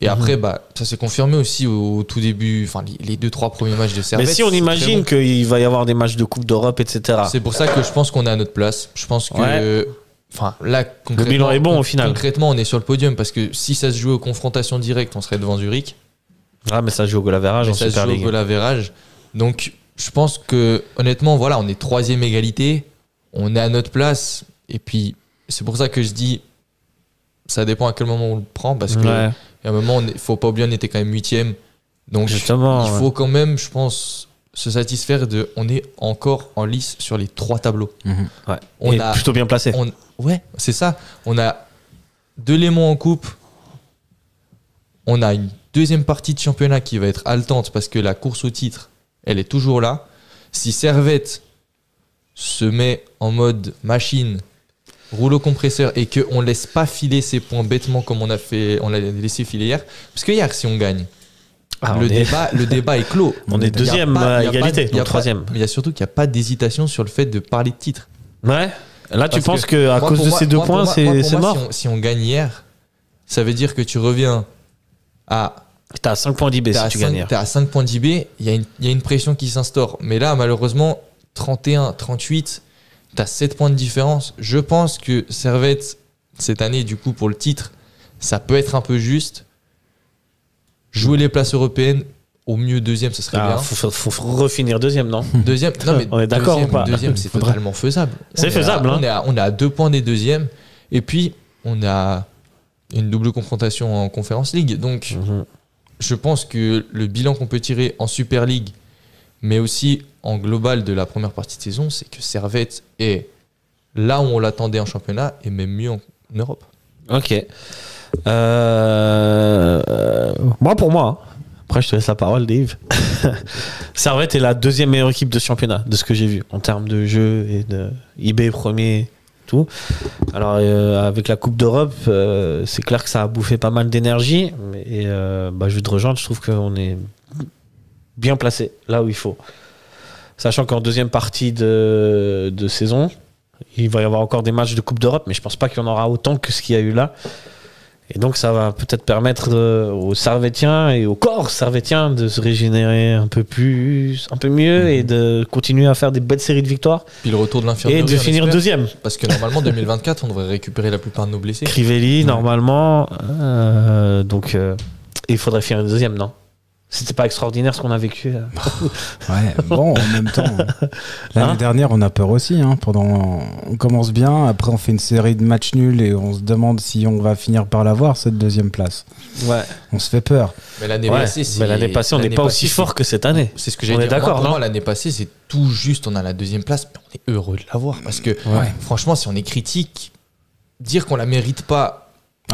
Speaker 6: Et
Speaker 5: Mhm.
Speaker 6: après, bah, ça s'est confirmé aussi au, au tout début, enfin les- les deux, trois premiers matchs de
Speaker 5: Mais
Speaker 6: Servette.
Speaker 5: si on
Speaker 6: c'est
Speaker 5: imagine
Speaker 6: très
Speaker 5: qu'il va y avoir des matchs de Coupe d'Europe, etc.
Speaker 6: bon. C'est pour ça que je pense qu'on est à notre place. Je pense que.
Speaker 5: Ouais.
Speaker 6: Enfin, là, concrètement,
Speaker 5: bilan est bon, au final.
Speaker 6: Concrètement, on est sur le podium parce que si ça se jouait aux confrontations directes, on serait devant Zurich.
Speaker 5: Ah, mais ça joue au
Speaker 6: Mais
Speaker 5: Golaverage en
Speaker 6: ça se
Speaker 5: Super
Speaker 6: joue au
Speaker 5: League.
Speaker 6: goal average. Donc, je pense que, honnêtement, voilà, on est troisième égalité. On est à notre place. Et puis, c'est pour ça que je dis, ça dépend à quel moment on le prend. Parce que,
Speaker 5: Ouais.
Speaker 6: à un moment, il faut pas oublier, on était quand même huitième. Donc,
Speaker 5: Justement,
Speaker 6: il
Speaker 5: ouais.
Speaker 6: faut quand même, je pense, se satisfaire de. On est encore en lice sur les trois tableaux.
Speaker 5: Ouais.
Speaker 6: On
Speaker 5: Et
Speaker 6: a-
Speaker 5: plutôt bien placé.
Speaker 6: On- ouais, c'est ça. On a deux Lémons en coupe. On a une deuxième partie de championnat qui va être haletante parce que la course au titre, elle est toujours là. Si Servette se met en mode machine, rouleau compresseur et qu'on ne laisse pas filer ses points bêtement comme on a fait, on l'a laissé filer hier, parce que hier, si on gagne,
Speaker 5: Ah,
Speaker 6: le,
Speaker 5: on est-
Speaker 6: débat, le débat est clos.
Speaker 5: On est
Speaker 6: Il y a
Speaker 5: deuxième
Speaker 6: pas-
Speaker 5: à
Speaker 6: il y a pas-
Speaker 5: égalité,
Speaker 6: il y a
Speaker 5: donc
Speaker 6: pas-
Speaker 5: troisième.
Speaker 6: Mais il y a surtout qu'il n'y a pas d'hésitation sur le fait de parler de titre.
Speaker 5: Ouais. Là, tu
Speaker 6: Parce
Speaker 5: penses que à
Speaker 6: moi,
Speaker 5: cause
Speaker 6: pour
Speaker 5: de
Speaker 6: moi-
Speaker 5: ces deux
Speaker 6: moi, pour
Speaker 5: points,
Speaker 6: moi- moi,
Speaker 5: c'est
Speaker 6: pour
Speaker 5: c'est
Speaker 6: moi,
Speaker 5: mort
Speaker 6: Si on, si on gagne hier, ça veut dire que tu reviens à.
Speaker 5: T'as 5 points d'IB
Speaker 6: T'es
Speaker 5: si
Speaker 6: à,
Speaker 5: tu gagnes. hier.
Speaker 6: 5, points d'IB, il y, a une- il y a une pression qui s'instaure. Mais là, malheureusement, 31, 38, t'as 7 points de différence. Je pense que Servette, cette année, du coup, pour le titre, ça peut être un peu juste. Jouer les places européennes, au mieux deuxième, ce serait
Speaker 5: Ah,
Speaker 6: bien.
Speaker 5: faut, faut- faut- faut refinir deuxième, non
Speaker 6: Mmh. Deuxième, non, mais
Speaker 5: On est d'accord
Speaker 6: deuxième-
Speaker 5: ou pas
Speaker 6: Deuxième, c'est
Speaker 5: Faudrait-
Speaker 6: totalement faisable.
Speaker 5: C'est
Speaker 6: On est
Speaker 5: faisable,
Speaker 6: à-
Speaker 5: hein.
Speaker 6: on, est à, on est à deux points des deuxièmes. Et puis, on a une double confrontation en Conférence League. Donc,
Speaker 5: Mhm.
Speaker 6: je pense que le bilan qu'on peut tirer en Super League, mais aussi en global de la première partie de saison, c'est que Servette est là où on l'attendait en championnat et même mieux en Europe.
Speaker 5: Ok. Euh, euh, Moi, pour moi, hein. après, je te laisse la parole, Dave. Servette est la deuxième meilleure équipe de ce championnat, de ce que j'ai vu, en termes de jeu et de IB premier, tout. Alors, euh, avec la Coupe d'Europe, euh, c'est clair que ça a bouffé pas mal d'énergie. mais- Et euh, bah, je vais te rejoindre, je trouve qu'on est bien placé là où il faut. Sachant qu'en deuxième partie de, de saison, il va y avoir encore des matchs de Coupe d'Europe, mais je pense pas qu'il y en aura autant que ce qu'il y a eu là. Et donc, ça va peut-être permettre euh, aux Servétiens et au corps Servétien de se régénérer un peu plus, un peu mieux et de continuer à faire des belles séries de victoires
Speaker 6: Puis le retour de l'infirmerie.
Speaker 5: et de
Speaker 6: on
Speaker 5: finir
Speaker 6: espère,
Speaker 5: deuxième.
Speaker 6: Parce que normalement, 2024, on devrait récupérer la plupart de nos blessés.
Speaker 5: Crivelli, normalement. euh, donc, euh, il faudrait finir une deuxième, non C'était pas extraordinaire ce qu'on a vécu. euh.
Speaker 7: Ouais, bon, en même temps. L'année
Speaker 5: Hein
Speaker 7: dernière, on a peur aussi. hein, pendant, on commence bien, après on fait une série de matchs nuls et on se demande si on va finir par l'avoir, cette deuxième place.
Speaker 5: Ouais.
Speaker 7: On se fait peur.
Speaker 6: Mais l'année
Speaker 5: Ouais,
Speaker 6: passée, c'est-
Speaker 5: mais l'année passée, on n'est
Speaker 6: l'année
Speaker 5: pas
Speaker 6: passée,
Speaker 5: aussi
Speaker 6: c'est-
Speaker 5: fort que cette année.
Speaker 6: C'est ce que
Speaker 5: On
Speaker 6: j'allais
Speaker 5: est
Speaker 6: dire. Moi,
Speaker 5: d'accord,
Speaker 6: pour
Speaker 5: non
Speaker 6: moi, l'année passée, c'est tout juste. On a la deuxième place, mais on est heureux de l'avoir. Parce que, franchement, si on est critique, dire qu'on la mérite pas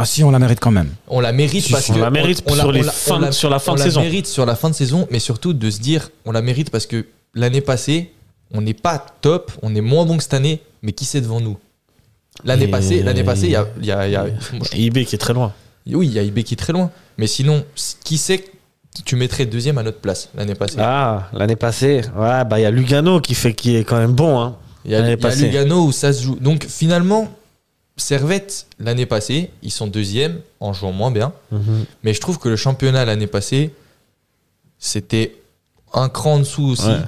Speaker 7: Ah si, on la mérite quand même.
Speaker 6: On la mérite
Speaker 7: Si,
Speaker 6: parce
Speaker 5: on
Speaker 6: que
Speaker 5: la mérite sur les fins- sur la fin
Speaker 6: on
Speaker 5: de saison.
Speaker 6: La mérite sur la fin de saison, mais surtout de se dire on la mérite parce que l'année passée on n'est pas top, on est moins bon que cette année, mais qui c'est devant nous L'année
Speaker 5: Et-
Speaker 6: passée, l'année passée, il y a, il y a- il y a- moi, je-
Speaker 5: Et IB qui est très loin.
Speaker 6: oui, il y a IB qui est très loin, mais sinon qui c'est que tu mettrais deuxième à notre place l'année passée
Speaker 5: Ah, l'année passée, ouais, bah il y a Lugano qui fait qui est quand même bon. Hein.
Speaker 6: Il y a,
Speaker 5: L'année
Speaker 6: il y a
Speaker 5: passée.
Speaker 6: Lugano où ça se joue. Donc finalement, Servette, l'année passée, ils sont deuxième en jouant moins bien.
Speaker 5: Mhm.
Speaker 6: Mais je trouve que le championnat l'année passée, c'était un cran en dessous aussi.
Speaker 5: Ouais.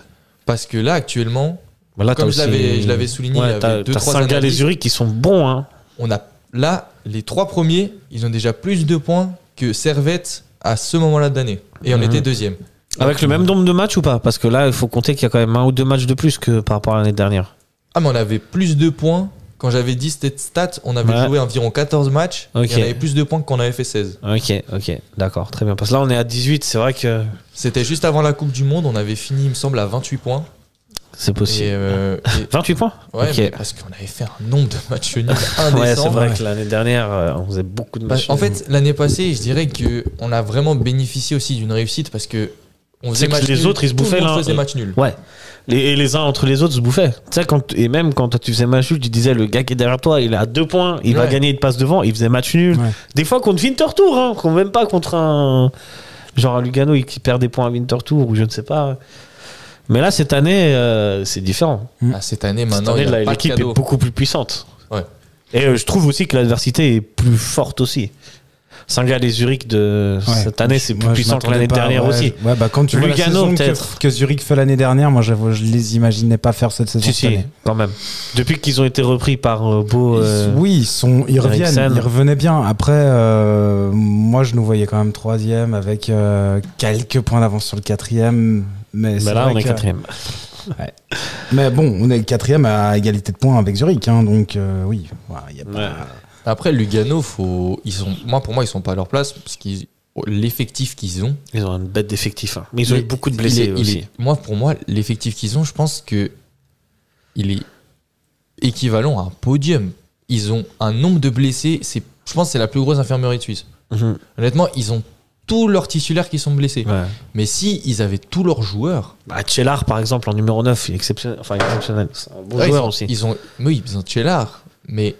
Speaker 6: Parce que là, actuellement,
Speaker 5: Bah, là,
Speaker 6: Comme
Speaker 5: t'as
Speaker 6: je
Speaker 5: aussi-
Speaker 6: l'avais- je l'avais souligné, il y
Speaker 5: ouais,
Speaker 6: avait
Speaker 5: t'as
Speaker 6: deux,
Speaker 5: t'as
Speaker 6: trois
Speaker 5: cinq gars les
Speaker 6: analyses.
Speaker 5: Zurich qui sont bons. Hein.
Speaker 6: on a là les trois premiers, ils ont déjà plus de points que Servette à ce moment-là de l'année. Et on
Speaker 5: Mhm.
Speaker 6: était deuxième.
Speaker 5: Avec le même nombre de matchs ou pas Parce que là, il faut compter qu'il y a quand même un ou deux matchs de plus que par rapport à l'année dernière.
Speaker 6: Ah, mais on avait plus de points. Quand j'avais dit cette stat, on avait
Speaker 5: Ouais.
Speaker 6: joué environ 14 matchs.
Speaker 5: Ok.
Speaker 6: Et on avait plus de points qu'on avait fait 16.
Speaker 5: Ok, ok, d'accord, très bien. Parce que là, on est à 18, c'est vrai que
Speaker 6: C'était juste avant la Coupe du Monde. On avait fini, il me semble, à 28 points.
Speaker 5: c'est possible.
Speaker 6: Et, euh, et-
Speaker 5: 28 points
Speaker 6: ouais,
Speaker 5: Ok.
Speaker 6: mais parce qu'on avait fait un nombre de matchs nuls
Speaker 5: Ouais,
Speaker 6: indécent.
Speaker 5: c'est vrai que l'année dernière, euh, on faisait beaucoup de
Speaker 6: Bah,
Speaker 5: matchs.
Speaker 6: en fait, l'année passée, je dirais que on a vraiment bénéficié aussi d'une réussite parce que on
Speaker 5: C'est
Speaker 6: faisait
Speaker 5: que
Speaker 6: match
Speaker 5: les
Speaker 6: nul,
Speaker 5: autres, ils se
Speaker 6: tout le
Speaker 5: bouffaient hein.
Speaker 6: monde
Speaker 5: l'un-
Speaker 6: faisait match nul.
Speaker 5: Ouais. Les- et les uns entre les autres se bouffaient. Tu sais, quand, et même quand toi, tu faisais match nul, tu disais le gars qui est derrière toi, il a deux points, il va
Speaker 6: Ouais.
Speaker 5: gagner, il te passe devant, il faisait match nul.
Speaker 7: Ouais.
Speaker 5: Des fois contre Winterthur, hein, qu'on- même pas contre un. Genre un Lugano il- qui perd des points à Winterthur ou je ne sais pas. Mais là, cette année, euh, c'est différent.
Speaker 6: Ah, cette année,
Speaker 5: Cette
Speaker 6: maintenant,
Speaker 5: année,
Speaker 6: il y a
Speaker 5: la-
Speaker 6: pas de
Speaker 5: l'équipe
Speaker 6: cadeau.
Speaker 5: est beaucoup plus puissante.
Speaker 6: Ouais.
Speaker 5: Et euh, je trouve aussi que l'adversité est plus forte aussi. Saint-Gall et Zurich de
Speaker 7: Ouais.
Speaker 5: cette année, c'est plus
Speaker 7: Moi, je
Speaker 5: puissant que
Speaker 7: m'attendais
Speaker 5: l'année
Speaker 7: pas,
Speaker 5: dernière
Speaker 7: ouais,
Speaker 5: aussi.
Speaker 7: je- Ouais, bah quand tu vois la
Speaker 5: Lugano,
Speaker 7: saison
Speaker 5: peut-être.
Speaker 7: que, que Zurich fait l'année dernière, moi j'avoue, je les imaginais pas faire cette saison.
Speaker 5: Si,
Speaker 7: cette
Speaker 5: si,
Speaker 7: année.
Speaker 5: quand même. Depuis qu'ils ont été repris par euh, Beau. euh,
Speaker 7: Oui, ils, sont, ils
Speaker 5: Eriksen.
Speaker 7: reviennent, ils revenaient bien. Après, euh, moi je nous voyais quand même troisième avec euh, quelques points d'avance sur le quatrième. Mais,
Speaker 5: Bah
Speaker 7: c'est
Speaker 5: là,
Speaker 7: vrai
Speaker 5: on est
Speaker 7: que-
Speaker 5: quatrième.
Speaker 7: Mais bon, on est quatrième à égalité de points avec Zurich, hein, donc euh, oui. voilà, il y a pas-
Speaker 5: Ouais.
Speaker 6: Après, Lugano, faut... ils sont... moi, pour moi, ils sont pas à leur place parce qu'ils oh, l'effectif qu'ils ont.
Speaker 5: Ils ont une bête d'effectifs. hein. Mais ils ont eu
Speaker 6: Mais
Speaker 5: beaucoup de
Speaker 6: il
Speaker 5: blessés
Speaker 6: est- il
Speaker 5: aussi.
Speaker 6: est- moi, pour moi, l'effectif qu'ils ont, je pense que il est équivalent à un podium. Ils ont un nombre de blessés. C'est, je pense, que c'est la plus grosse infirmerie de Suisse.
Speaker 5: Mhm.
Speaker 6: Honnêtement, ils ont tous leurs titulaires qui sont blessés.
Speaker 5: Ouais.
Speaker 6: Mais si ils avaient tous leurs joueurs,
Speaker 5: Bah, Tchellar, par exemple, en numéro 9, il est exceptionnel. Enfin, exceptionnel. C'est un bon
Speaker 6: Ouais,
Speaker 5: joueur
Speaker 6: ils ont,
Speaker 5: aussi.
Speaker 6: Ils ont, oui, ils ont Tchellar, mais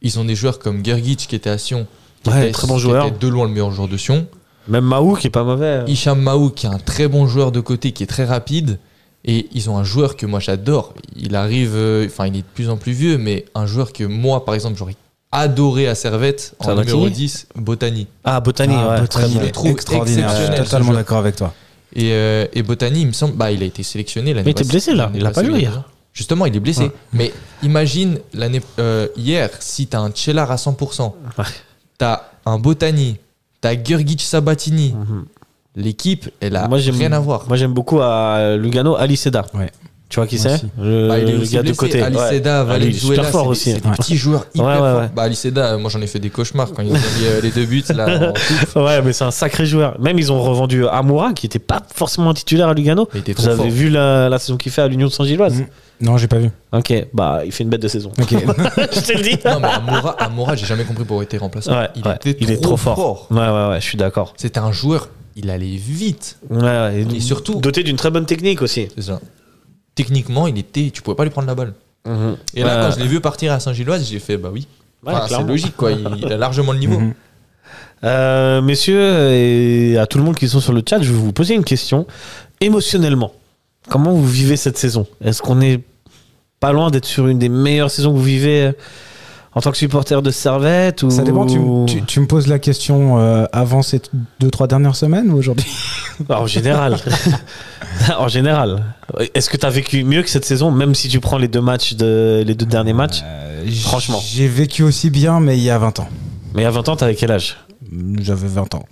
Speaker 6: ils ont des joueurs comme Gergic qui était à Sion, qui
Speaker 5: Ouais,
Speaker 6: était-
Speaker 5: très bon
Speaker 6: qui
Speaker 5: joueur.
Speaker 6: était de loin le meilleur joueur de Sion.
Speaker 5: Même Mahou, qui est pas mauvais.
Speaker 6: Hicham Mahou qui est un très bon joueur de côté, qui est très rapide. Et ils ont un joueur que moi j'adore. Il arrive, euh, enfin il est de plus en plus vieux, mais un joueur que moi par exemple j'aurais adoré à Servette en
Speaker 5: Servette
Speaker 6: numéro
Speaker 5: qui
Speaker 6: 10, Botani.
Speaker 5: Ah, Botani,
Speaker 7: Ah,
Speaker 5: ouais,
Speaker 7: Botany,
Speaker 5: très
Speaker 7: il
Speaker 5: bon.
Speaker 6: bien.
Speaker 7: est
Speaker 6: Je trouve
Speaker 7: extraordinaire, je
Speaker 6: exceptionnel,
Speaker 7: suis
Speaker 6: ce
Speaker 7: totalement
Speaker 6: joueur.
Speaker 7: d'accord avec toi.
Speaker 6: Et, euh, et Botani, il me semble, bah, il a été sélectionné l'année
Speaker 5: Mais il était
Speaker 6: passée.
Speaker 5: blessé, là.
Speaker 6: L'année
Speaker 5: Il a pas
Speaker 6: passée,
Speaker 5: joué
Speaker 6: il a-
Speaker 5: hier.
Speaker 6: Justement, il est blessé.
Speaker 7: Ouais.
Speaker 6: Mais imagine l'année euh, hier, si t'as un Tchellar à 100%,
Speaker 5: Ouais.
Speaker 6: t'as un Botani, t'as Gurgic Sabatini,
Speaker 5: Mhm.
Speaker 6: l'équipe, elle a
Speaker 5: Moi, j'aime-
Speaker 6: rien à voir.
Speaker 5: Moi, j'aime beaucoup à Lugano, Ali Seda.
Speaker 7: Ouais.
Speaker 5: Tu vois qui
Speaker 7: Moi
Speaker 5: c'est
Speaker 7: aussi.
Speaker 5: Le,
Speaker 6: Bah, il est
Speaker 5: le
Speaker 6: aussi
Speaker 5: gars Euh, de
Speaker 6: blessé.
Speaker 5: côté.
Speaker 6: Ali
Speaker 5: Ouais.
Speaker 6: Seda,
Speaker 5: Ah, lui, il
Speaker 6: Valide
Speaker 5: est super
Speaker 6: Zuela,
Speaker 5: fort
Speaker 6: c'est
Speaker 5: aussi.
Speaker 6: des- c'est des
Speaker 7: Ouais.
Speaker 6: petits joueurs hyper
Speaker 5: Ouais, ouais,
Speaker 6: forts.
Speaker 5: ouais.
Speaker 6: Bah, Ali Seda, moi j'en ai fait des cauchemars quand ils ont mis euh, les deux buts là. en coupe.
Speaker 5: Ouais, mais c'est un sacré joueur. Même, ils ont revendu Amoura, qui était pas forcément un titulaire à Lugano.
Speaker 6: Mais il était
Speaker 5: Vous
Speaker 6: trop
Speaker 5: avez
Speaker 6: fort.
Speaker 5: vu la, la saison qu'il fait à l'Union de Saint-Gilloise
Speaker 7: Mm. Non, j'ai pas vu.
Speaker 5: Ok, bah, il fait une bête de saison.
Speaker 7: Ok.
Speaker 5: Je te le dis.
Speaker 6: Non mais Amora, Amora, j'ai jamais compris pourquoi il était remplacé.
Speaker 5: Ouais,
Speaker 6: il
Speaker 5: ouais.
Speaker 6: était
Speaker 5: Il est trop fort. Ouais, ouais, ouais, je suis d'accord.
Speaker 6: C'était un joueur, il allait vite.
Speaker 5: Ouais, ouais,
Speaker 6: Et surtout-
Speaker 5: Doté d'une très bonne technique aussi.
Speaker 6: C'est ça. Techniquement, il était, tu pouvais pas lui prendre la balle.
Speaker 5: Mm-hmm.
Speaker 6: Et là,
Speaker 5: Ouais.
Speaker 6: quand je l'ai vu partir à Saint-Gilloise, j'ai fait bah oui.
Speaker 5: Ouais,
Speaker 6: Enfin, c'est
Speaker 5: clairement.
Speaker 6: logique quoi. Il, il a largement le niveau.
Speaker 7: Mhm.
Speaker 5: Euh, messieurs, et à tout le monde qui sont sur le chat, je vais vous poser une question. Émotionnellement, comment vous vivez cette saison Est-ce qu'on est pas loin d'être sur une des meilleures saisons que vous vivez euh, en tant que supporter de Servette ou...
Speaker 7: Ça dépend, tu, m- tu- tu me poses la question euh, avant ces t- deux, trois dernières semaines ou aujourd'hui
Speaker 5: Bah, En général. en général. Est-ce que tu as vécu mieux que cette saison, même si tu prends les deux matchs de... les deux derniers matchs
Speaker 7: Euh,
Speaker 5: Franchement.
Speaker 7: J'ai vécu aussi bien, mais il y a 20 ans.
Speaker 5: Mais à 20 ans, t'avais quel âge
Speaker 7: J'avais 20 ans.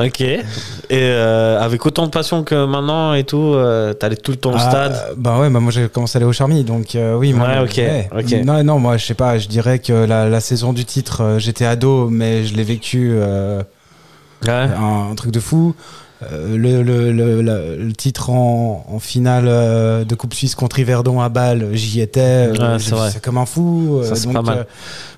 Speaker 5: Ok. Et euh, avec autant de passion que maintenant et tout, euh, t'allais tout le temps au
Speaker 7: Ah,
Speaker 5: stade.
Speaker 7: euh, Bah ouais, bah moi j'ai commencé à aller au Charmy, donc euh, oui. moi,
Speaker 5: Ouais, ok, ok.
Speaker 7: Non, non, moi je sais pas, je dirais que la, la saison du titre, euh, j'étais ado, mais je l'ai vécu euh,
Speaker 5: Ouais.
Speaker 7: un, un truc de fou. euh, le, le- le- la- le titre en, en finale euh, de Coupe Suisse contre Yverdon à Bâle, j'y étais. euh,
Speaker 5: Ouais,
Speaker 7: j'ai
Speaker 5: c'est
Speaker 7: vu
Speaker 5: vrai.
Speaker 7: ça comme un fou.
Speaker 5: Ça,
Speaker 7: euh,
Speaker 5: c'est
Speaker 7: donc,
Speaker 5: pas mal.
Speaker 7: euh,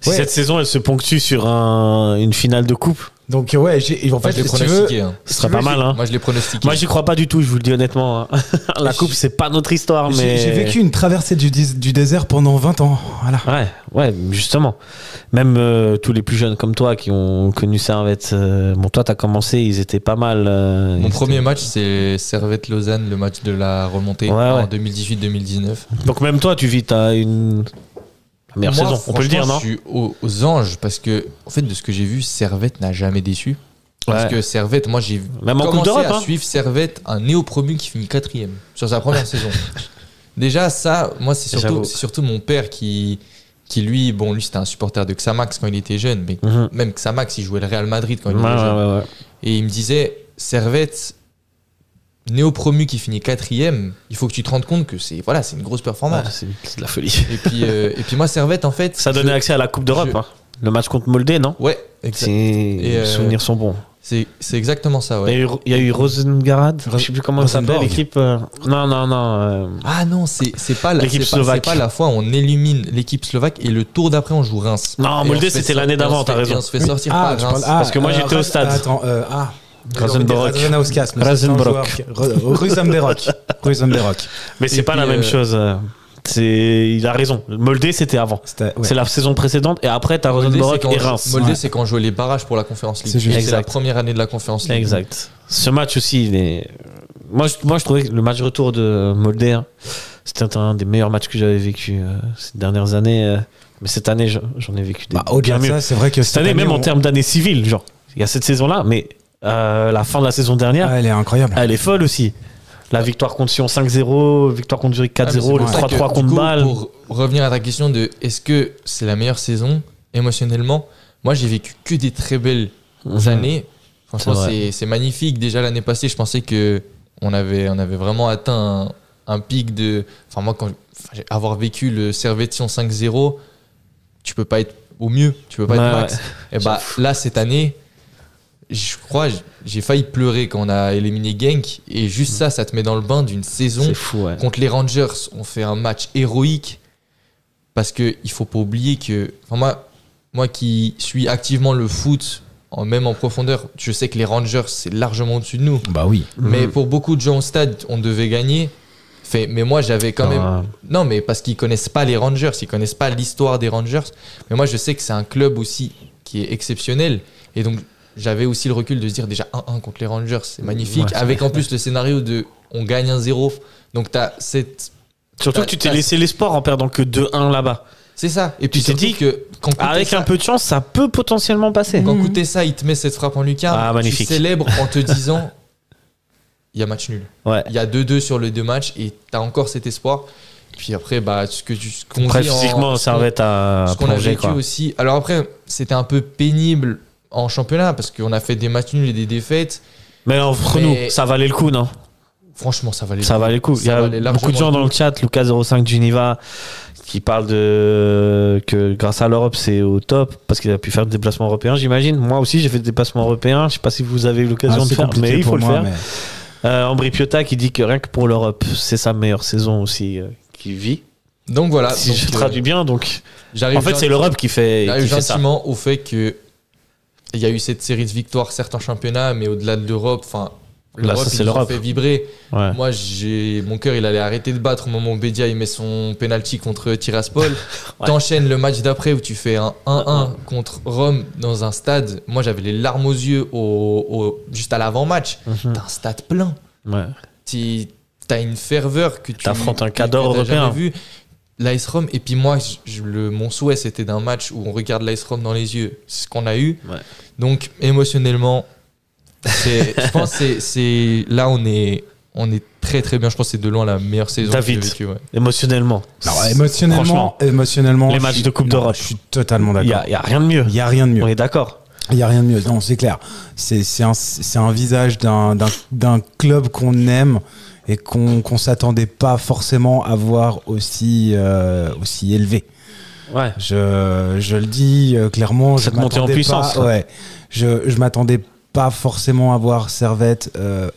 Speaker 5: Si
Speaker 7: ouais.
Speaker 5: cette saison, elle se ponctue sur un- une finale de coupe,
Speaker 7: donc, euh, ouais, j'ai-
Speaker 6: Moi,
Speaker 7: en fait,
Speaker 6: je l'ai
Speaker 7: si tu veux,
Speaker 6: pronostiqué. hein.
Speaker 5: ce serait pas mal. Hein.
Speaker 6: Moi, je l'ai pronostiqué.
Speaker 5: Moi, j'y crois pas du tout, je vous le dis honnêtement. hein. La
Speaker 7: J'ai-
Speaker 5: coupe, c'est pas notre histoire,
Speaker 7: j'ai-
Speaker 5: mais.
Speaker 7: j'ai vécu une traversée du, dis- du désert pendant 20 ans. Voilà.
Speaker 5: Ouais, ouais, justement. Même euh, tous les plus jeunes comme toi qui ont connu Servette, euh, bon, toi, t'as commencé, ils étaient pas mal. euh, ils
Speaker 6: Mon
Speaker 5: étaient-
Speaker 6: premier match, c'est Servette-Lausanne, le match de la remontée
Speaker 5: Ouais,
Speaker 6: en
Speaker 5: ouais.
Speaker 6: 2018-2019.
Speaker 5: Donc, même toi, tu vis, t'as une. la meilleure
Speaker 6: Moi,
Speaker 5: saison, on peut le dire,
Speaker 6: franchement,
Speaker 5: non
Speaker 6: Je suis aux, aux anges parce que, en fait, de ce que j'ai vu, Servette n'a jamais déçu. Parce
Speaker 5: Ouais.
Speaker 6: que Servette, moi, j'ai
Speaker 5: Même en Coupe
Speaker 6: commencé
Speaker 5: d'Europe.
Speaker 6: à
Speaker 5: hein.
Speaker 6: suivre Servette, un néo-promu qui finit quatrième sur sa première saison. Déjà, ça, moi, c'est
Speaker 5: J'avoue.
Speaker 6: surtout, c'est surtout mon père qui, qui, lui, bon, lui, c'était un supporter de Xamax quand il était jeune, mais
Speaker 5: Mhm.
Speaker 6: même Xamax, il jouait le Real Madrid quand
Speaker 5: Ouais,
Speaker 6: il
Speaker 5: ouais,
Speaker 6: était jeune.
Speaker 5: ouais, ouais.
Speaker 6: Et il me disait, Servette, néo-promu qui finit quatrième, il faut que tu te rendes compte que c'est voilà, c'est une grosse performance.
Speaker 5: Ouais, Ah, c'est c'est de la folie.
Speaker 6: Et, puis, euh, et puis moi, Servette, en fait.
Speaker 5: Ça
Speaker 6: je-
Speaker 5: donnait accès à la Coupe d'Europe.
Speaker 6: je-
Speaker 5: hein. Le match contre Moldé, non
Speaker 6: Ouais, exact.
Speaker 5: C'est- Les
Speaker 6: euh,
Speaker 5: souvenirs sont bons.
Speaker 6: C'est c'est exactement ça,
Speaker 5: Il y
Speaker 6: ouais.
Speaker 5: a eu- il y a eu Rosengarad, je
Speaker 7: Ros-
Speaker 5: sais plus comment elle s'appelle
Speaker 7: Rosenborg.
Speaker 5: l'équipe. euh, Non, non, non. euh,
Speaker 6: Ah non, c'est c'est pas la
Speaker 5: L'équipe
Speaker 6: c'est pas- c'est
Speaker 5: slovaque.
Speaker 6: pas la fois où on élimine l'équipe slovaque et le tour d'après on joue Reims.
Speaker 5: Non, Molde,
Speaker 6: Et on se fait
Speaker 5: c'était
Speaker 6: sor-
Speaker 5: l'année
Speaker 6: et on
Speaker 5: d'avant,
Speaker 6: se
Speaker 5: t'as
Speaker 6: fait-
Speaker 5: raison.
Speaker 6: Et on se fait sortir par
Speaker 7: tu
Speaker 6: Reims.
Speaker 7: parles- ah,
Speaker 5: Parce que moi,
Speaker 7: euh,
Speaker 5: j'étais au
Speaker 7: Raz-
Speaker 5: stade.
Speaker 7: Attends, euh, ah.
Speaker 5: Rosenborg.
Speaker 7: Razenauskas.
Speaker 5: Rosenborg.
Speaker 7: Rosenberg. Rosenberg.
Speaker 5: Mais c'est
Speaker 6: Et
Speaker 5: pas la
Speaker 6: puis,
Speaker 5: même
Speaker 6: euh,
Speaker 5: chose. euh, C'est, il a raison. Moldé, c'était avant.
Speaker 7: C'était- ouais.
Speaker 5: C'est la saison précédente et après t'as
Speaker 6: Molde,
Speaker 5: Rosenborg
Speaker 6: c'est quand
Speaker 5: et
Speaker 6: on joue-
Speaker 5: Reims.
Speaker 6: Molde,
Speaker 7: Ouais.
Speaker 6: c'est quand on jouait les barrages pour la Conférence League.
Speaker 7: C'est juste.
Speaker 6: Et C'est la
Speaker 5: Exact.
Speaker 6: première année de la Conférence League.
Speaker 5: Exact. Ce match aussi, il est. Moi, je, moi, je trouvais que le match retour de Moldé, hein, c'était un des meilleurs matchs que j'avais vécu euh, ces dernières années. euh, mais cette année, je- j'en ai vécu des
Speaker 7: Bah, Au-delà
Speaker 5: bien
Speaker 7: de
Speaker 5: mieux.
Speaker 7: ça, c'est vrai que
Speaker 5: Cette année, même
Speaker 7: on-
Speaker 5: en termes d'année civile, genre, il y a cette saison-là, mais euh, la fin de la saison dernière,
Speaker 7: Ah, elle est incroyable.
Speaker 5: elle est folle aussi. La victoire contre Sion 5-0, victoire contre Zurich
Speaker 6: Ah, mais c'est
Speaker 5: 4-0, le
Speaker 6: pour ça que,
Speaker 5: 3-3
Speaker 6: du
Speaker 5: contre
Speaker 6: coup,
Speaker 5: Bâle.
Speaker 6: Pour revenir à ta question de est-ce que c'est la meilleure saison émotionnellement, moi j'ai vécu que des très belles
Speaker 5: Mhm.
Speaker 6: années. Franchement,
Speaker 5: C'est vrai.
Speaker 6: c'est c'est magnifique. Déjà l'année passée, je pensais que on avait, on avait vraiment atteint un, un pic de. Enfin, moi, quand, enfin, j'ai- avoir vécu le Servetion 5-0, tu peux pas être au mieux, tu peux pas
Speaker 5: Ouais,
Speaker 6: être max. Et bah là, cette année, je crois, j'ai failli pleurer quand on a éliminé Genk. Et juste
Speaker 5: Mm.
Speaker 6: ça, ça te met dans le bain d'une saison
Speaker 5: C'est fou, ouais.
Speaker 6: Contre les Rangers, on fait un match héroïque parce que il faut pas oublier que, enfin moi, moi qui suis activement le foot, en, même en profondeur, je sais que les Rangers c'est largement au-dessus de nous.
Speaker 7: Bah oui.
Speaker 5: Mhm.
Speaker 6: Mais pour beaucoup de gens au stade, on devait gagner. Fait, mais moi j'avais quand
Speaker 5: Non,
Speaker 6: même, non mais parce qu'ils connaissent pas les Rangers, ils connaissent pas l'histoire des Rangers. Mais moi je sais que c'est un club aussi qui est exceptionnel et donc j'avais aussi le recul de se dire déjà 1-1 contre les Rangers, c'est magnifique.
Speaker 5: Ouais.
Speaker 6: Avec en plus le scénario de on gagne 1-0. Donc t'as cette
Speaker 5: Surtout que tu t'es laissé l'espoir en perdant que 2-1 là-bas.
Speaker 6: C'est ça. Et puis
Speaker 5: t'es
Speaker 6: tu
Speaker 5: dit
Speaker 6: dit que quand Koutessa-
Speaker 5: Avec un peu de chance, ça peut potentiellement passer.
Speaker 6: quand Koutessa, il te met cette frappe en lucarne,
Speaker 5: Ah, magnifique.
Speaker 6: tu célèbres en te disant il y a match nul.
Speaker 7: Mmh.
Speaker 5: Ouais.
Speaker 6: Il y a 2-2 sur les deux matchs et tu as encore cet espoir. Puis après, bah, ce que tu ce qu'on
Speaker 5: Après,
Speaker 6: vit en-
Speaker 5: physiquement,
Speaker 6: ce qu'on-
Speaker 5: ça va être à
Speaker 6: ce qu'on a
Speaker 5: plonger,
Speaker 6: vécu
Speaker 5: quoi.
Speaker 6: aussi. Alors après, c'était un peu pénible en championnat parce qu'on a fait des matchs nuls et des défaites.
Speaker 5: Mais entre
Speaker 6: Mais-
Speaker 5: nous, ça valait le coup, non
Speaker 6: Franchement, ça valait. le
Speaker 5: Ça
Speaker 6: coup.
Speaker 5: valait le coup. Il y
Speaker 6: Ça
Speaker 5: a
Speaker 6: valait largement
Speaker 5: beaucoup de gens
Speaker 6: le
Speaker 5: dans
Speaker 6: coup.
Speaker 5: le chat, Lucas05 d'Univa, qui parle de que grâce à l'Europe, c'est au top parce qu'il a pu faire des déplacements européens, j'imagine. Moi aussi, j'ai fait des déplacements européens. Je sais pas si vous avez eu l'occasion
Speaker 7: Ah,
Speaker 5: de
Speaker 7: c'est
Speaker 5: faire,
Speaker 7: compliqué
Speaker 5: mais il faut
Speaker 7: pour
Speaker 5: le
Speaker 7: moi,
Speaker 5: faire.
Speaker 7: mais-
Speaker 5: Euh, Ambry Piotta qui dit que rien que pour l'Europe, c'est sa meilleure saison aussi euh, qui vit.
Speaker 6: Donc voilà.
Speaker 5: si
Speaker 6: donc,
Speaker 5: je
Speaker 6: euh,
Speaker 5: traduis bien, donc.
Speaker 6: j'arrive
Speaker 5: En fait, c'est l'Europe qui fait,
Speaker 6: Là,
Speaker 5: qui fait ça.
Speaker 6: gentiment au fait que il y a eu cette série de victoires, certains championnats, mais au-delà de l'Europe, enfin,
Speaker 5: Là,
Speaker 6: l'Europe,
Speaker 5: ça, c'est
Speaker 6: ils nous ont
Speaker 5: l'Europe.
Speaker 6: fait vibrer.
Speaker 5: Ouais.
Speaker 6: Moi, j'ai mon cœur, il allait arrêter de battre au moment où Bedia il met son penalty contre Tiraspol. T'enchaînes le match d'après où tu fais un 1-1 contre Rome dans un stade. Moi, j'avais les larmes aux yeux au, au- juste à l'avant-match.
Speaker 5: Mhm.
Speaker 6: T'as un stade plein.
Speaker 5: Ouais.
Speaker 6: Tu- T'as une ferveur que tu
Speaker 5: T'affrontes un
Speaker 6: que-
Speaker 5: cadre
Speaker 6: que t'as
Speaker 5: européen.
Speaker 6: jamais vu. L'Ice Rome, et puis moi, je- je- le, mon souhait c'était d'un match où on regarde l'Ice Rome dans les yeux, c'est ce qu'on a eu.
Speaker 5: Ouais.
Speaker 6: Donc émotionnellement, c'est- je pense que c'est- c'est là on est, on est très très bien. Je pense que c'est de loin la meilleure saison que j'ai
Speaker 5: David.
Speaker 6: vécue. ouais.
Speaker 5: Émotionnellement.
Speaker 7: Non, Bah, émotionnellement,
Speaker 5: Franchement,
Speaker 7: émotionnellement,
Speaker 5: les
Speaker 7: je
Speaker 5: matchs
Speaker 7: suis-
Speaker 5: de Coupe
Speaker 7: non,
Speaker 5: d'Europe.
Speaker 7: Je suis totalement
Speaker 5: il n'y
Speaker 7: d'accord.
Speaker 5: a, il y a rien de mieux.
Speaker 7: Il n'y a rien de mieux.
Speaker 5: On est d'accord.
Speaker 7: Il n'y a rien de mieux. Non, c'est clair. C'est c'est un, c'est un visage d'un- d'un d'un club qu'on aime et qu'on qu'on s'attendait pas forcément à voir aussi, euh, aussi élevé.
Speaker 5: Ouais.
Speaker 7: Je, je le dis euh, clairement. je
Speaker 5: Cette montée en
Speaker 7: m'attendais
Speaker 5: puissance,
Speaker 7: pas-
Speaker 5: quoi.
Speaker 7: ouais. Je, je m'attendais pas forcément avoir Servette euh,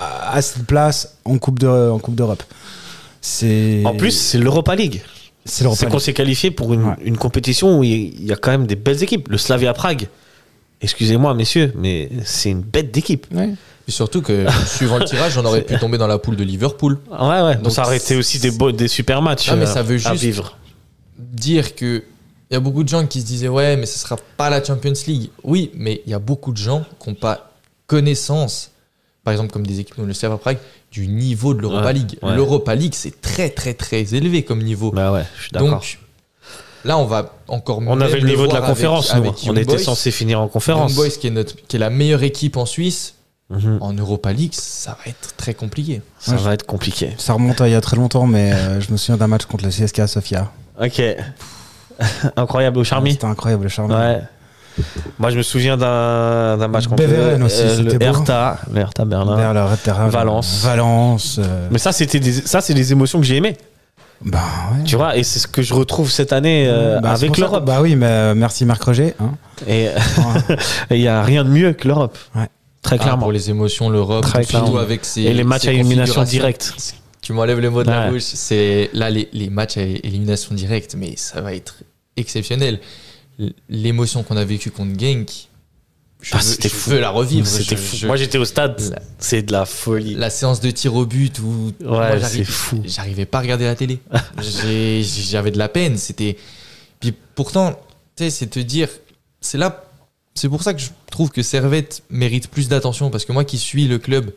Speaker 7: à à cette place en Coupe de- en coupe d'Europe. C'est
Speaker 5: En plus, c'est l'Europa League.
Speaker 7: c'est l'Europa
Speaker 5: C'est qu'on
Speaker 7: League.
Speaker 5: s'est qualifié pour une,
Speaker 7: Ouais.
Speaker 5: une compétition où il y a quand même des belles équipes. Le Slavia Prague, excusez-moi messieurs, mais c'est une bête d'équipe.
Speaker 7: Ouais.
Speaker 6: Et surtout que, suivant le tirage, on aurait pu tomber dans la poule de Liverpool.
Speaker 5: Ouais, ouais.
Speaker 6: Donc,
Speaker 5: Donc ça aurait été aussi des, beaux- des super matchs
Speaker 6: Ah, mais
Speaker 5: euh,
Speaker 6: ça veut
Speaker 5: à
Speaker 6: juste-
Speaker 5: vivre.
Speaker 6: Dire que. Il y a beaucoup de gens qui se disaient, ouais, mais ce sera pas la Champions League. Oui, mais il y a beaucoup de gens qui n'ont pas connaissance, par exemple, comme des équipes comme le CFA Prague, du niveau de l'Europa
Speaker 5: Ouais,
Speaker 6: League.
Speaker 5: ouais.
Speaker 6: L'Europa League, c'est très, très, très élevé comme niveau.
Speaker 5: Bah ouais, je suis d'accord.
Speaker 6: Donc, là, on va encore
Speaker 5: On
Speaker 6: même
Speaker 5: avait le niveau de la
Speaker 6: voir avec-
Speaker 5: conférence, nous.
Speaker 6: avec
Speaker 5: on
Speaker 6: Young
Speaker 5: était
Speaker 6: Boys.
Speaker 5: censé finir en
Speaker 6: Young
Speaker 5: conférence.
Speaker 6: Boys, qui est, notre, qui est la meilleure équipe en Suisse,
Speaker 5: Mhm.
Speaker 6: en Europa League, ça va être très compliqué.
Speaker 5: Ça
Speaker 7: Ouais,
Speaker 5: va être compliqué.
Speaker 7: Ça remonte à il y a très longtemps, mais euh, je me souviens d'un match contre le CSKA Sofia.
Speaker 5: Ok. Incroyable au Charmy.
Speaker 7: C'était incroyable, le charme.
Speaker 5: Ouais. Moi, je me souviens d'un d'un match contre
Speaker 7: Beveren aussi, c'était
Speaker 5: le
Speaker 7: beau.
Speaker 5: Hertha, le Hertha Berlin.
Speaker 7: Vers le Red Terrain,
Speaker 5: Ah. Valence.
Speaker 7: Valence. euh,
Speaker 5: Mais ça, c'était des, ça, c'est des émotions que j'ai aimées.
Speaker 7: bah ouais.
Speaker 5: Tu vois, et c'est ce que je retrouve cette année euh,
Speaker 7: Bah, c'est
Speaker 5: avec
Speaker 7: pour ça
Speaker 5: l'Europe.
Speaker 7: que- Bah oui, mais euh, merci Marc Roger. hein.
Speaker 5: Et euh, et il n'y a rien de mieux que l'Europe.
Speaker 7: Ouais.
Speaker 5: Très
Speaker 6: Ah,
Speaker 5: clairement.
Speaker 6: pour les émotions, l'Europe,
Speaker 5: Très
Speaker 6: surtout
Speaker 5: clairement.
Speaker 6: avec ses.
Speaker 5: et les matchs
Speaker 6: ses
Speaker 5: à élimination
Speaker 6: configurations.
Speaker 5: directe.
Speaker 6: Tu m'enlèves le mot de la
Speaker 5: Ouais.
Speaker 6: bouche. C'est là les, les matchs à élimination directe, mais ça va être exceptionnel. L- L'émotion qu'on a vécue contre Genk, je,
Speaker 5: Ah,
Speaker 6: veux,
Speaker 5: c'était
Speaker 6: je
Speaker 5: fou.
Speaker 6: veux la revivre.
Speaker 5: C'était
Speaker 6: Je-
Speaker 5: fou.
Speaker 6: je-
Speaker 5: Moi, j'étais au stade.
Speaker 6: La-
Speaker 5: C'est de la folie.
Speaker 6: la séance de tir au but où moi,
Speaker 5: Ouais,
Speaker 6: j'arrive-
Speaker 5: c'est fou.
Speaker 6: j'arrivais pas à regarder la télé. J'ai- J'avais de la peine. C'était. Puis pourtant, tu sais, c'est te dire, c'est là, c'est pour ça que je trouve que Servette mérite plus d'attention parce que moi qui suis le club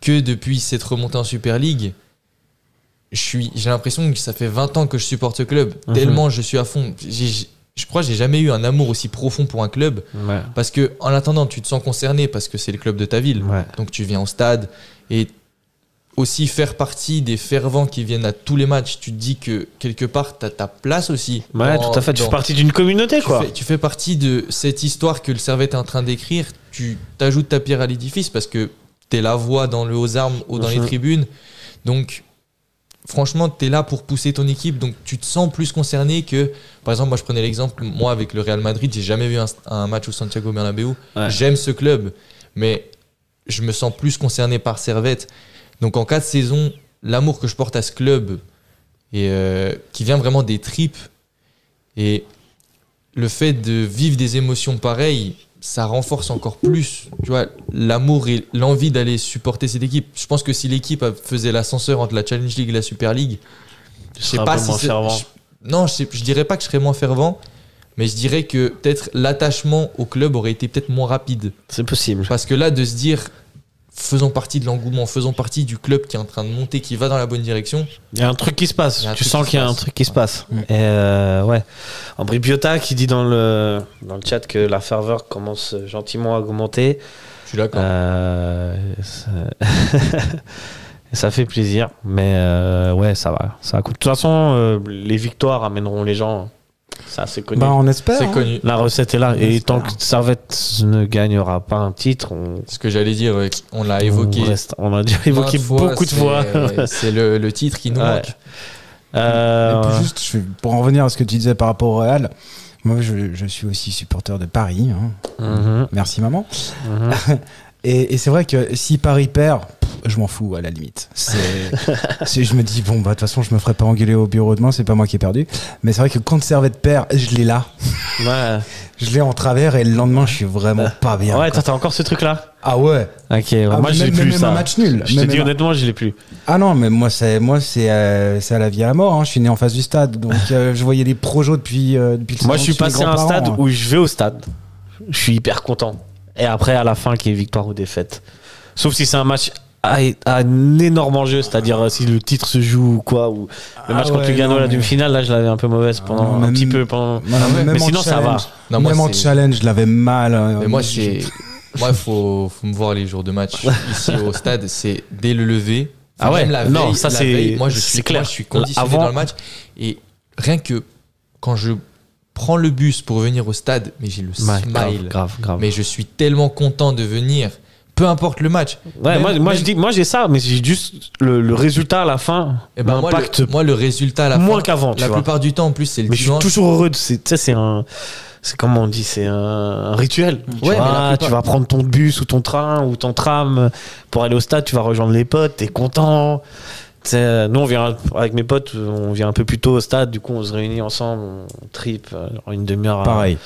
Speaker 6: que depuis cette remontée en Super League, je suis, j'ai l'impression que ça fait 20 ans que je supporte ce club.
Speaker 5: Mhm.
Speaker 6: Tellement je suis à fond. J'ai- j'ai- je crois que j'ai jamais eu un amour aussi profond pour un club
Speaker 5: Ouais.
Speaker 6: parce que en attendant, tu te sens concerné parce que c'est le club de ta ville.
Speaker 5: Ouais.
Speaker 6: Donc tu viens au stade et aussi faire partie des fervents qui viennent à tous les matchs. Tu te dis que quelque part, tu as ta place aussi.
Speaker 5: Ouais,
Speaker 6: dans-
Speaker 5: tout à fait. Tu
Speaker 6: dans-
Speaker 5: fais partie d'une communauté,
Speaker 6: tu
Speaker 5: quoi.
Speaker 6: fais, tu fais partie de cette histoire que le Servette est en train d'écrire. Tu t'ajoutes ta pierre à l'édifice parce que tu es la voix dans le aux armes ou dans les
Speaker 5: Mhm.
Speaker 6: tribunes. Donc, franchement, tu es là pour pousser ton équipe. Donc, tu te sens plus concerné que. Par exemple, moi, je prenais l'exemple, moi, avec le Real Madrid, j'ai jamais vu un, un match au Santiago Bernabéu.
Speaker 5: Ouais.
Speaker 6: J'aime ce club, mais je me sens plus concerné par Servette. Donc, en cas de saison, l'amour que je porte à ce club et euh, qui vient vraiment des tripes et le fait de vivre des émotions pareilles, ça renforce encore plus, tu vois, l'amour et l'envie d'aller supporter cette équipe. Je pense que si l'équipe faisait l'ascenseur entre la Challenge League et la Super League, je sais
Speaker 5: serais un
Speaker 6: pas
Speaker 5: peu
Speaker 6: si
Speaker 5: moins
Speaker 6: c'est-
Speaker 5: fervent.
Speaker 6: je- non, je, sais- je dirais pas que je serais moins fervent, mais je dirais que peut-être l'attachement au club aurait été peut-être moins rapide.
Speaker 5: C'est possible.
Speaker 6: Parce que là, de se dire, faisons partie de l'engouement, faisons partie du club qui est en train de monter, qui va dans la bonne direction.
Speaker 5: Il y a un truc qui se
Speaker 6: Il
Speaker 5: passe.
Speaker 6: y a un
Speaker 5: Tu
Speaker 6: truc
Speaker 5: sens
Speaker 6: qui
Speaker 5: qu'il y a
Speaker 6: se
Speaker 5: un
Speaker 6: passe.
Speaker 5: truc qui se passe.
Speaker 7: Mm.
Speaker 5: Et euh, ouais. Ambry Biota qui dit dans le, dans le chat que la ferveur commence gentiment à augmenter.
Speaker 6: Je suis d'accord.
Speaker 5: Euh, ça... ça fait plaisir. Mais euh, ouais, ça va. Ça coûte. De toute façon, euh, les victoires amèneront les gens. hein. Ça, c'est connu.
Speaker 7: Bah, on espère.
Speaker 6: C'est
Speaker 7: hein.
Speaker 6: connu.
Speaker 5: La recette est là. Et
Speaker 7: J'espère.
Speaker 5: tant que Servette ne gagnera pas un titre, on,
Speaker 6: Ce que j'allais dire, ouais, on l'a évoqué.
Speaker 5: on, reste- on a déjà évoqué
Speaker 6: maintes fois,
Speaker 5: beaucoup de
Speaker 6: c'est- euh,
Speaker 5: fois.
Speaker 6: ouais, C'est le, le titre qui nous
Speaker 5: Ouais.
Speaker 6: manque.
Speaker 5: Euh,
Speaker 7: Et puis juste, je- pour en revenir à ce que tu disais par rapport au Real, moi je, je suis aussi supporter de Paris. hein.
Speaker 5: mhm,
Speaker 7: Merci maman.
Speaker 5: mhm.
Speaker 7: Et, et c'est vrai que si Paris perd, pff, je m'en fous à la limite. C'est, c'est- je me dis, bon, bah de toute façon, je me ferai pas engueuler au bureau demain, c'est pas moi qui ai perdu. Mais c'est vrai que quand Servette perd, je l'ai là.
Speaker 5: Ouais,
Speaker 7: Je l'ai en travers et le lendemain, je suis vraiment pas bien.
Speaker 5: ouais
Speaker 7: quoi.
Speaker 5: toi, t'as encore ce truc-là
Speaker 7: ah ouais.
Speaker 5: Ok,
Speaker 7: Ah,
Speaker 5: moi
Speaker 7: mais
Speaker 5: je l'ai
Speaker 7: même,
Speaker 5: plus
Speaker 7: même
Speaker 5: ça.
Speaker 7: un match nul.
Speaker 5: Je te
Speaker 7: Même
Speaker 5: dis
Speaker 7: un-
Speaker 5: honnêtement, je l'ai plus.
Speaker 7: Ah non, mais moi c'est moi c'est euh, c'est à la vie à la mort. hein. Je suis né en face du stade, donc euh, je voyais les projos depuis euh, depuis. Le
Speaker 5: Moi je suis
Speaker 7: salon de chez mes
Speaker 5: passé à un
Speaker 7: grands-parents,
Speaker 5: stade
Speaker 7: hein.
Speaker 5: où je vais au stade. Je suis hyper content. Et après, à la fin, qu'il y ait victoire ou défaite. Sauf si c'est un match à, à un énorme enjeu, c'est-à-dire euh, si le titre se joue ou quoi. Ou le
Speaker 7: Ah
Speaker 5: match contre
Speaker 7: ouais,
Speaker 5: Lugano,
Speaker 7: non,
Speaker 5: la
Speaker 7: mais-
Speaker 5: demi-finale, là je l'avais un peu mauvaise pendant
Speaker 7: non,
Speaker 5: un
Speaker 7: même-
Speaker 5: petit peu. Pendant...
Speaker 7: Moi,
Speaker 6: Ah ouais.
Speaker 7: même
Speaker 5: Mais
Speaker 7: en
Speaker 5: sinon, ça
Speaker 7: challenge-
Speaker 5: va.
Speaker 6: Non, moi,
Speaker 7: même en
Speaker 6: c'est-
Speaker 7: challenge, je l'avais mal. euh,
Speaker 6: Mais moi,
Speaker 7: je-
Speaker 6: c'est. Moi, faut, faut me voir les jours de match ici au stade. C'est dès le lever.
Speaker 5: Ah ouais,
Speaker 6: même la
Speaker 5: non,
Speaker 6: veille-
Speaker 5: ça,
Speaker 6: la
Speaker 5: c'est-
Speaker 6: veille, Moi, je
Speaker 5: c'est
Speaker 6: suis
Speaker 5: clair.
Speaker 6: moi, je suis conditionné
Speaker 5: Avant-
Speaker 6: dans le match. Et rien que quand je prends le bus pour venir au stade, mais j'ai le
Speaker 5: Ouais,
Speaker 6: smile.
Speaker 5: grave, grave, grave.
Speaker 6: Mais je suis tellement content de venir peu importe le match.
Speaker 5: Ouais,
Speaker 6: Même-
Speaker 5: moi, moi,
Speaker 6: même-
Speaker 5: je dis, moi j'ai ça, mais j'ai juste le, le résultat à la fin.
Speaker 6: Eh ben, moi,
Speaker 5: l'impact
Speaker 6: le, moi, le résultat à la
Speaker 5: Bah, moins
Speaker 6: fin,
Speaker 5: qu'avant, tu
Speaker 6: la
Speaker 5: vois.
Speaker 6: plupart du temps en plus, c'est le
Speaker 5: Mais je suis
Speaker 6: dimanche.
Speaker 5: toujours heureux. de- c'est- Tu sais, c'est un. C'est comment on dit C'est un, un rituel. tu,
Speaker 6: Ouais, mais la
Speaker 5: vois,
Speaker 6: plupart-
Speaker 5: tu vas prendre ton bus ou ton train ou ton tram pour aller au stade, tu vas rejoindre les potes, t'es content. Tu sais, euh, nous, on vient avec mes potes, on vient un peu plus tôt au stade, du coup, on se réunit ensemble, on tripe euh, genre une demi-heure, à-
Speaker 7: Pareil.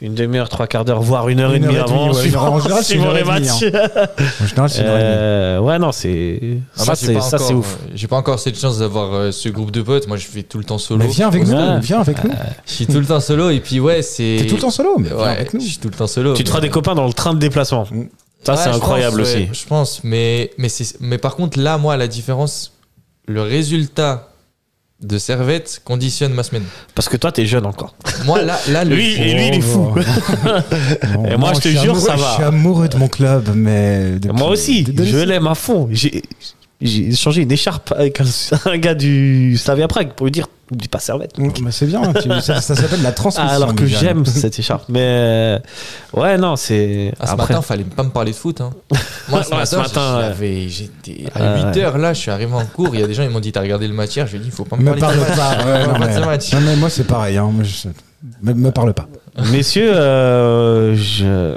Speaker 5: une demi-heure, trois quarts d'heure, voire une heure et
Speaker 7: Une
Speaker 5: demie
Speaker 7: heure et
Speaker 5: avant,
Speaker 7: demie, ouais, une heure-
Speaker 5: suivant,
Speaker 7: en général, c'est une
Speaker 5: suivant
Speaker 7: heure et
Speaker 5: les
Speaker 7: demie,
Speaker 5: matchs.
Speaker 7: En général, c'est une heure et demie.
Speaker 5: Euh, ouais, non, c'est
Speaker 6: Ah,
Speaker 5: ça,
Speaker 6: moi, j'ai
Speaker 5: c'est
Speaker 6: pas
Speaker 5: ça, c'est
Speaker 6: encore,
Speaker 5: ouf.
Speaker 6: euh, J'ai pas encore cette chance d'avoir euh, ce groupe de potes. Moi, je fais tout le temps solo.
Speaker 7: Mais viens avec
Speaker 5: Ouais.
Speaker 7: nous, viens avec nous.
Speaker 6: Je suis tout le temps solo et puis ouais, c'est.
Speaker 7: T'es tout le temps solo, mais viens
Speaker 6: Ouais,
Speaker 7: avec nous.
Speaker 6: Je suis tout le temps solo.
Speaker 5: Tu te feras
Speaker 6: mais-
Speaker 5: des copains dans le train de déplacement.
Speaker 7: Mm.
Speaker 5: Ça, c'est
Speaker 6: Ouais, je
Speaker 5: incroyable
Speaker 6: pense,
Speaker 5: aussi.
Speaker 6: ouais, je pense, mais mais c'est mais par contre là, moi, la différence, le résultat de Servette conditionne ma semaine.
Speaker 5: Parce que toi, t'es jeune encore.
Speaker 6: Moi là là le
Speaker 5: Lui, et lui, il est fou.
Speaker 7: Non,
Speaker 5: Et moi, je te
Speaker 7: suis
Speaker 5: jure,
Speaker 7: amoureux-
Speaker 5: ça va.
Speaker 7: Je suis amoureux de mon club, mais. depuis-
Speaker 5: Moi aussi,
Speaker 7: depuis-
Speaker 5: je l'aime à fond. J'ai j'ai changé une écharpe avec un, un gars du Slavia Prague pour lui dire oublie pas servette. Ah,
Speaker 7: Mm, bah, c'est bien, tu- ça, ça s'appelle la transmission.
Speaker 5: alors que
Speaker 7: Miguel.
Speaker 5: j'aime cette écharpe. Mais euh, ouais, non, c'est.
Speaker 6: Ah, ce
Speaker 5: après,
Speaker 6: matin, fallait pas me parler de foot. Hein. Moi, ce
Speaker 5: Ouais,
Speaker 6: matin,
Speaker 5: ce matin,
Speaker 6: je-
Speaker 5: ouais.
Speaker 6: j'avais- j'étais
Speaker 5: Ah,
Speaker 6: à 8 h là, je suis arrivé en cours. Il y a des gens, ils m'ont dit T'as regardé le match hier Je lui ai dit Faut pas me
Speaker 7: Me
Speaker 6: parler
Speaker 7: parle
Speaker 6: de ça.
Speaker 7: pas. ouais,
Speaker 6: On
Speaker 7: non,
Speaker 6: va
Speaker 7: mais,
Speaker 6: pas de match.
Speaker 7: non, mais moi, c'est pareil. Hein, moi, je- me, me parle pas.
Speaker 5: messieurs, euh, je,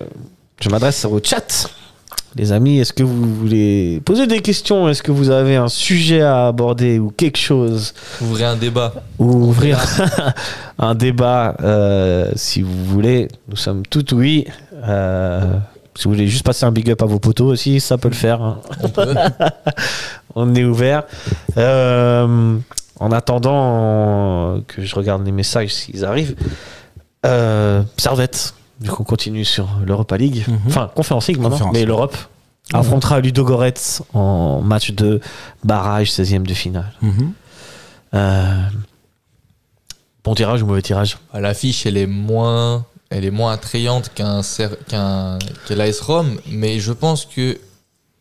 Speaker 5: je m'adresse au chat. Les amis, est-ce que vous voulez poser des questions Est-ce que vous avez un sujet à aborder ou quelque chose
Speaker 6: Ouvrez un débat.
Speaker 5: ou ouvrir un débat euh, si vous voulez. Nous sommes tout oui. Euh, si vous voulez juste passer un big up à vos potos aussi, ça peut le faire. hein.
Speaker 6: On peut.
Speaker 5: On est ouvert. Euh, en attendant euh, que je regarde les messages s'ils arrivent, euh, Servette. Du coup, on continue sur l'Europa League.
Speaker 7: Mhm.
Speaker 5: Enfin, Conférence League maintenant,
Speaker 7: Conférence.
Speaker 5: mais l'Europe affrontera Ludo Goretz en match de barrage 16e de finale. Euh, bon tirage ou mauvais tirage
Speaker 6: Ah, L'affiche, elle est moins, elle est moins attrayante qu'un Ser- qu'un qu'un AS Rome, mais je pense que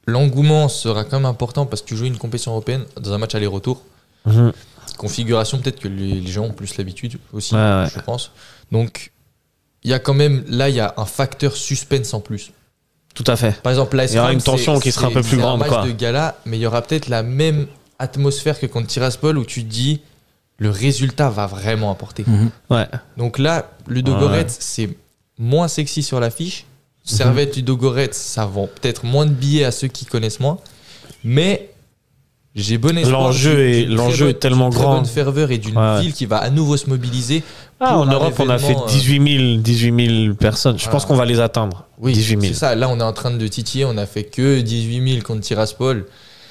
Speaker 6: l'engouement sera quand même important parce que tu joues une compétition européenne dans un match aller-retour.
Speaker 5: Mhm.
Speaker 6: Configuration, peut-être que les, les gens ont plus l'habitude aussi,
Speaker 5: Ouais, ouais.
Speaker 6: je pense. Donc, il y a quand même là, il y a un facteur suspense en plus.
Speaker 5: Tout à fait.
Speaker 6: Par exemple, l'AS
Speaker 5: Il y aura
Speaker 6: Rome,
Speaker 5: une tension
Speaker 6: c'est-
Speaker 5: qui sera un
Speaker 6: c'est-
Speaker 5: peu plus
Speaker 6: c'est
Speaker 5: grande,
Speaker 6: match
Speaker 5: quoi.
Speaker 6: de gala, mais il y aura peut-être la même atmosphère que contre Tiraspol où tu te dis le résultat va vraiment apporter.
Speaker 5: Ouais.
Speaker 6: Donc là, Ludo
Speaker 5: Ah Ouais.
Speaker 6: Goretz, c'est moins sexy sur l'affiche. Servette Ludo Goretz, ça vend peut-être moins de billets à ceux qui connaissent moins. Mais j'ai bon espoir.
Speaker 5: L'enjeu
Speaker 6: d'une-
Speaker 5: est-
Speaker 6: d'une très
Speaker 5: l'enjeu
Speaker 6: bonne-
Speaker 5: est tellement
Speaker 6: d'une très
Speaker 5: grand.
Speaker 6: bonne ferveur et d'une
Speaker 5: Ouais.
Speaker 6: ville qui va à nouveau se mobiliser.
Speaker 5: Ah,
Speaker 6: pour
Speaker 5: en
Speaker 6: un
Speaker 5: Europe, on a fait
Speaker 6: événement, euh,
Speaker 5: 18 000, 18 000 personnes. Je
Speaker 6: Voilà.
Speaker 5: pense qu'on va les atteindre.
Speaker 6: Oui,
Speaker 5: 18
Speaker 6: C'est ça, là on est en train de titiller, on a fait que 18 000 contre Tiraspol.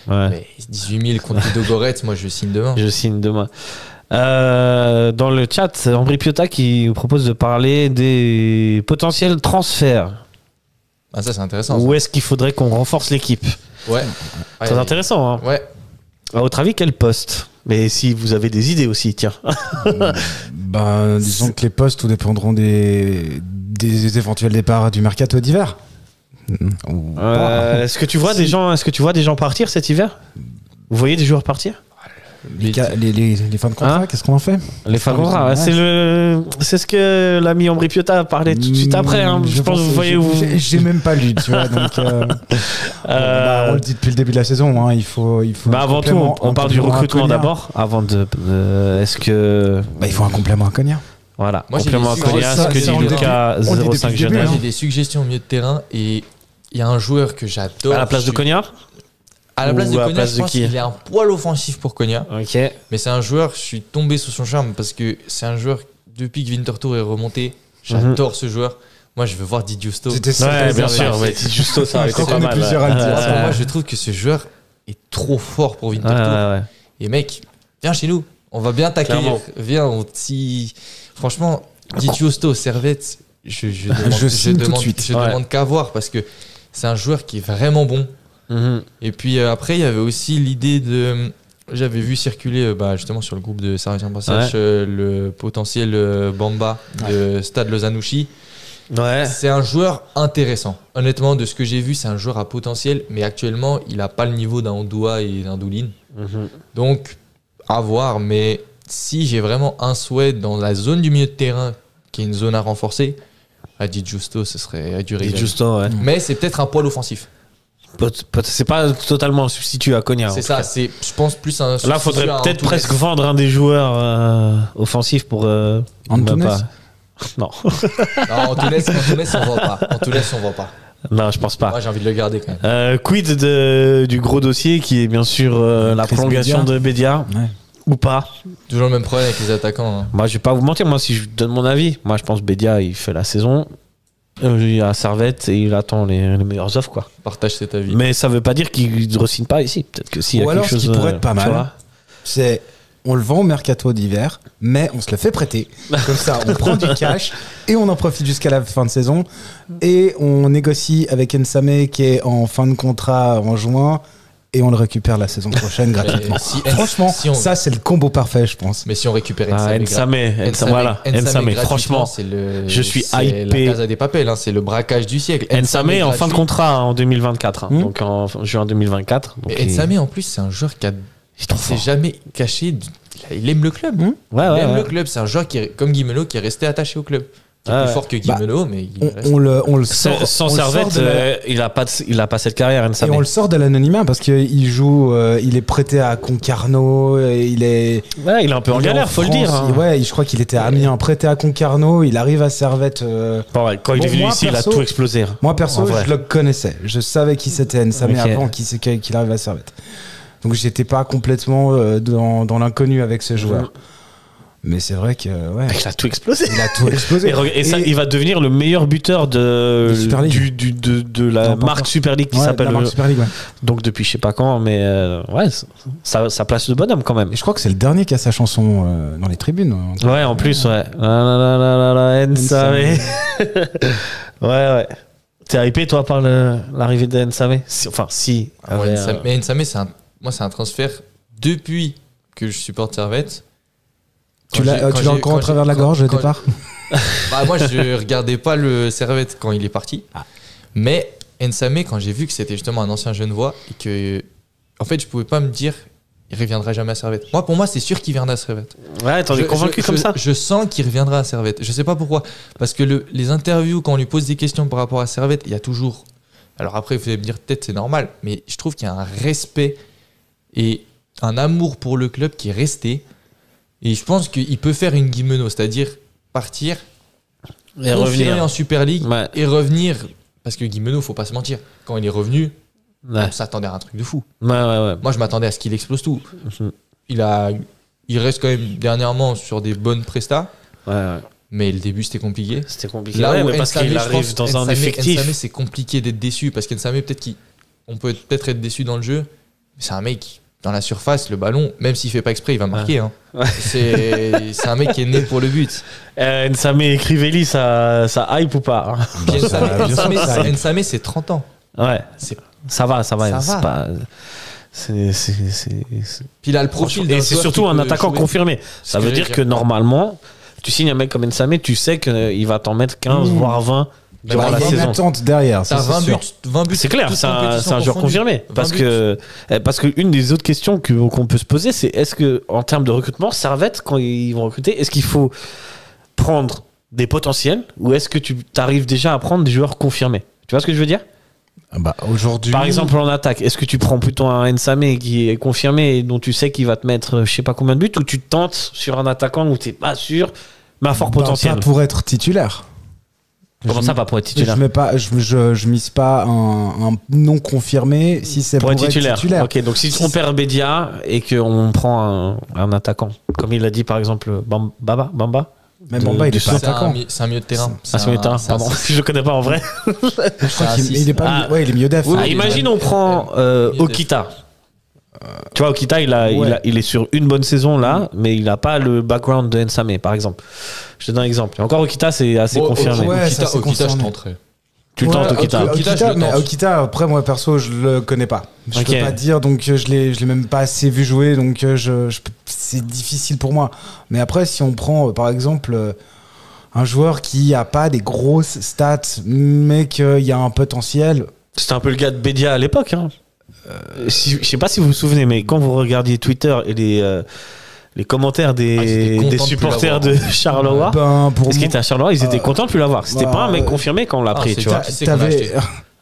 Speaker 5: 000. Ouais.
Speaker 6: Mais 18 000 contre Ludo Goretz, moi je signe demain.
Speaker 5: Je signe demain. Euh, dans le chat, Ambri Piotta qui nous propose de parler des potentiels transferts.
Speaker 6: Ah, ça c'est intéressant. ça.
Speaker 5: Où est-ce qu'il faudrait qu'on renforce l'équipe
Speaker 6: Ouais.
Speaker 5: Très
Speaker 6: Ouais.
Speaker 5: intéressant. Hein.
Speaker 6: Ouais.
Speaker 5: À votre avis, quel poste Mais si vous avez des idées aussi, tiens.
Speaker 7: Ben, disons que les postes tout dépendront des, des éventuels départs du mercato d'hiver.
Speaker 5: Mhm.
Speaker 7: Ou pas.
Speaker 5: Euh, est-ce que tu vois des gens, est-ce que tu vois des gens partir cet hiver Vous voyez des joueurs partir
Speaker 7: Les, ca- les, les, les fins de contrat,
Speaker 5: Hein
Speaker 7: qu'est-ce qu'on en fait
Speaker 5: Les femmes
Speaker 7: Ah,
Speaker 5: rares,
Speaker 7: ouais.
Speaker 5: c'est le, c'est ce que l'ami Ambri Piotta a parlé tout de suite après. hein.
Speaker 7: Mm,
Speaker 5: Je, pense que vous
Speaker 7: j'ai-
Speaker 5: voyez où. Bah,
Speaker 7: j'ai- J'ai même pas lu, tu vois. Donc, euh, bah, on
Speaker 5: Euh,
Speaker 7: le dit depuis le début de la saison. hein, il faut, il faut
Speaker 5: bah
Speaker 7: un
Speaker 5: avant tout, on,
Speaker 7: complément-
Speaker 5: on
Speaker 7: un
Speaker 5: parle du
Speaker 7: complément à
Speaker 5: recrutement
Speaker 7: Cognac.
Speaker 5: d'abord, avant de. euh, Est-ce que
Speaker 7: Bah, il faut un complément à Cognac.
Speaker 5: voilà,
Speaker 6: Moi, j'ai
Speaker 5: complément à
Speaker 6: des suggestions.
Speaker 5: Cognac, ce que
Speaker 6: Ça, on
Speaker 5: dit
Speaker 6: le dit
Speaker 5: Lucas
Speaker 7: depuis- on le dit depuis
Speaker 5: 05
Speaker 7: le début,
Speaker 5: Genève.
Speaker 6: Moi,
Speaker 7: hein.
Speaker 6: j'ai des suggestions au milieu de terrain et il y a un joueur que j'adore.
Speaker 5: À la place de
Speaker 6: Je-
Speaker 5: Cognac
Speaker 6: À la place
Speaker 5: Ou
Speaker 6: de
Speaker 5: à la
Speaker 6: Cogna,
Speaker 5: place
Speaker 6: je
Speaker 5: de
Speaker 6: pense
Speaker 5: qui
Speaker 6: qu'il est un poil offensif pour Cogna,
Speaker 5: Ok.
Speaker 6: mais c'est un joueur, je suis tombé sous son charme parce que c'est un joueur, depuis que Winterthur est remonté, j'adore ce joueur. Moi, je veux voir Didiosto.
Speaker 7: C'était ça.
Speaker 5: Ouais, bien
Speaker 6: réservé.
Speaker 5: sûr. Ouais, c'est juste ça,
Speaker 7: Je
Speaker 5: ouais,
Speaker 7: crois
Speaker 5: c'est pas
Speaker 7: qu'on est
Speaker 5: mal.
Speaker 7: plusieurs à le dire.
Speaker 5: ouais.
Speaker 6: Parce que
Speaker 5: Ouais,
Speaker 6: moi, je trouve que ce joueur est trop fort pour
Speaker 5: ouais,
Speaker 6: Winterthur.
Speaker 5: ouais, ouais.
Speaker 6: Et mec, viens chez nous, on va bien t'accueillir.
Speaker 5: Clairement.
Speaker 6: Viens, on t'y. Franchement, Didiosto, Servette, je, je demande,
Speaker 7: Je signe tout de
Speaker 6: demande-
Speaker 7: suite.
Speaker 6: je
Speaker 5: Ouais.
Speaker 6: demande qu'à voir parce que c'est un joueur qui est vraiment bon.
Speaker 5: Mhm.
Speaker 6: Et puis euh, après, il y avait aussi l'idée de. J'avais vu circuler euh, bah, justement sur le groupe de Sarah Passage
Speaker 5: Ouais.
Speaker 6: le potentiel euh, Bamba de Stade Lozanouchi.
Speaker 5: Ouais.
Speaker 6: C'est un joueur intéressant. Honnêtement, de ce que j'ai vu, c'est un joueur à potentiel, mais actuellement, il n'a pas le niveau d'un Ondoa et d'un Doulin.
Speaker 5: Mhm.
Speaker 6: Donc, à voir. Mais si j'ai vraiment un souhait dans la zone du milieu de terrain, qui est une zone à renforcer, à Di Giusto, ce serait euh, à durer.
Speaker 5: Et Justo, ouais.
Speaker 6: Mais c'est peut-être un poil offensif.
Speaker 5: pot- pot- c'est pas totalement un substitut à Konya. Ah, en
Speaker 6: C'est
Speaker 5: tout
Speaker 6: ça,
Speaker 5: cas.
Speaker 6: c'est, je pense, plus un.
Speaker 5: Là,
Speaker 6: substitut
Speaker 5: faudrait
Speaker 6: à
Speaker 5: peut-être
Speaker 6: Antunes.
Speaker 5: presque vendre un des joueurs euh, offensifs pour. Euh,
Speaker 7: Antunes
Speaker 5: Mbappé. Non,
Speaker 6: Non, Antunes, Antunes, on vend pas. Antunes, on vend pas.
Speaker 5: non, je pense pas.
Speaker 6: Moi, j'ai envie de le garder quand même.
Speaker 5: Euh, quid de- du gros dossier qui est bien sûr euh, la
Speaker 7: Chris
Speaker 5: prolongation
Speaker 7: Bedia.
Speaker 5: de Bédia
Speaker 7: Ouais.
Speaker 5: ou pas
Speaker 6: Toujours le même problème avec les attaquants. hein.
Speaker 5: Moi, je vais pas vous mentir. Moi, si je donne mon avis, moi, je pense Bédia, il fait la saison. Euh, Il a Servette et il attend les, les meilleures offres, quoi.
Speaker 6: Partage cet avis.
Speaker 5: Mais ça veut pas dire qu'il ne re-signe pas ici. Peut-être que s'il y a
Speaker 7: Ou alors,
Speaker 5: quelque
Speaker 7: ce qui
Speaker 5: chose. euh,
Speaker 7: pourrait être pas
Speaker 5: tu
Speaker 7: mal.
Speaker 5: vois.
Speaker 7: C'est on le vend au mercato d'hiver, mais on se le fait prêter. Comme ça, on prend du cash et on en profite jusqu'à la fin de saison. Et on négocie avec Nsame qui est en fin de contrat en juin et on le récupère la saison prochaine gratuitement.
Speaker 6: Mais si-
Speaker 5: Eh,
Speaker 7: Franchement,
Speaker 6: si on-
Speaker 7: ça c'est le combo parfait, je pense.
Speaker 6: Mais si on récupère
Speaker 5: Ah,
Speaker 6: Nsame
Speaker 5: Nsame, Nsame,
Speaker 6: Nsame-
Speaker 5: voilà,
Speaker 6: Nsame
Speaker 5: Nsame,
Speaker 6: gratuitement,
Speaker 5: franchement,
Speaker 6: c'est le-
Speaker 5: je suis
Speaker 6: c'est
Speaker 5: hypé.
Speaker 6: La casa des papels, hein, c'est le braquage du siècle.
Speaker 5: Nsame est en fin de
Speaker 6: gratuit.
Speaker 5: contrat hein, en 2024, hein.
Speaker 7: Hmm.
Speaker 5: donc en en juin 2024. Donc
Speaker 6: Mais
Speaker 5: il-
Speaker 6: Nsame, en plus, c'est un joueur qui a-
Speaker 5: il est trop
Speaker 6: qui s'est
Speaker 5: fort.
Speaker 6: jamais caché. du- Il aime le club.
Speaker 7: hein.
Speaker 5: Ouais,
Speaker 6: il
Speaker 5: ouais,
Speaker 6: aime
Speaker 5: ouais.
Speaker 6: le club. C'est un joueur qui, est- comme Guimelo qui est resté attaché au club. Qui est
Speaker 5: Ah, ouais.
Speaker 6: plus fort que Guimelo, mais il
Speaker 7: On,
Speaker 6: reste.
Speaker 7: on le, on le sort.
Speaker 5: Sans, sans
Speaker 7: on le sort
Speaker 5: Servette,
Speaker 7: de la-
Speaker 5: euh, il a pas, de- il a pas cette carrière.
Speaker 7: Et
Speaker 5: Nsame.
Speaker 7: on le sort de l'anonymat parce qu'il joue, euh, il est prêté à Concarneau, et il est.
Speaker 5: Ouais, il est un peu en
Speaker 7: il est
Speaker 5: galère, faut le
Speaker 7: France,
Speaker 5: dire. hein.
Speaker 7: il- Ouais, je crois qu'il était à Amiens, prêté à Concarneau, il arrive à Servette. euh,
Speaker 5: Bon, ouais, quand il
Speaker 7: Bon,
Speaker 5: est venu
Speaker 7: moi,
Speaker 5: ici,
Speaker 7: perso-
Speaker 5: il a tout explosé. hein.
Speaker 7: Moi
Speaker 5: En
Speaker 7: perso,
Speaker 5: vrai.
Speaker 7: je le connaissais. Je savais qui c'était Nsamé
Speaker 5: Ok.
Speaker 7: avant qu'il qu'il- qu'il arrive à Servette. Donc j'étais pas complètement euh, dans, dans l'inconnu avec ce joueur. Mais c'est vrai que ouais,
Speaker 5: Il a tout explosé.
Speaker 7: il a tout explosé.
Speaker 5: Et, re- et ça,
Speaker 7: Et-
Speaker 5: il va devenir le meilleur buteur de,
Speaker 7: De Super League.
Speaker 5: du- du- de, de
Speaker 7: Non,
Speaker 5: la
Speaker 7: pas
Speaker 5: marque
Speaker 7: encore.
Speaker 5: Super League qui
Speaker 7: Ouais, de
Speaker 5: s'appelle
Speaker 7: la marque
Speaker 5: euh,
Speaker 7: Super League, ouais.
Speaker 5: donc depuis je sais pas quand, mais euh, ouais, c- ça, ça place le bonhomme quand même.
Speaker 7: Et je crois que c'est le dernier qui a sa chanson euh, dans les tribunes. hein.
Speaker 5: Ouais, en plus, ouais. La, la, la, la, la, la, Nsame. ouais, ouais. T'es hypé, toi, par le- l'arrivée de Nsame Si- Enfin, si.
Speaker 6: Ah ouais,
Speaker 5: Ouais,
Speaker 6: Nsame-
Speaker 5: euh,
Speaker 6: Mais Nsame, c'est un- moi, c'est un transfert depuis que je supporte Servette.
Speaker 7: Tu
Speaker 6: Quand
Speaker 7: l'as
Speaker 6: j'ai-
Speaker 7: euh,
Speaker 6: quand
Speaker 7: tu l'as
Speaker 6: j'ai-
Speaker 7: encore
Speaker 6: quand
Speaker 7: en travers de
Speaker 6: j'ai-
Speaker 7: la
Speaker 6: quand-
Speaker 7: gorge au
Speaker 6: quand-
Speaker 7: départ
Speaker 6: Bah, moi, je regardais pas le Servette quand il est parti.
Speaker 7: Ah.
Speaker 6: Mais Nsame, quand j'ai vu que c'était justement un ancien Genevois et que, en fait, je pouvais pas me dire, il reviendra jamais à Servette. Moi, pour moi, c'est sûr qu'il viendra à Servette.
Speaker 5: ouais, t'en
Speaker 6: Je-
Speaker 5: es convaincu
Speaker 6: je-
Speaker 5: comme
Speaker 6: je-
Speaker 5: ça
Speaker 6: Je sens qu'il reviendra à Servette. Je sais pas pourquoi. Parce que le- les interviews, quand on lui pose des questions par rapport à Servette, il y a toujours. Alors après, vous allez me dire, peut-être c'est normal, mais je trouve qu'il y a un respect et un amour pour le club qui est resté. Et je pense qu'il peut faire une guimeno, c'est-à-dire partir,
Speaker 5: Et
Speaker 6: confirmer
Speaker 5: revenir.
Speaker 6: en Super League
Speaker 5: Ouais.
Speaker 6: et revenir. Parce que Guimeno, faut pas se mentir, quand il est revenu,
Speaker 5: Ouais,
Speaker 6: on s'attendait à un truc de fou.
Speaker 5: ouais, ouais. ouais.
Speaker 6: Moi, je m'attendais à ce qu'il explose tout.
Speaker 5: Mhm.
Speaker 6: Il, a, il reste quand même dernièrement sur des bonnes prestas.
Speaker 5: Ouais, ouais.
Speaker 6: Mais le début, c'était compliqué.
Speaker 5: C'était compliqué. Ouais, mais parce
Speaker 6: Nsame,
Speaker 5: qu'il
Speaker 6: je
Speaker 5: arrive
Speaker 6: pense,
Speaker 5: dans un
Speaker 6: Nsame- Nsame,
Speaker 5: effectif.
Speaker 6: c'est compliqué d'être déçu parce qu'Ensame, peut-être qu'il- on peut peut-être être déçu dans le jeu, mais c'est un mec dans la surface, le ballon, même s'il fait pas exprès, il va marquer. hein.
Speaker 5: Ouais.
Speaker 6: C'est c'est un mec qui est né pour le but.
Speaker 5: Euh, Nsame et Crivelli, ça, ça hype ou pas hein
Speaker 6: Puis
Speaker 7: Bah, ça
Speaker 6: Nsame-
Speaker 7: va, bien sûr que ça
Speaker 6: Nsame,
Speaker 7: arrive.
Speaker 6: Nsame, c'est 30 ans.
Speaker 5: Ouais,
Speaker 6: C'est-
Speaker 5: ça va, ça va.
Speaker 6: Ça
Speaker 5: c'est
Speaker 6: va.
Speaker 5: pas- c'est- c'est- c'est- c'est-
Speaker 6: Puis il a le profil d'un
Speaker 5: Et c'est
Speaker 6: joueur
Speaker 5: surtout
Speaker 6: qui
Speaker 5: un
Speaker 6: peut
Speaker 5: attaquant
Speaker 6: jouer.
Speaker 5: confirmé. Ça
Speaker 6: que
Speaker 5: veut
Speaker 6: j'allais
Speaker 5: dire que normalement, tu signes un mec comme Nsame, tu sais qu'il va t'en mettre 15,
Speaker 7: Mmh.
Speaker 5: voire 20
Speaker 6: Bah,
Speaker 5: durant
Speaker 7: Il
Speaker 5: la
Speaker 7: y a une
Speaker 5: saison.
Speaker 7: attente derrière, ça,
Speaker 6: T'as
Speaker 7: c'est
Speaker 6: 20 buts,
Speaker 7: sûr.
Speaker 6: 20 buts.
Speaker 5: C'est clair,
Speaker 6: toutes
Speaker 5: c'est un,
Speaker 6: compétitions
Speaker 5: c'est un joueur
Speaker 6: confondues.
Speaker 5: confirmé.
Speaker 6: 20
Speaker 5: Parce
Speaker 6: buts.
Speaker 5: que, eh, parce que une des autres questions que- qu'on peut se poser, c'est est-ce que, en termes de recrutement, Servette, quand ils vont recruter, est-ce qu'il faut prendre des potentiels ou est-ce que tu arrives déjà à prendre des joueurs confirmés Tu vois ce que je veux dire
Speaker 7: Ah Bah, aujourd'hui.
Speaker 5: Par exemple, en attaque, est-ce que tu prends plutôt un Nsame qui est confirmé et dont tu sais qu'il va te mettre euh, je sais pas combien de buts ou tu tentes sur un attaquant où tu pas sûr mais à fort
Speaker 7: bah,
Speaker 5: potentiel
Speaker 7: pas pour être titulaire.
Speaker 5: Comment
Speaker 7: Je
Speaker 5: ça, pas pour être
Speaker 7: Je
Speaker 5: titulaire
Speaker 7: mets pas, je, je, je mise pas un, un non confirmé si c'est
Speaker 5: Pour
Speaker 7: pour,
Speaker 5: être titulaire. Ok, donc si on perd Bédia et qu'on prend un, un attaquant, comme il l'a dit par exemple Bam- Baba, Bamba,
Speaker 7: Même
Speaker 5: de-
Speaker 7: en bas, il
Speaker 5: de
Speaker 7: est pas
Speaker 6: C'est un,
Speaker 7: attaquant.
Speaker 6: mi- c'est un milieu de terrain.
Speaker 5: ah, c'est
Speaker 6: un-
Speaker 5: un terrain,
Speaker 6: c'est un-
Speaker 5: pardon, je le connais pas en vrai.
Speaker 7: Je crois
Speaker 6: c'est un
Speaker 7: qu'il
Speaker 6: six.
Speaker 7: il est pas.
Speaker 5: Ah.
Speaker 7: milieu- Ouais, il est milieu d'affaires.
Speaker 6: Oui,
Speaker 5: Ah,
Speaker 6: oui,
Speaker 5: imagine,
Speaker 6: mais-
Speaker 5: on prend euh,
Speaker 6: Milieu de-
Speaker 5: Okita. Tu vois, Okita, il, a,
Speaker 7: Euh, Ouais.
Speaker 5: il, a- il est sur une bonne saison là, mais il n'a pas le background de Nsame, par exemple. Je te donne un exemple. Et encore, Okita, c'est assez
Speaker 6: Bon,
Speaker 5: confirmé.
Speaker 7: ouais. ça,
Speaker 6: Okita,
Speaker 7: c'est
Speaker 6: Okita, je
Speaker 7: confirmé.
Speaker 6: tenterai.
Speaker 5: Tu le
Speaker 7: Ouais,
Speaker 5: tentes, Okita.
Speaker 6: Okita,
Speaker 7: Okita,
Speaker 6: je le
Speaker 7: mais
Speaker 6: tente.
Speaker 7: Okita, après, moi, perso, je le connais pas. Je
Speaker 5: Ok.
Speaker 7: peux pas dire, donc euh, je l'ai, je l'ai même pas assez vu jouer, donc euh, je, je peux- c'est difficile pour moi. Mais après, si on prend, euh, par exemple, euh, un joueur qui a pas des grosses stats, mais qu'il y a un potentiel,
Speaker 5: C'était un peu le gars de Bédia à l'époque. Hein. Si- je sais pas si vous vous souvenez, mais quand vous regardiez Twitter et les, euh, les commentaires
Speaker 6: Ah, ils étaient
Speaker 5: des,
Speaker 6: contents
Speaker 5: des
Speaker 6: de plus
Speaker 5: supporters de Bah,
Speaker 6: l'avoir.
Speaker 5: Charleroi,
Speaker 7: ben, pour
Speaker 5: Ah. est-ce
Speaker 7: moi,
Speaker 5: qu'ils étaient à Charleroi Ils étaient
Speaker 7: euh,
Speaker 5: contents de plus l'avoir. C'était
Speaker 7: bah,
Speaker 5: pas un mec
Speaker 7: euh,
Speaker 5: confirmé quand on l'a
Speaker 6: Ah,
Speaker 5: pris,
Speaker 6: c'est
Speaker 5: tu vois.
Speaker 6: Qui
Speaker 7: t'a-
Speaker 6: c'est qu'on a
Speaker 7: t'avais-
Speaker 6: acheté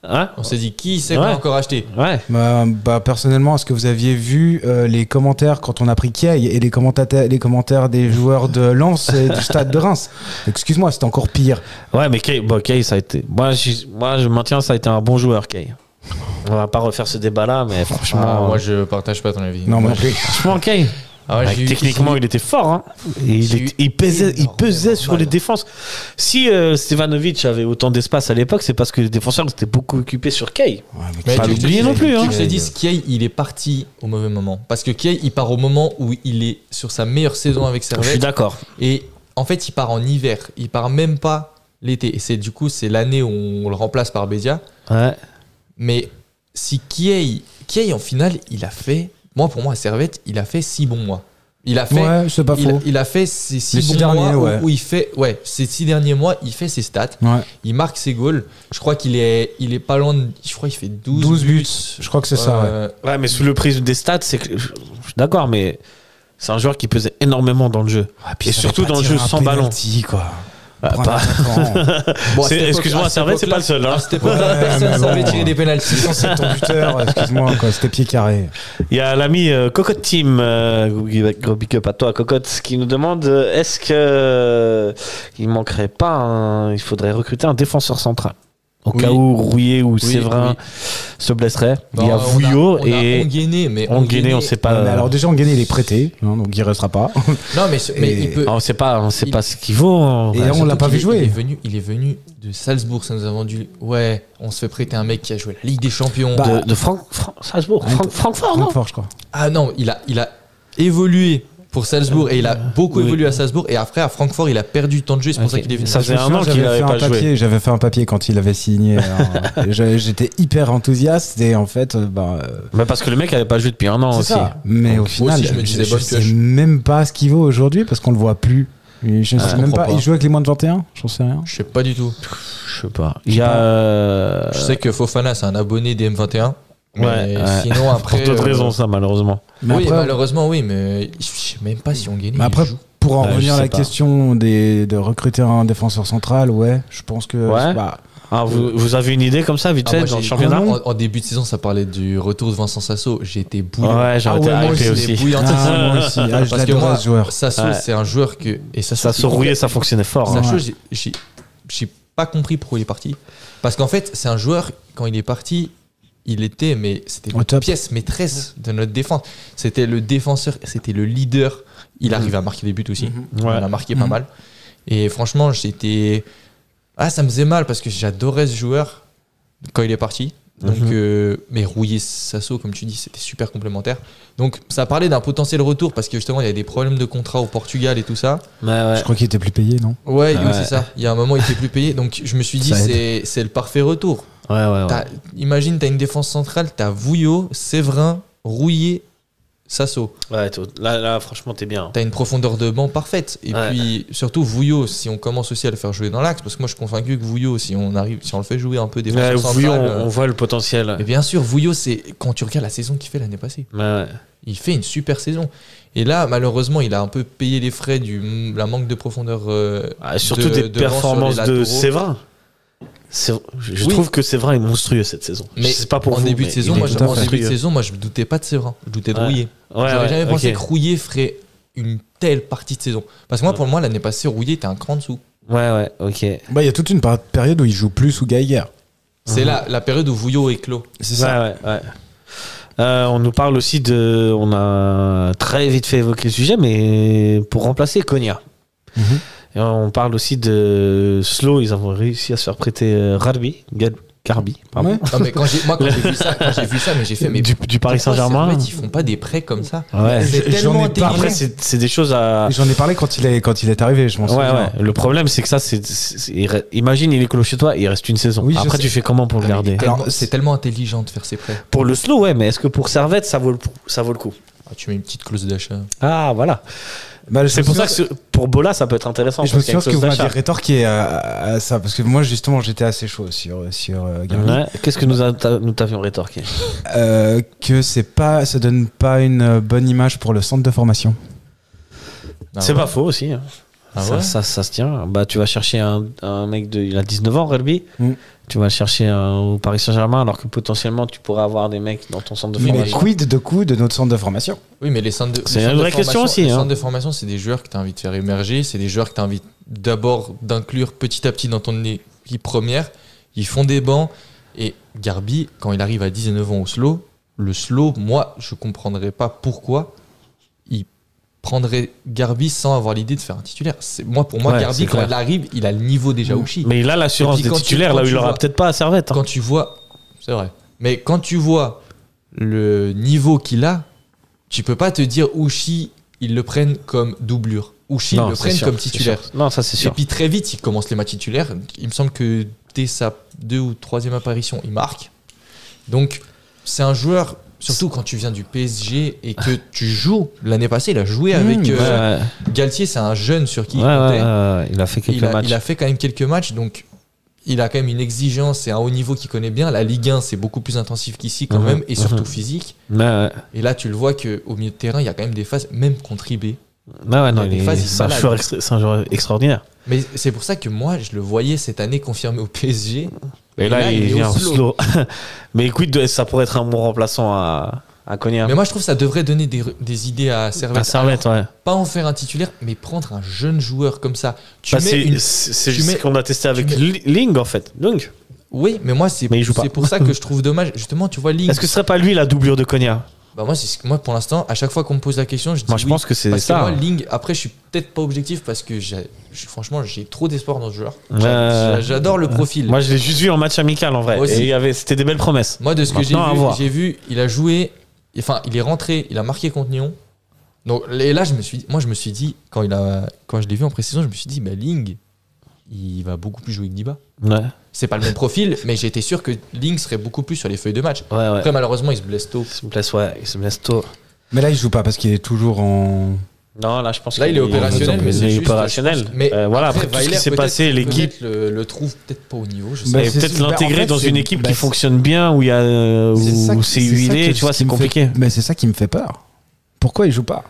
Speaker 5: Hein
Speaker 6: On s'est dit, qui c'est qu'on
Speaker 5: Ouais.
Speaker 6: a encore acheté
Speaker 5: ouais.
Speaker 7: Bah, bah, personnellement, est-ce que vous aviez vu euh, les commentaires quand on a pris Kiai et les commentateurs, les commentaires des joueurs de Lens et du Stade de Reims Excuse-moi, c'était encore pire.
Speaker 5: Ouais, mais Kay, bon, Kay, ça a été. Moi je, moi, je maintiens, ça a été un bon joueur, Kay. On va pas refaire ce débat-là, mais franchement,
Speaker 6: Ah, moi, je partage pas ton avis.
Speaker 7: Non, moi,
Speaker 5: franchement, Kay,
Speaker 6: Ah ouais,
Speaker 5: bah,
Speaker 6: j'ai eu-
Speaker 5: techniquement, il était fort. hein. Et il,
Speaker 6: J'ai
Speaker 5: était-
Speaker 6: eu
Speaker 5: il pesait, il
Speaker 6: énormément
Speaker 5: pesait
Speaker 6: de
Speaker 5: sur les
Speaker 6: balles.
Speaker 5: défenses. Si euh, Stevanovic avait autant d'espace à l'époque, c'est parce que les défenseurs étaient beaucoup occupés sur Kay.
Speaker 7: Ouais, mais
Speaker 6: Mais
Speaker 5: Pas
Speaker 6: tu- tu-
Speaker 5: l'oublier
Speaker 6: tu-
Speaker 5: non plus,
Speaker 6: tu-
Speaker 5: hein.
Speaker 6: Tu te dis, Kiei, il est parti au mauvais moment. Parce que Kiei, il part au moment où il est sur sa meilleure saison avec
Speaker 5: Je suis
Speaker 6: Servette.
Speaker 5: d'accord.
Speaker 6: Et en fait, il part en hiver. Il part même pas l'été. Et c'est du coup, c'est l'année où on le remplace par Bédia.
Speaker 5: Ouais.
Speaker 6: Mais si Kiei, Kiei en finale, il a fait. Moi, pour moi, à Servette, il a fait 6 bons mois. Il a fait.
Speaker 7: ouais, c'est pas
Speaker 6: il,
Speaker 7: faux.
Speaker 6: il a fait ses
Speaker 7: Les
Speaker 6: six
Speaker 7: six
Speaker 6: bons
Speaker 7: derniers,
Speaker 6: mois où-
Speaker 7: ouais.
Speaker 6: où, il fait, ouais, ces six derniers mois, il fait ses stats,
Speaker 7: Ouais.
Speaker 6: il marque ses goals. Je crois qu'il est, il est pas loin, de- je crois qu'il fait 12,
Speaker 7: 12 buts,
Speaker 6: buts.
Speaker 7: je crois que c'est ça, ouais.
Speaker 6: Euh,
Speaker 5: Ouais, mais sous le prisme des stats, c'est que je je suis d'accord, mais c'est un joueur qui pesait énormément dans le jeu.
Speaker 7: Ah, puis
Speaker 5: Et
Speaker 7: ça
Speaker 5: surtout
Speaker 7: veut pas
Speaker 5: dans le
Speaker 7: dire
Speaker 5: jeu
Speaker 7: un
Speaker 5: sans ballon.
Speaker 7: penalty, quoi.
Speaker 5: Ah,
Speaker 7: Prendre
Speaker 5: pas-
Speaker 7: un attaquant.
Speaker 6: Bon, à
Speaker 5: C'est-
Speaker 6: cette époque-
Speaker 5: Excuse-moi,
Speaker 6: à cette
Speaker 5: Servette, c'est pas
Speaker 6: époque-là-
Speaker 5: le seul. hein.
Speaker 6: À cette époque-là,
Speaker 7: Ouais, mais
Speaker 6: personne savait
Speaker 7: bon.
Speaker 6: tirer des pénaltys.
Speaker 7: C'est censé être ton buteur, excuse-moi, quoi. C'était pied carré.
Speaker 5: Il y a l'ami euh, Cocotte Team, euh, gros big up à toi Cocotte, qui nous demande euh, est-ce que euh, il manquerait pas, un- il faudrait recruter un défenseur central au
Speaker 6: Oui.
Speaker 5: cas où Rouillé ou
Speaker 6: Oui,
Speaker 5: Séverin
Speaker 6: oui.
Speaker 5: se blesserait.
Speaker 6: Non,
Speaker 5: il y a
Speaker 6: on
Speaker 5: Vouillot
Speaker 6: on a
Speaker 5: et
Speaker 6: Onguéné, mais
Speaker 5: Onguéné, on sait pas.
Speaker 7: Mais
Speaker 5: euh,
Speaker 7: alors, déjà, Angane, il est prêté, hein, donc il restera pas.
Speaker 6: Non, mais, ce- mais
Speaker 7: Et-
Speaker 6: il peut.
Speaker 5: on sait pas, on sait
Speaker 6: Il-
Speaker 5: pas ce qu'il vaut. hein.
Speaker 7: Et
Speaker 5: Ouais,
Speaker 7: on
Speaker 6: surtout
Speaker 7: l'a pas
Speaker 6: qu'il
Speaker 7: vu
Speaker 6: est-
Speaker 7: jouer.
Speaker 6: Il est venu, il est venu de Salzbourg. Ça nous a vendu. Ouais, on se fait prêter un mec qui a joué la Ligue des Champions.
Speaker 7: Bah,
Speaker 5: de, de Franck, Franck- Salzbourg,
Speaker 7: Ouais,
Speaker 5: Franck- Francfort, non
Speaker 7: Francfort, je crois.
Speaker 6: Ah non, il a, il a évolué pour Salzbourg et il a beaucoup
Speaker 5: oui.
Speaker 6: évolué à Salzbourg. Et après, à Francfort, il a perdu du temps de jeu. C'est
Speaker 7: Ah,
Speaker 6: pour
Speaker 5: Ok.
Speaker 6: ça qu'il est venu.
Speaker 5: Ça
Speaker 7: Je
Speaker 5: faisait
Speaker 7: me
Speaker 5: un
Speaker 7: souviens,
Speaker 5: an qu'il
Speaker 7: j'avais
Speaker 5: avait
Speaker 7: fait un
Speaker 5: pas joué.
Speaker 7: papier, j'avais fait un papier quand il avait signé. hein. Je- J'étais hyper enthousiaste et en fait, euh, bah, euh,
Speaker 5: Bah, parce que le mec avait pas joué depuis un an
Speaker 7: c'est
Speaker 5: aussi.
Speaker 7: ça. Mais
Speaker 6: Donc,
Speaker 7: au final,
Speaker 6: aussi, je me disais,
Speaker 7: je,
Speaker 6: bonne
Speaker 7: sais
Speaker 6: pioche.
Speaker 7: même pas ce qu'il vaut aujourd'hui parce qu'on le voit plus. Et Je sais même
Speaker 6: comprends
Speaker 7: pas.
Speaker 6: pas.
Speaker 7: Il joue avec les moins de 21 J'en sais rien.
Speaker 6: Je sais pas du tout.
Speaker 5: Je sais pas. Il y a euh,
Speaker 6: Je sais que Fofana, c'est un abonné des M21. Mais
Speaker 5: Ouais, ouais.
Speaker 6: sinon, après.
Speaker 5: pour d'autres
Speaker 6: euh,
Speaker 5: raisons ça malheureusement.
Speaker 7: Mais
Speaker 6: oui,
Speaker 7: après,
Speaker 6: malheureusement, oui, mais je sais même pas si on gagne.
Speaker 7: mais après, pour en
Speaker 5: Ouais, je
Speaker 7: revenir à
Speaker 5: sais
Speaker 7: la
Speaker 5: pas.
Speaker 7: question des, de recruter un défenseur central, ouais, je pense que.
Speaker 5: Ouais.
Speaker 7: bah,
Speaker 5: Ah, vous, vous avez une idée comme ça, vite
Speaker 6: Ah,
Speaker 5: fait,
Speaker 6: moi,
Speaker 5: dans le
Speaker 6: j'ai-
Speaker 5: championnat
Speaker 6: en, en début de saison, ça parlait du retour de Vincent Sasso. J'étais bouillant.
Speaker 5: Ouais, j'aurais
Speaker 7: Ah ouais, moi
Speaker 5: été hypé
Speaker 6: j'étais
Speaker 5: aussi.
Speaker 6: bouillant.
Speaker 7: ah, moi aussi. Ah, je
Speaker 6: Parce que
Speaker 7: l'adore
Speaker 6: moi,
Speaker 7: ce joueur.
Speaker 6: Sasso,
Speaker 5: Ouais.
Speaker 6: c'est un joueur que. Et Sasso,
Speaker 5: Ça se
Speaker 6: il-
Speaker 5: rouillait, ça fonctionnait fort. hein.
Speaker 6: Sacho,
Speaker 7: Ouais.
Speaker 6: j'ai- j'ai j'ai pas compris pourquoi il est parti. Parce qu'en fait, c'est un joueur, quand il est parti, il était, mais c'était
Speaker 7: Au
Speaker 6: la
Speaker 7: top.
Speaker 6: pièce maîtresse de notre défense. C'était le défenseur, c'était le leader. Il arrivait à marquer des buts aussi. On
Speaker 5: Mhm. Ouais. Mhm.
Speaker 6: a marqué pas mal. Et franchement, j'étais. Ah, ça me faisait mal parce que j'adorais ce joueur quand il est parti. Donc,
Speaker 5: Mhm.
Speaker 6: euh, mais rouiller Sasso, comme tu dis, c'était super complémentaire. Donc, ça parlait d'un potentiel retour parce que justement, il y a des problèmes de contrat au Portugal et tout ça.
Speaker 5: Ouais,
Speaker 7: Je
Speaker 5: ouais.
Speaker 7: crois qu'il était plus payé, non
Speaker 6: Ouais, oui,
Speaker 5: Ouais.
Speaker 6: c'est ça. Il y a un moment, il était plus payé. Donc, je me suis dit,
Speaker 7: Ça aide.
Speaker 6: c'est c'est le parfait retour.
Speaker 5: Ouais, ouais, ouais.
Speaker 6: T'as- Imagine, t'as une défense centrale, t'as Vouillot, Séverin, Rouillé, Sasso.
Speaker 5: Ouais, tout- là, là, franchement, t'es bien.
Speaker 6: T'as une profondeur de banc parfaite. Et
Speaker 5: Ouais.
Speaker 6: puis, surtout, Vouillot, si on commence aussi à le faire jouer dans l'axe, parce que moi, je suis convaincu que Vouillot, si on, arrive, si on le fait jouer un peu défense
Speaker 5: Ouais, oui, on,
Speaker 6: centrale. euh,
Speaker 5: on voit le potentiel.
Speaker 6: mais bien sûr, Vouillot, c'est quand tu regardes la saison qu'il fait l'année passée.
Speaker 5: Ouais, ouais.
Speaker 6: Il fait une super saison. Et là, malheureusement, il a un peu payé les frais du la manque de profondeur. euh,
Speaker 5: Ah, surtout
Speaker 6: de-
Speaker 5: des
Speaker 6: devant sur les
Speaker 5: performances de
Speaker 6: latéraux.
Speaker 5: Séverin. C'est- Je je
Speaker 6: Oui.
Speaker 5: trouve que Séverin est monstrueux cette saison.
Speaker 6: Mais
Speaker 5: je sais pas pour
Speaker 6: en
Speaker 5: vous,
Speaker 6: début de
Speaker 5: mais
Speaker 6: saison,
Speaker 5: il est
Speaker 6: moi,
Speaker 5: tout
Speaker 6: je,
Speaker 5: à
Speaker 6: en
Speaker 5: fait
Speaker 6: début de
Speaker 5: monstrueux.
Speaker 6: saison, moi, je me doutais pas de Séverin. Je doutais de
Speaker 5: Ouais.
Speaker 6: Rouillet.
Speaker 5: Ouais,
Speaker 6: J'aurais
Speaker 5: ouais,
Speaker 6: jamais pensé
Speaker 5: ok.
Speaker 6: que Rouillet ferait une telle partie de saison. Parce que moi, pour moi, l'année passée, Rouillet était un cran en dessous.
Speaker 5: Ouais, ouais, ok.
Speaker 7: Bah, il y a toute une par- période où il joue plus ou Geiger.
Speaker 6: C'est là la période où Vouillot est clos.
Speaker 7: C'est
Speaker 5: Ouais, ouais, ouais. Euh, on nous parle aussi de. On a très vite fait évoquer le sujet, mais pour remplacer Konya.
Speaker 7: Mhm.
Speaker 5: Et on parle aussi de Slow. Ils ont réussi à se faire prêter euh, Rarbi, Gal- Garbi, pardon,
Speaker 7: Ouais.
Speaker 6: Non, mais quand j'ai- moi, quand j'ai vu ça, quand j'ai vu ça, mais j'ai fait, mais
Speaker 5: du, du Paris
Speaker 6: pourquoi
Speaker 5: Saint-Germain. hein.
Speaker 6: Servette, ils font pas des prêts comme ça.
Speaker 5: Ouais.
Speaker 6: C'est
Speaker 7: J'en ai
Speaker 6: tellement
Speaker 7: parlé.
Speaker 6: intelligent.
Speaker 5: Après, c'est c'est des choses à.
Speaker 7: J'en ai parlé quand il est, quand il est arrivé, je hein. m'en
Speaker 5: Ah. Ouais,
Speaker 7: souviens.
Speaker 5: ouais. Le problème, c'est que ça, c'est. c'est- c'est- il re- Imagine, il est clos chez toi, il reste une saison.
Speaker 7: Oui, je
Speaker 5: Après,
Speaker 7: sais.
Speaker 5: tu fais comment pour le garder
Speaker 6: Ah, Tellement-
Speaker 7: Alors,
Speaker 6: C'est tellement intelligent de faire ces prêts.
Speaker 5: Pour le slow, ouais, mais est-ce que pour Servette, ça vaut le, pou- ça vaut le coup
Speaker 6: Ah, tu mets une petite clause d'achat.
Speaker 5: Ah, voilà.
Speaker 7: Bah, je
Speaker 5: C'est
Speaker 7: me
Speaker 5: pour
Speaker 7: souviens-
Speaker 5: ça que sur- pour Bola, ça peut être intéressant.
Speaker 7: Je me
Speaker 5: parce qu'il y a
Speaker 7: souviens ce que
Speaker 5: quelque
Speaker 7: vous
Speaker 5: chose
Speaker 7: m'avez
Speaker 5: d'achat.
Speaker 7: rétorqué à, à ça, parce que moi justement j'étais assez chaud sur, sur euh, Garbi.
Speaker 5: Ouais. Qu'est-ce que nous, a- ta- nous t'avions rétorqué
Speaker 7: Euh, que c'est pas, euh, ça donne pas une bonne image pour le centre de formation.
Speaker 6: Ah,
Speaker 5: C'est
Speaker 6: ouais.
Speaker 5: pas faux aussi. hein.
Speaker 6: Ah
Speaker 5: ça,
Speaker 6: ouais
Speaker 5: ça, ça se tient. Bah, tu vas chercher un, un mec de. Il a 19 ans, Relby.
Speaker 7: Mm.
Speaker 5: Tu vas le chercher un- au Paris Saint-Germain, alors que potentiellement, tu pourrais avoir des mecs dans ton centre de
Speaker 7: Mais
Speaker 5: formation.
Speaker 7: quid de coup de notre centre de formation
Speaker 6: Oui, mais les centres de
Speaker 5: C'est
Speaker 6: les
Speaker 5: une
Speaker 6: centres de
Speaker 5: vraie question
Speaker 6: formation-
Speaker 5: aussi,
Speaker 6: Les
Speaker 5: hein.
Speaker 6: centres de formation, c'est des joueurs que tu as envie de faire émerger. C'est des joueurs que tu as envie d'abord d'inclure petit à petit dans ton équipe première. Ils font des bancs. Et Garbi, quand il arrive à 19 ans au slow, le slow, moi, je comprendrais pas pourquoi il prendrait Garbi sans avoir l'idée de faire un titulaire. C'est- Moi, pour moi,
Speaker 5: Ouais, c'est
Speaker 6: Garbi, quand
Speaker 5: clair. Mmh.
Speaker 6: il arrive, il a le niveau déjà Uchi.
Speaker 5: Mais il a
Speaker 6: Et
Speaker 5: l'assurance
Speaker 6: puis
Speaker 5: des
Speaker 6: quand tu-
Speaker 5: titulaires,
Speaker 6: quand
Speaker 5: là où
Speaker 6: tu
Speaker 5: il aura
Speaker 6: vois-
Speaker 5: peut-être pas à servette. hein.
Speaker 6: Quand tu vois, c'est vrai. Mais quand tu vois le niveau qu'il a, tu peux pas te dire Uchi, ils le prennent comme doublure. Uchi, ils
Speaker 5: Non,
Speaker 6: le
Speaker 5: c'est
Speaker 6: prennent
Speaker 5: sûr,
Speaker 6: comme
Speaker 5: c'est
Speaker 6: titulaire.
Speaker 5: sûr. Non, ça c'est
Speaker 6: Et
Speaker 5: sûr.
Speaker 6: puis très vite, il commence les matchs titulaires. Il me semble que dès sa deux ou troisième apparition, il marque. Donc c'est un joueur, surtout quand tu viens du PSG et que tu joues. L'année passée, il a joué avec
Speaker 5: Hmm, Ouais,
Speaker 6: euh,
Speaker 5: ouais.
Speaker 6: Galtier, c'est un jeune sur qui il
Speaker 5: Ouais, ouais, ouais,
Speaker 6: comptait.
Speaker 5: ouais. il a fait quelques
Speaker 6: il a,
Speaker 5: matchs.
Speaker 6: il a fait quand même quelques matchs, donc il a quand même une exigence et un haut niveau qu'il connaît bien. La Ligue 1, c'est beaucoup plus intensif qu'ici quand
Speaker 5: Mhm,
Speaker 6: même, et surtout
Speaker 5: mhm.
Speaker 6: physique.
Speaker 5: Ouais, ouais.
Speaker 6: Et là, tu le vois qu'au milieu de terrain, il y a quand même des phases, même contre IB.
Speaker 5: Ouais, ouais, non,
Speaker 6: Il y a des
Speaker 5: il est-
Speaker 6: phases, il
Speaker 5: c'est un
Speaker 6: balade.
Speaker 5: joueur extra- c'est un joueur extraordinaire.
Speaker 6: Mais c'est pour ça que moi, je le voyais cette année confirmé au PSG.
Speaker 5: Et, là, il,
Speaker 6: est au
Speaker 5: vient en
Speaker 6: slow.
Speaker 5: slow. Mais écoute, ça pourrait être un bon remplaçant à, à Konya.
Speaker 6: Mais moi, je trouve que ça devrait donner des, des idées à
Speaker 5: À
Speaker 6: Servette.
Speaker 5: Servette, ouais.
Speaker 6: Pas en faire un titulaire, mais prendre un jeune joueur comme ça. Tu
Speaker 5: Bah,
Speaker 6: mets
Speaker 5: c'est
Speaker 6: une-
Speaker 5: c'est- c'est
Speaker 6: tu
Speaker 5: ce
Speaker 6: mets-
Speaker 5: qu'on a testé avec
Speaker 6: mets-
Speaker 5: Li- Ling, en fait. Ling.
Speaker 6: Oui, mais moi, c'est
Speaker 5: Mais il joue pas.
Speaker 6: c'est pour ça que je trouve dommage. Justement, tu vois, Link.
Speaker 5: Est-ce que ce serait pas lui la doublure de Konya
Speaker 6: Bah, moi, c'est ce que- moi, pour l'instant, à chaque fois qu'on me pose la question, je dis
Speaker 5: Moi, je
Speaker 6: oui.
Speaker 5: pense que c'est
Speaker 6: Parce que
Speaker 5: ça.
Speaker 6: moi, Ling, après, je suis peut-être pas objectif parce que j'ai- je- franchement, j'ai trop d'espoir dans ce joueur.
Speaker 5: Euh,
Speaker 6: J'a- J'adore le profil.
Speaker 5: Moi, je l'ai juste vu en match amical, en vrai.
Speaker 6: Moi aussi.
Speaker 5: Et il y avait- c'était des belles promesses.
Speaker 6: Moi, de ce que j'ai
Speaker 5: Maintenant, à
Speaker 6: vu,
Speaker 5: voir.
Speaker 6: j'ai vu, il a joué, enfin, il est rentré, il a marqué contre Nyon. Donc, et là, je me suis, moi, je me suis dit, quand, il a, quand je l'ai vu en pré-saison, je me suis dit, bah, Ling, il va beaucoup plus jouer que Diba.
Speaker 5: Ouais, ouais,
Speaker 6: C'est pas le même profil, mais j'étais sûr que Ling serait beaucoup plus sur les feuilles de match.
Speaker 5: ouais.
Speaker 6: Après, malheureusement, il se blesse tôt.
Speaker 5: Il se blesse, ouais. Il se blesse tôt.
Speaker 7: Mais là, il joue pas parce qu'il est toujours en.
Speaker 5: Non, là, je pense
Speaker 6: Là,
Speaker 5: qu'il
Speaker 6: il est opérationnel, mais
Speaker 5: il
Speaker 6: c'est
Speaker 5: est
Speaker 6: juste, je
Speaker 5: opérationnel.
Speaker 6: pense- mais
Speaker 5: Euh, voilà, après, tout ce
Speaker 6: Weiler,
Speaker 5: qui s'est
Speaker 6: peut-être-
Speaker 5: passé, l'équipe.
Speaker 6: peut-être le, le trouve peut-être pas au niveau. Je sais.
Speaker 7: Bah,
Speaker 5: et
Speaker 7: c'est-
Speaker 5: peut-être
Speaker 7: bah, en
Speaker 5: l'intégrer
Speaker 7: fait,
Speaker 5: dans
Speaker 7: c'est-
Speaker 5: une équipe
Speaker 7: bah,
Speaker 5: qui
Speaker 7: c'est-
Speaker 5: fonctionne bien, où il y a, euh,
Speaker 7: ça
Speaker 5: où
Speaker 7: qui-
Speaker 5: c'est
Speaker 7: ça
Speaker 5: huilé,
Speaker 7: que-
Speaker 5: tu vois,
Speaker 7: ce
Speaker 5: c'est
Speaker 7: qui me
Speaker 5: compliqué.
Speaker 7: fait- Mais c'est ça qui me fait peur. Pourquoi il joue pas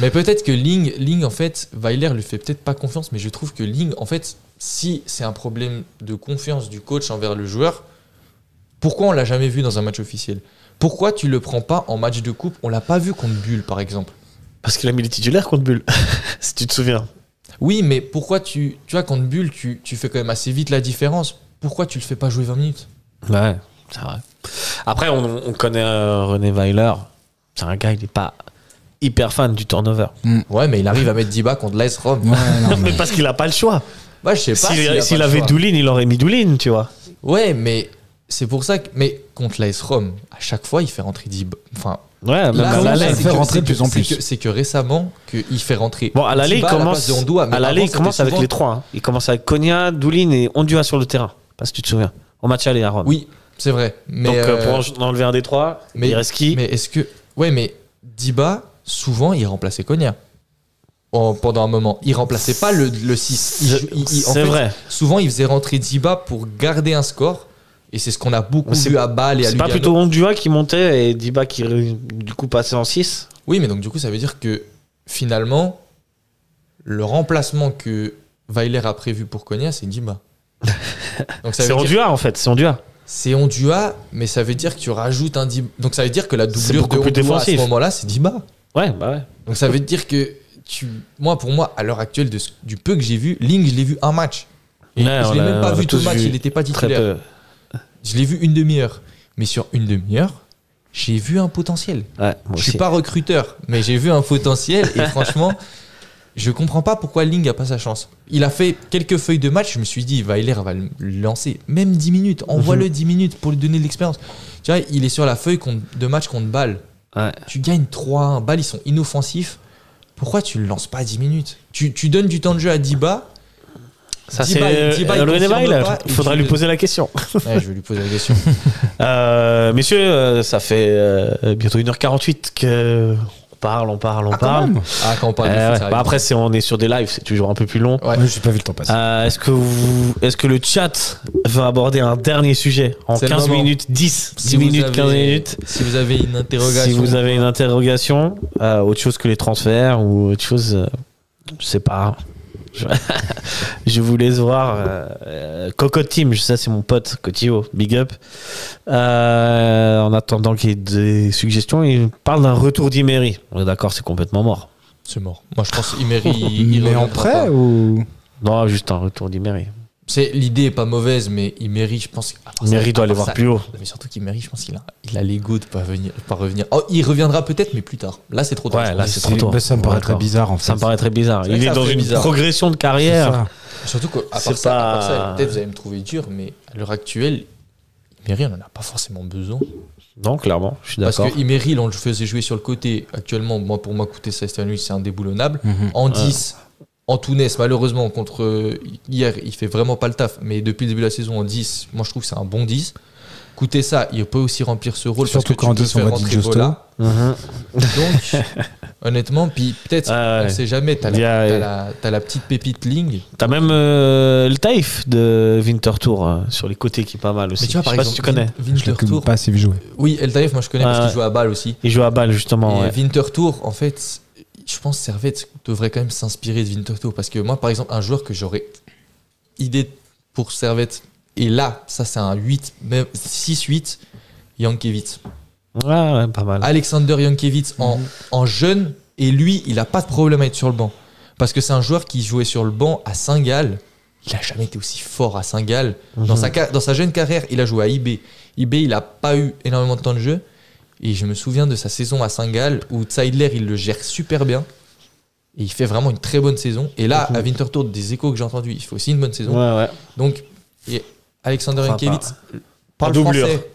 Speaker 6: Mais peut-être que Ling, Ling, en fait, Weiler lui fait peut-être pas confiance, mais je trouve que Ling, en fait, si c'est un problème de confiance du coach envers le joueur, pourquoi on l'a jamais vu dans un match officiel Pourquoi tu le prends pas en match de coupe On l'a pas vu contre Bulle, par exemple.
Speaker 5: Parce qu'il a mis les titulaires contre Bull, si tu te souviens.
Speaker 6: Oui, mais pourquoi tu, tu vois, contre Bulle, tu, tu fais quand même assez vite la différence. Pourquoi tu le fais pas jouer 20 minutes
Speaker 5: Ouais, c'est vrai. Après, on, on connaît euh, René Weiler. C'est un gars, il est pas hyper fan du turnover.
Speaker 6: Ouais, mais il arrive à mettre 10 bas contre l'AS Rome.
Speaker 7: Ouais, non,
Speaker 5: mais parce qu'il a pas le choix.
Speaker 6: Bah, je sais pas. s'il a
Speaker 5: S'il
Speaker 6: pas
Speaker 5: s'il
Speaker 6: le
Speaker 5: avait
Speaker 6: choix.
Speaker 5: Doulin, il aurait mis Doulin, tu vois.
Speaker 6: Ouais, mais c'est pour ça que. Mais contre l'AS Rome, à chaque fois, il fait rentrer 10 Enfin,
Speaker 5: Ouais, même à
Speaker 7: là,
Speaker 5: l'aller.
Speaker 7: ça
Speaker 6: c'est
Speaker 7: fait
Speaker 6: que-
Speaker 7: rentrer de
Speaker 6: c'est
Speaker 7: plus en
Speaker 6: que-
Speaker 7: plus.
Speaker 6: c'est que- C'est que récemment, qu'il fait rentrer.
Speaker 5: Bon, à l'aller, il
Speaker 6: Dybala
Speaker 5: commence,
Speaker 6: la place de Ondoa, mais
Speaker 5: à l'aller, il
Speaker 6: avant,
Speaker 5: commence
Speaker 6: c'était
Speaker 5: avec
Speaker 6: souvent-
Speaker 5: les trois. hein. Il commence avec Konya, Doulin et Ondua sur le terrain. Parce que tu te souviens. Au match aller à Rome.
Speaker 6: Oui, c'est vrai. Mais,
Speaker 5: Donc, euh,
Speaker 6: euh,
Speaker 5: pour en- enlever un des trois,
Speaker 6: mais-
Speaker 5: il reste qui
Speaker 6: mais est-ce que. Ouais, mais Diba, souvent, il remplaçait Konya. En- pendant un moment, il remplaçait pas le, le 6. Il jou- il- il- en
Speaker 5: C'est
Speaker 6: fait,
Speaker 5: vrai.
Speaker 6: Souvent, il faisait rentrer Diba pour garder un score. Et c'est ce qu'on a beaucoup
Speaker 5: Mais c'est-
Speaker 6: vu à Bâle et à
Speaker 5: C'est pas
Speaker 6: Lugano.
Speaker 5: plutôt Ondua qui montait et Diba qui, du coup, passait en 6
Speaker 6: Oui, mais donc du coup, ça veut dire que finalement, le remplacement que Weiler a prévu pour Konya, c'est Dima. Donc ça
Speaker 5: C'est
Speaker 6: veut dire
Speaker 5: Ondua, en fait. C'est Ondua.
Speaker 6: c'est Ondua, mais ça veut dire que tu rajoutes un Dima. Donc ça veut dire que la
Speaker 5: C'est
Speaker 6: doublure
Speaker 5: beaucoup
Speaker 6: de
Speaker 5: plus
Speaker 6: Ondua à ce
Speaker 5: défensif.
Speaker 6: moment-là, c'est Dima.
Speaker 5: Ouais, bah ouais.
Speaker 6: Donc ça veut dire que tu, moi, pour moi, à l'heure actuelle, de ce- du peu que j'ai vu, Ling, je l'ai vu un match. Et
Speaker 5: Ouais, on
Speaker 6: je l'ai
Speaker 5: l'a-
Speaker 6: même pas
Speaker 5: on l'a
Speaker 6: vu tout le
Speaker 5: tous
Speaker 6: match,
Speaker 5: vu.
Speaker 6: il n'était pas
Speaker 5: Très
Speaker 6: titulaire.
Speaker 5: peu.
Speaker 6: Je l'ai vu une demi-heure. Mais sur une demi-heure, j'ai vu un potentiel.
Speaker 5: Ouais, moi
Speaker 6: Je suis
Speaker 5: aussi.
Speaker 6: pas recruteur, mais j'ai vu un potentiel et franchement, je comprends pas pourquoi Ling a pas sa chance. Il a fait quelques feuilles de match, je me suis dit, Weiler va le lancer, même 10 minutes, envoie-le
Speaker 5: Mhm.
Speaker 6: 10 minutes pour lui donner de l'expérience. Tu vois, il est sur la feuille contre- de match contre Bâle.
Speaker 5: Ouais.
Speaker 6: Tu gagnes 3-1, Bâle, ils sont inoffensifs. Pourquoi tu le lances pas 10 minutes tu, tu donnes du temps de jeu à Diba.
Speaker 5: Ça,
Speaker 6: Diba, il-
Speaker 5: c'est
Speaker 6: Diba, il
Speaker 5: euh, Lorena
Speaker 6: confirme
Speaker 5: Bail,
Speaker 6: pas,
Speaker 5: Il faudra
Speaker 6: il-
Speaker 5: lui poser la question.
Speaker 6: Ouais, Eh, je vais lui poser la question.
Speaker 5: Euh, messieurs, euh, ça fait euh, bientôt 1h48 que on parle, on parle, on
Speaker 7: Ah, quand
Speaker 5: parle.
Speaker 7: même
Speaker 6: Ah, quand on parle de
Speaker 5: Euh,
Speaker 6: foot,
Speaker 5: ouais.
Speaker 6: ça
Speaker 5: Bah,
Speaker 6: arrive.
Speaker 5: après, c'est on est sur des lives, c'est toujours un peu plus long.
Speaker 6: Ouais.
Speaker 7: Ouais, J'ai pas vu le temps passer.
Speaker 5: Euh, est-ce que vous, est-ce que le chat va aborder un dernier sujet en
Speaker 6: C'est le
Speaker 5: 15
Speaker 6: moment.
Speaker 5: minutes 10, 10
Speaker 6: Si vous
Speaker 5: minutes,
Speaker 6: avez-
Speaker 5: 15 minutes
Speaker 6: Si vous avez une interrogation.
Speaker 5: Si vous avez une interrogation, euh, autre chose que les transferts ou autre chose, euh, je sais pas. Je vous laisse voir euh, euh, Coco Team, ça c'est mon pote Cotio, big up. Euh, en attendant qu'il y ait des suggestions, il parle d'un retour d'Imery. On est d'accord, c'est complètement mort.
Speaker 6: C'est mort. Moi, je pense qu'Imery, il, il
Speaker 7: mais en
Speaker 6: reviendra
Speaker 7: prêt
Speaker 6: pas.
Speaker 7: ou
Speaker 5: Non, juste un retour d'Imery.
Speaker 6: C'est l'idée est pas mauvaise, mais Imery, je pense. à part Oh, ça-
Speaker 5: Imery doit
Speaker 6: à
Speaker 5: aller
Speaker 6: part
Speaker 5: voir
Speaker 6: ça-
Speaker 5: plus haut.
Speaker 6: Mais surtout qu'Imery, je pense qu'il a, il a l'ego de pas venir, pas revenir. Oh, il reviendra peut-être, mais plus tard. Là, c'est trop tard.
Speaker 5: Ouais,
Speaker 6: je
Speaker 5: là,
Speaker 6: pense.
Speaker 5: Ah, c'est trop tôt.
Speaker 7: Bah, Ça me
Speaker 5: Ouais,
Speaker 7: paraît très
Speaker 5: d'accord.
Speaker 7: bizarre en fait.
Speaker 5: Ça me paraît très bizarre.
Speaker 6: C'est vrai
Speaker 5: Il
Speaker 6: que
Speaker 5: est
Speaker 6: ça
Speaker 5: dans
Speaker 6: fait
Speaker 5: une
Speaker 6: bizarre.
Speaker 5: progression de
Speaker 7: C'est
Speaker 5: carrière.
Speaker 7: ça.
Speaker 6: Surtout qu'à part,
Speaker 5: C'est
Speaker 6: ça- à
Speaker 5: pas-
Speaker 6: part ça, peut-être vous allez me trouver dur, mais à l'heure actuelle, Imery, on en a pas forcément besoin.
Speaker 5: Non, clairement, je suis
Speaker 6: Parce
Speaker 5: d'accord.
Speaker 6: que Imery, on le faisait jouer sur le côté. Actuellement, moi, pour moi, côté Sylvester Nunes, c'est indéboulonnable.
Speaker 7: Mhm.
Speaker 6: En 10, Antunes, malheureusement, contre euh, hier, il fait vraiment pas le taf. Mais depuis le début de la saison, en 10, moi, je trouve que c'est un bon 10. Coûter ça, il peut aussi remplir ce rôle.
Speaker 7: Surtout
Speaker 6: parce que tu
Speaker 7: qu'en
Speaker 6: peux
Speaker 7: 10, on
Speaker 6: faire
Speaker 7: va dire
Speaker 6: rentrer
Speaker 7: Justo.
Speaker 6: Bola.
Speaker 5: Mhm.
Speaker 6: Donc, honnêtement, puis peut-être,
Speaker 5: Ah ouais.
Speaker 6: on sait jamais, t'as
Speaker 5: Il y a-
Speaker 6: la, t'as la- t'as la petite pépite Ling.
Speaker 5: T'as même euh, le Taif de Wintertour euh, sur les côtés qui est pas mal aussi.
Speaker 6: Mais tu vois,
Speaker 5: je
Speaker 6: par
Speaker 5: sais pas si
Speaker 6: exemple,
Speaker 5: tu connais.
Speaker 6: Vin-
Speaker 7: Je l'ai
Speaker 6: Winterthur.
Speaker 7: pas assez vu jouer.
Speaker 6: Oui, El Taïf, moi, je connais
Speaker 5: Ah
Speaker 6: parce
Speaker 5: ouais.
Speaker 6: qu'il joue à balle aussi.
Speaker 5: Il joue à balle justement.
Speaker 6: Et
Speaker 5: ouais.
Speaker 6: Winterthur, en fait, je pense que Servette devrait quand même s'inspirer de Winterthur. Parce que moi, par exemple, un joueur que j'aurais idée pour Servette, et là, ça c'est un 8, même 6-8, Yankiewicz.
Speaker 5: Ouais, ouais, pas
Speaker 6: Ah,
Speaker 5: mal.
Speaker 6: Alexander Yankiewicz en,
Speaker 5: Mhm.
Speaker 6: en jeune, et lui, il n'a pas de problème à être sur le banc. Parce que c'est un joueur qui jouait sur le banc à Saint-Gall. Il n'a jamais été aussi fort à Saint-Gall.
Speaker 5: Mhm.
Speaker 6: Dans, sa, ca- dans sa jeune carrière, il a joué à IB. IB, il n'a pas eu énormément de temps de jeu. Et je me souviens de sa saison à Saint-Gall où Zeidler, il le gère super bien. Et il fait vraiment une très bonne saison. Et là, à Winterthur, des échos que j'ai entendus, il fait aussi une bonne saison.
Speaker 5: Mhm. Ouais, ouais.
Speaker 6: Donc, et Alexander
Speaker 5: Enfin,
Speaker 6: Yankiewicz
Speaker 5: en
Speaker 6: parle
Speaker 5: doublure.
Speaker 6: français.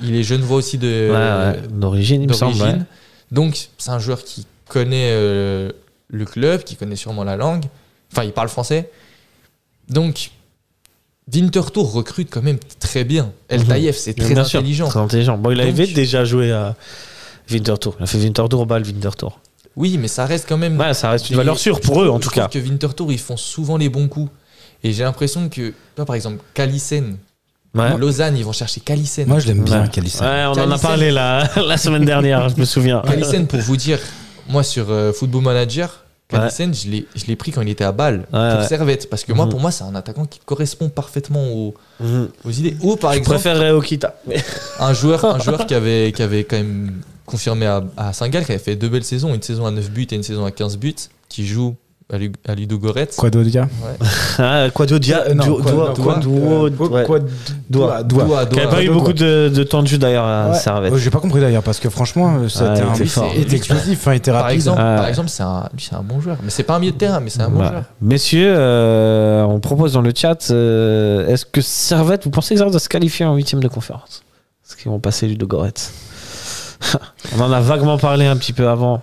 Speaker 6: Il est jeune voix aussi de,
Speaker 5: Ouais, ouais. D'origine, il me semble. ouais.
Speaker 6: d'origine. Donc, c'est un joueur qui connaît euh, le club, qui connaît sûrement la langue. Enfin, il parle français. Donc, Winterthur recrute quand même très bien. El
Speaker 5: Mhm.
Speaker 6: Taïef, c'est très
Speaker 5: Bien sûr,
Speaker 6: intelligent.
Speaker 5: Très intelligent. Bon, il
Speaker 6: Donc-
Speaker 5: avait déjà joué à Wintertour. Il a fait Wintertour au bal, Wintertour.
Speaker 6: Oui, mais ça reste quand même.
Speaker 5: Ouais, ça reste une
Speaker 6: des-
Speaker 5: valeur sûre pour
Speaker 6: je
Speaker 5: eux,
Speaker 6: trouve-
Speaker 5: en
Speaker 6: je
Speaker 5: tout
Speaker 6: trouve
Speaker 5: cas.
Speaker 6: que Winterthur, ils font souvent les bons coups. Et j'ai l'impression que, toi, par exemple, Kalisen,
Speaker 5: Ouais.
Speaker 6: Lausanne, ils vont chercher Kalisen.
Speaker 7: Moi, je l'aime bien,
Speaker 5: Ouais.
Speaker 7: Kalissa.
Speaker 5: Ouais, on en a
Speaker 6: Kalisen.
Speaker 5: parlé la, la semaine dernière, je me souviens.
Speaker 6: Ah. Kalisen, pour vous dire, moi, sur euh, Football Manager, Kalisen, je l'ai- je l'ai pris quand il était à Bâle,
Speaker 5: Ouais,
Speaker 6: pour
Speaker 5: ouais.
Speaker 6: Servette. Parce que moi,
Speaker 5: Mhm.
Speaker 6: pour moi, c'est un attaquant qui correspond parfaitement aux,
Speaker 5: Mhm.
Speaker 6: aux idées. Ou par
Speaker 5: Je
Speaker 6: exemple,
Speaker 5: préférerais Okita. Mais-
Speaker 6: un joueur, un joueur qui, avait, qui avait quand même confirmé à, à Saint-Gall, qui avait fait deux belles saisons, une saison à 9 buts et une saison à 15 buts, qui joue à Lu- à Ludo Goretz.
Speaker 7: Quoi d'autre, gars
Speaker 5: Ah, Quadio Dia.
Speaker 7: Euh, Non,
Speaker 5: Duo-
Speaker 7: quoi-
Speaker 5: Duo-
Speaker 7: non, quoi-
Speaker 5: Duo-
Speaker 7: euh,
Speaker 5: ouais.
Speaker 7: quoi-
Speaker 5: Doua.
Speaker 7: Doua. Doua.
Speaker 6: Doua,
Speaker 5: Qui
Speaker 6: Doua.
Speaker 5: avait pas eu
Speaker 7: Doua.
Speaker 5: beaucoup de, de temps de jeu d'ailleurs à
Speaker 7: Ouais.
Speaker 5: Ah, Servette.
Speaker 7: Ouais, Euh, J'ai pas compris d'ailleurs, parce que franchement, euh,
Speaker 5: Ah,
Speaker 7: c'était
Speaker 5: il
Speaker 7: un
Speaker 5: était fort.
Speaker 7: il était explosif, hein, il était
Speaker 6: Par
Speaker 7: rapide.
Speaker 6: exemple,
Speaker 5: Ah.
Speaker 6: par exemple, c'est un, lui, c'est un bon joueur. Mais c'est pas un milieu de terrain, mais c'est un bon
Speaker 5: Bah,
Speaker 6: joueur.
Speaker 5: Messieurs, euh, on propose dans le chat, euh, est-ce que Servette, vous pensez que Servette va se qualifier en huitième de conférence Est-ce qu'ils vont passer Ludo Goretz On en a vaguement parlé un petit peu avant,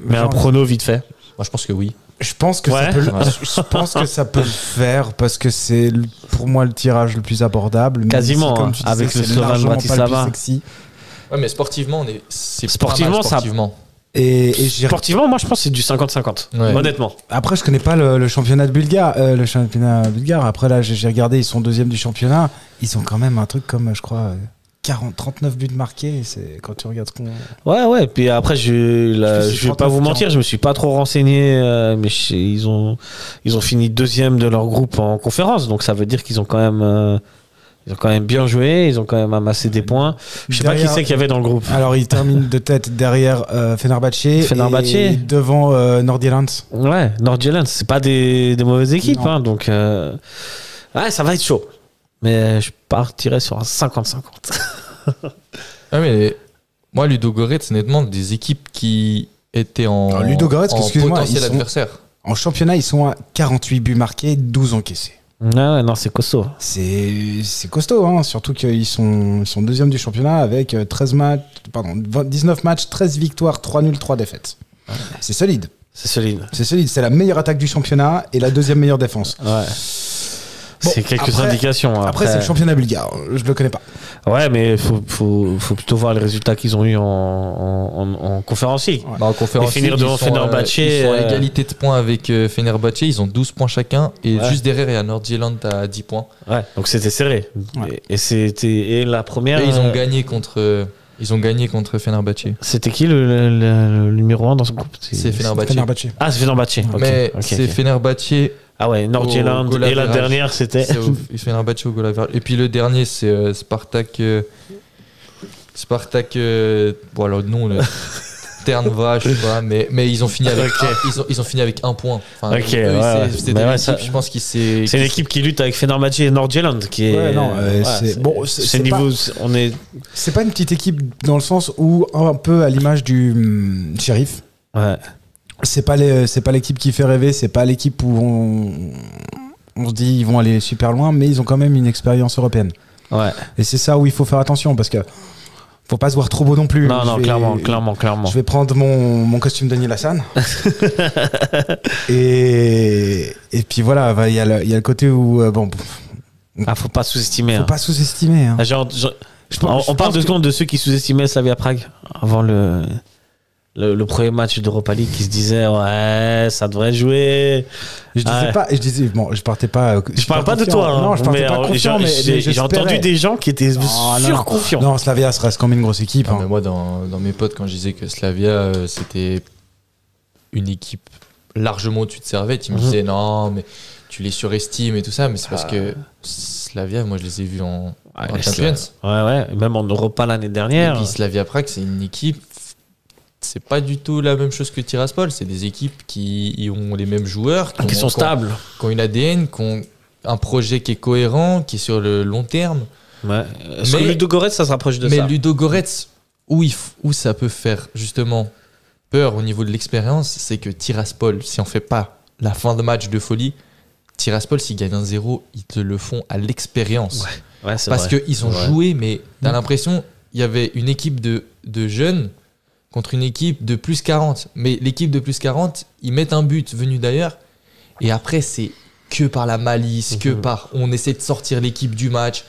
Speaker 5: mais
Speaker 7: Genre,
Speaker 5: un prono vite fait.
Speaker 6: Moi, je pense que oui.
Speaker 7: je pense que
Speaker 5: Ouais.
Speaker 7: ça peut, le- je pense que ça peut le faire parce que c'est le- pour moi le tirage le plus abordable. même
Speaker 5: Quasiment,
Speaker 7: si, comme
Speaker 5: hein,
Speaker 7: tu disais,
Speaker 5: avec le
Speaker 7: c'est
Speaker 5: Slovan
Speaker 7: largement pas le plus
Speaker 5: Bratislava.
Speaker 7: sexy.
Speaker 6: Ouais, mais sportivement, on est, c'est
Speaker 5: Sportivement,
Speaker 6: pas mal,
Speaker 5: ça-
Speaker 6: sportivement.
Speaker 7: Et, et j'ai-
Speaker 5: Sportivement, moi je pense que c'est du 50-50,
Speaker 6: Ouais.
Speaker 5: honnêtement.
Speaker 7: après, je connais pas le, le championnat de bulgare, euh, le championnat bulgare. Après là, j'ai j'ai regardé, ils sont deuxième du championnat. Ils ont quand même un truc comme, je crois, euh, 40, 39 buts marqués. C'est quand tu regardes ce qu'on.
Speaker 5: Ouais, ouais, puis après, je, la-
Speaker 7: Je sais, c'est
Speaker 5: je vais pas
Speaker 7: 39,
Speaker 5: vous
Speaker 7: 40.
Speaker 5: mentir, je me suis pas trop renseigné, euh, mais je sais, ils, ont, ils ont fini deuxième de leur groupe en conférence, donc ça veut dire qu'ils ont quand même... euh, ils ont quand même bien joué, ils ont quand même amassé des points. Je sais pas qui
Speaker 7: Derrière- Ah.
Speaker 5: c'est qu'il y avait dans le groupe.
Speaker 7: Alors, ils terminent de tête derrière euh, Fenerbahçe, et
Speaker 5: Fenerbahçe.
Speaker 7: devant euh, Nordirland.
Speaker 5: Ouais, Nordjylland, c'est pas des, des mauvaises équipes,
Speaker 7: Non.
Speaker 5: hein, donc euh, ouais, ça va être chaud. Mais je partirais sur un 50-50.
Speaker 6: Ouais, Ah, mais moi, Ludo Goretz, honnêtement, des équipes qui étaient en,
Speaker 7: Alors, Ah, Ludo Goretz,
Speaker 6: en
Speaker 7: excuse-moi,
Speaker 6: potentiel
Speaker 7: ils sont-
Speaker 6: adversaire.
Speaker 7: En championnat, ils sont à 48 buts marqués, 12 encaissés.
Speaker 5: Ouais, Ah ouais, non, c'est costaud.
Speaker 7: C'est c'est costaud, hein, surtout qu'ils sont, ils sont deuxième du championnat avec euh, 13 matchs, pardon, 20 19 matchs, 13 victoires, 3 nuls, 3 défaites. C'est solide.
Speaker 5: C'est solide.
Speaker 7: C'est solide. C'est la meilleure attaque du championnat et la deuxième meilleure défense.
Speaker 5: Ouais. c'est quelques
Speaker 7: après-
Speaker 5: indications. hein,
Speaker 7: Après, c'est le championnat bulgare. Je le connais pas.
Speaker 5: Ouais, mais faut, faut, faut plutôt voir les résultats qu'ils ont eu en, en, en- en conférence league.
Speaker 7: Ouais.
Speaker 6: Bah, en conférence,
Speaker 5: Et finir
Speaker 6: League,
Speaker 5: devant
Speaker 6: ils sont, euh,
Speaker 5: Fenerbahçe,
Speaker 6: Ils sont à
Speaker 5: euh,
Speaker 6: égalité de points avec euh, Fenerbahçe. Ils ont 12 points chacun. Et
Speaker 5: Ouais.
Speaker 6: juste derrière, il y a Nordjylland à 10 points.
Speaker 5: Ouais, donc c'était serré.
Speaker 7: Ouais.
Speaker 5: Et, et c'était et la première.
Speaker 6: Et ils ont
Speaker 5: euh,
Speaker 6: gagné contre euh, Ils ont gagné contre Fenerbahce.
Speaker 5: C'était qui le, le- le- le numéro 1 dans ce groupe
Speaker 6: C'est Fenerbahce.
Speaker 7: Fenerbahce.
Speaker 5: Ah, c'est Fenerbahce. ok,
Speaker 6: Mais
Speaker 5: ok,
Speaker 6: c'est
Speaker 5: ok.
Speaker 6: Fenerbahce.
Speaker 5: Ah ouais, Nord-Irlande.
Speaker 6: goal
Speaker 5: Et la
Speaker 6: average.
Speaker 5: dernière, c'était.
Speaker 6: c'est au- c'est Fenerbahce au goal average. Et puis le dernier, c'est euh, Spartak. euh, Spartak. euh, bon, alors non, le terne vache, je sais pas, mais, mais ils, ont fini avec
Speaker 5: Ok.
Speaker 6: un, ils, ont, ils ont fini avec un point. Enfin,
Speaker 5: Ok,
Speaker 6: eux,
Speaker 5: ouais,
Speaker 6: c'est-
Speaker 5: ouais.
Speaker 6: c'était
Speaker 5: Mais
Speaker 6: une
Speaker 5: ouais,
Speaker 6: équipe,
Speaker 5: ça-
Speaker 6: je pense qu'ils s'est.
Speaker 5: C'est une équipe qui lutte avec Fenerbahce et Nord-Irlande qui est.
Speaker 7: Ouais, non, euh,
Speaker 5: ouais,
Speaker 7: c'est- bon, c'est-
Speaker 5: c'est
Speaker 7: c'est
Speaker 5: niveau. On est.
Speaker 7: C'est pas une petite équipe dans le sens où, un peu à l'image du hum, shérif,
Speaker 5: Ouais.
Speaker 7: c'est pas les- c'est pas l'équipe qui fait rêver, c'est pas l'équipe où on, on se dit ils vont aller super loin, mais ils ont quand même une expérience européenne.
Speaker 5: Ouais.
Speaker 7: Et c'est ça où il faut faire attention parce que faut pas se voir trop beau non plus.
Speaker 5: Non,
Speaker 7: Je
Speaker 5: non,
Speaker 7: vais-
Speaker 5: clairement, clairement, clairement.
Speaker 7: Je vais prendre mon, mon costume Daniel Hassan. et, et puis voilà, bah, il y, a le- il y a le côté où, euh, bon, pff,
Speaker 5: Ah, faut pas sous-estimer.
Speaker 7: faut
Speaker 5: hein.
Speaker 7: pas sous-estimer. hein.
Speaker 5: Ah, genre- genre-
Speaker 7: Je pense-
Speaker 5: on,
Speaker 7: je
Speaker 5: on parle
Speaker 7: pense
Speaker 5: deux
Speaker 7: que-
Speaker 5: secondes de ceux qui sous-estimaient Slavia Prague avant le, le, le premier match d'Europa League qui se disaient ouais, ça devrait jouer.
Speaker 7: Je disais
Speaker 5: Ouais.
Speaker 7: pas, je disais, bon, je partais pas. euh,
Speaker 5: Je parle pas de
Speaker 7: confiant.
Speaker 5: toi. hein.
Speaker 7: non, je partais
Speaker 5: Mais,
Speaker 7: pas
Speaker 5: euh,
Speaker 7: confiant,
Speaker 5: j'ai-
Speaker 7: mais, mais
Speaker 5: j'ai j'ai
Speaker 7: j'espérais.
Speaker 5: entendu des gens qui étaient
Speaker 7: Non, non,
Speaker 5: surconfiants. Ah,
Speaker 7: Non, Slavia se reste quand même une grosse équipe.
Speaker 6: Non,
Speaker 7: hein.
Speaker 6: mais moi, dans, dans mes potes, quand je disais que Slavia, euh, c'était une équipe largement au-dessus de Servette, ils me
Speaker 5: Mhm. Ah.
Speaker 6: disaient non, mais tu les surestimes et tout ça, mais c'est parce que Slavia, moi, je les ai vus en,
Speaker 5: Ouais,
Speaker 6: en
Speaker 5: c'est-
Speaker 6: Champions.
Speaker 5: Ouais, ouais, même en Europa l'année
Speaker 6: Et
Speaker 5: dernière.
Speaker 6: puis Slavia Prague, c'est une équipe, c'est pas du tout la même chose que Tiraspol. C'est des équipes qui y ont les mêmes joueurs,
Speaker 5: Ah, Qui
Speaker 6: ont-
Speaker 5: sont stables.
Speaker 6: ont- qui ont une ADN, qui ont un projet qui est cohérent, qui est sur le long terme.
Speaker 5: Ouais. Parce que
Speaker 6: Mais-
Speaker 5: Ludo Goretz, ça se rapproche de
Speaker 6: Mais
Speaker 5: ça.
Speaker 6: Ludo Goretz, où, il f- où ça peut faire justement peur au niveau de l'expérience, c'est que Tiraspol, si on fait pas la fin de match de folie, Tiraspol, s'ils gagnent un zéro, ils te le font à l'expérience.
Speaker 5: Ouais, c'est
Speaker 6: Parce
Speaker 5: vrai. Mm.
Speaker 6: qu'ils ont
Speaker 5: Ouais.
Speaker 6: joué, mais t'as l'impression, il y avait une équipe de, de jeunes contre une équipe de plus 40. Mais l'équipe de plus 40, ils mettent un but venu d'ailleurs. Et après, c'est que par la malice, que
Speaker 5: Mhm.
Speaker 6: par on essaie de sortir l'équipe du match.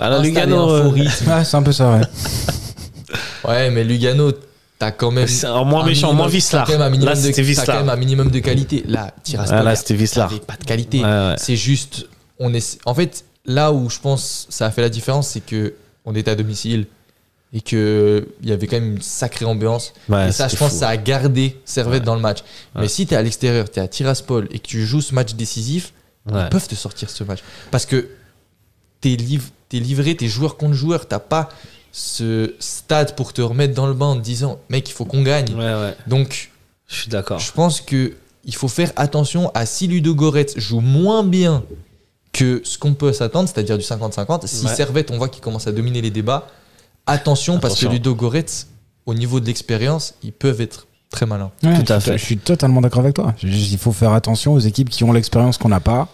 Speaker 5: Alors
Speaker 6: installer
Speaker 5: Lugano,
Speaker 6: un
Speaker 5: euh,
Speaker 6: faux rythme.
Speaker 7: Ouais, c'est un peu ça, ouais.
Speaker 6: Ouais, mais Lugano, t'as quand même.
Speaker 5: c'est un moins
Speaker 6: euh, un
Speaker 5: méchant,
Speaker 6: minimum-
Speaker 5: moins
Speaker 6: t'as
Speaker 5: Vislar.
Speaker 6: quand même un minimum
Speaker 5: Là,
Speaker 6: de-
Speaker 5: c'était
Speaker 6: t'as quand même
Speaker 5: Vislar.
Speaker 6: un minimum de qualité. Là, Tiraspol,
Speaker 5: Ah, là,
Speaker 6: y a-
Speaker 5: c'était Vislar.
Speaker 6: t'avais pas de qualité.
Speaker 5: Ouais, ouais.
Speaker 6: C'est juste, on est. En fait, là où je pense que ça a fait la différence, c'est que on était à domicile et que il y avait quand même une sacrée ambiance.
Speaker 5: Ouais,
Speaker 6: et ça, je
Speaker 5: c'était
Speaker 6: pense,
Speaker 5: fou.
Speaker 6: ça a gardé Servette dans le match.
Speaker 5: Ouais.
Speaker 6: Mais si t'es à l'extérieur, t'es à Tiraspol et que tu joues ce match décisif,
Speaker 5: Ouais.
Speaker 6: ils peuvent te sortir ce match parce que t'es liv- t'es livré, t'es joueur contre joueur, t'as pas ce stade pour te remettre dans le bain en te disant mec il faut qu'on gagne
Speaker 5: Ouais, ouais.
Speaker 6: donc
Speaker 5: Je suis d'accord.
Speaker 6: je pense que il faut faire attention à si Ludo Goretz joue moins bien que ce qu'on peut s'attendre, c'est-à-dire du 50-50. Si
Speaker 5: Ouais.
Speaker 6: Servette, on voit qu'il commence à dominer les débats, attention, parce que
Speaker 5: Attention.
Speaker 6: Ludo Goretz, au niveau de l'expérience, ils peuvent être très malins.
Speaker 7: Ouais,
Speaker 5: Tout à
Speaker 7: je suis-
Speaker 5: fait.
Speaker 7: Je suis totalement d'accord avec toi. Je- je- Il faut faire attention aux équipes qui ont l'expérience qu'on n'a pas,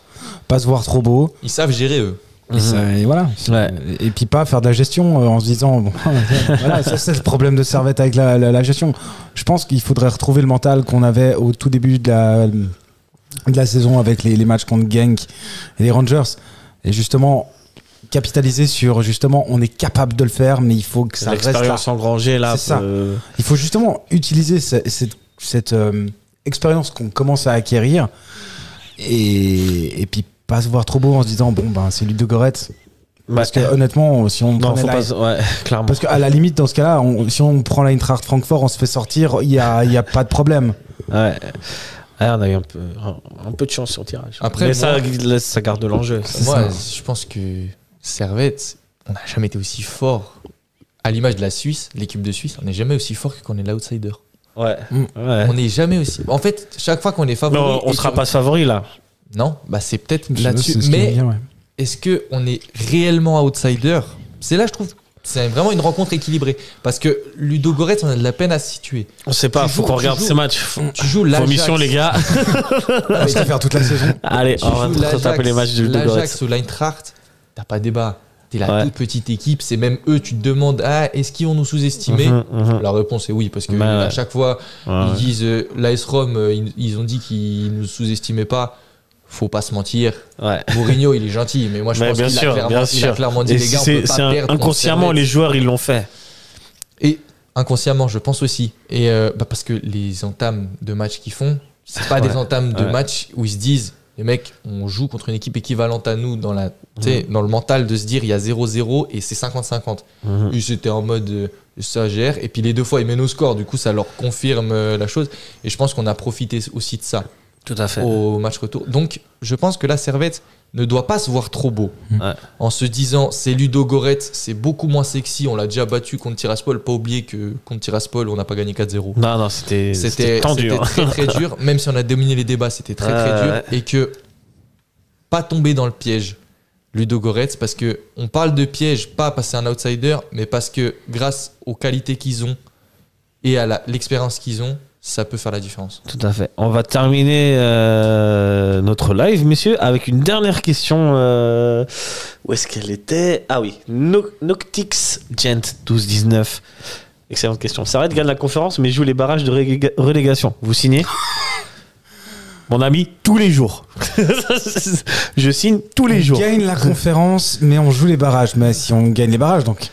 Speaker 7: pas se voir trop beau.
Speaker 6: Ils savent gérer eux.
Speaker 7: Et, ça- Euh, et voilà.
Speaker 5: Ouais.
Speaker 7: Et puis pas faire de la gestion euh, en se disant, bon, voilà, ça c'est le problème de Servette avec la, la- la gestion. Je pense qu'il faudrait retrouver le mental qu'on avait au tout début de la, de la saison avec les, les matchs contre Genk et les Rangers. Et justement capitaliser sur justement on est capable de le faire mais il faut que ça reste là.
Speaker 5: L'expérience engrangée là. euh,
Speaker 7: C'est ça.
Speaker 5: peut-
Speaker 7: Il faut justement utiliser ce- cette, cette, euh, expérience qu'on commence à acquérir et, et puis pas se voir trop beau en se disant bon ben c'est Ludo Goretz parce que
Speaker 5: Ouais.
Speaker 7: honnêtement si on
Speaker 5: Euh, Non,
Speaker 7: prenait
Speaker 5: faut pas.
Speaker 7: la-
Speaker 5: Ouais, clairement.
Speaker 7: parce que à la limite dans ce cas-là on- si on prend la Eintracht Francfort on se fait sortir il y a, il y a pas de problème
Speaker 5: Ouais. Ouais, on a eu un peu, un, un peu de chance sur le tirage.
Speaker 6: Après,
Speaker 5: Mais ça,
Speaker 6: moi-
Speaker 5: ça garde l'enjeu. ça.
Speaker 6: Moi, je pense que Servette, on n'a jamais été aussi fort. À l'image de la Suisse, l'équipe de Suisse, on n'est jamais aussi fort que quand on est l'outsider.
Speaker 5: Ouais.
Speaker 7: Mm.
Speaker 5: Ouais.
Speaker 6: On n'est jamais aussi. En fait, chaque fois qu'on est
Speaker 5: Mais
Speaker 6: favori.
Speaker 5: Hein on, on
Speaker 6: et
Speaker 5: sera
Speaker 6: qu'on-
Speaker 5: pas favori là.
Speaker 6: Non, bah c'est peut-être
Speaker 7: Je-
Speaker 6: là-dessus.
Speaker 7: c'est ce qu'il
Speaker 6: Mais
Speaker 7: veut dire, ouais.
Speaker 6: est-ce que on est réellement outsider C'est là, je trouve, c'est vraiment une rencontre équilibrée. Parce que Ludo Goretz, on a de la peine à se situer.
Speaker 5: On sait pas,
Speaker 6: Tu
Speaker 5: faut
Speaker 6: joues-
Speaker 5: qu'on
Speaker 6: tu
Speaker 5: regarde
Speaker 6: joues-
Speaker 5: ce match. Faut-
Speaker 6: Tu joues
Speaker 5: Vos
Speaker 6: l'Ajax. Ah,
Speaker 5: missions, les gars.
Speaker 7: on va faire toute la saison
Speaker 5: Allez,
Speaker 6: Tu
Speaker 5: on va
Speaker 6: joues
Speaker 5: te taper
Speaker 6: l'Ajax-
Speaker 5: les matchs de Ludo Goretz.
Speaker 6: L'Ajax ou l'Eintracht, t'as pas débat. T'es la
Speaker 5: Ouais.
Speaker 6: toute petite équipe, c'est même eux, tu te demandes, ah, est-ce qu'ils vont nous sous-estimer
Speaker 5: Mhm, mhm.
Speaker 6: La réponse est oui, parce que
Speaker 5: Bah
Speaker 6: à
Speaker 5: ouais.
Speaker 6: chaque fois,
Speaker 5: Ouais,
Speaker 6: ils disent, euh, l'AS Rome, euh, ils, ils ont dit qu'ils nous sous-estimaient pas. Faut pas se mentir.
Speaker 5: Ouais.
Speaker 6: Mourinho, il est gentil, mais moi je
Speaker 5: Mais
Speaker 6: pense
Speaker 5: bien
Speaker 6: qu'il a,
Speaker 5: sûr,
Speaker 6: clairement-
Speaker 5: bien
Speaker 6: il a
Speaker 5: sûr.
Speaker 6: clairement dit
Speaker 5: Et
Speaker 6: les gars, on
Speaker 5: c'est-
Speaker 6: peut pas
Speaker 5: c'est un-
Speaker 6: perdre. contre
Speaker 5: inconsciemment,
Speaker 6: Servette.
Speaker 5: les joueurs, ils l'ont fait.
Speaker 6: Et inconsciemment, je pense aussi. Et euh, bah, parce que les entames de match qu'ils font, c'est pas
Speaker 5: Ouais.
Speaker 6: des entames de
Speaker 5: Ouais.
Speaker 6: match où ils se disent Les mecs, on joue contre une équipe équivalente à nous dans, la, tu
Speaker 5: Mmh.
Speaker 6: sais, dans le mental de se dire il y a 0-0 et c'est 50-50.
Speaker 5: Mhm.
Speaker 6: Eux, c'était en mode euh, ça gère. Et puis les deux fois, ils mènent au score. Du coup, ça leur confirme euh, la chose. Et je pense qu'on a profité aussi de ça
Speaker 5: Tout à fait.
Speaker 6: au match retour. Donc, je pense que la Servette ne doit pas se voir trop beau.
Speaker 5: Ouais.
Speaker 6: En se disant, c'est Ludo Goretz, c'est beaucoup moins sexy. On l'a déjà battu contre Tiraspol. Pas oublier que contre Tiraspol, on n'a pas gagné 4-0.
Speaker 5: Non, non, c'était
Speaker 6: C'était
Speaker 5: c'était tendu.
Speaker 6: c'était
Speaker 5: hein.
Speaker 6: très très dur. Même si on a dominé les débats, c'était très très
Speaker 5: Ouais,
Speaker 6: dur.
Speaker 5: ouais.
Speaker 6: Et que pas tomber dans le piège, Ludo Goretz, parce que on parle de piège, pas parce que c'est un outsider, mais parce que grâce aux qualités qu'ils ont et à la- l'expérience qu'ils ont, ça peut faire la différence.
Speaker 5: Tout à fait. On va terminer euh, notre live, messieurs, avec une dernière question. euh, où est-ce qu'elle était Ah oui, No- Noctix Gent 12-19. Excellente question. Sarret gagne la conférence, mais joue les barrages de réléga- relégation. Vous signez Mon ami, tous les jours. Je signe tous les
Speaker 7: On
Speaker 5: jours.
Speaker 7: gagne la conférence, mais on joue les barrages. Mais si on gagne les barrages, donc.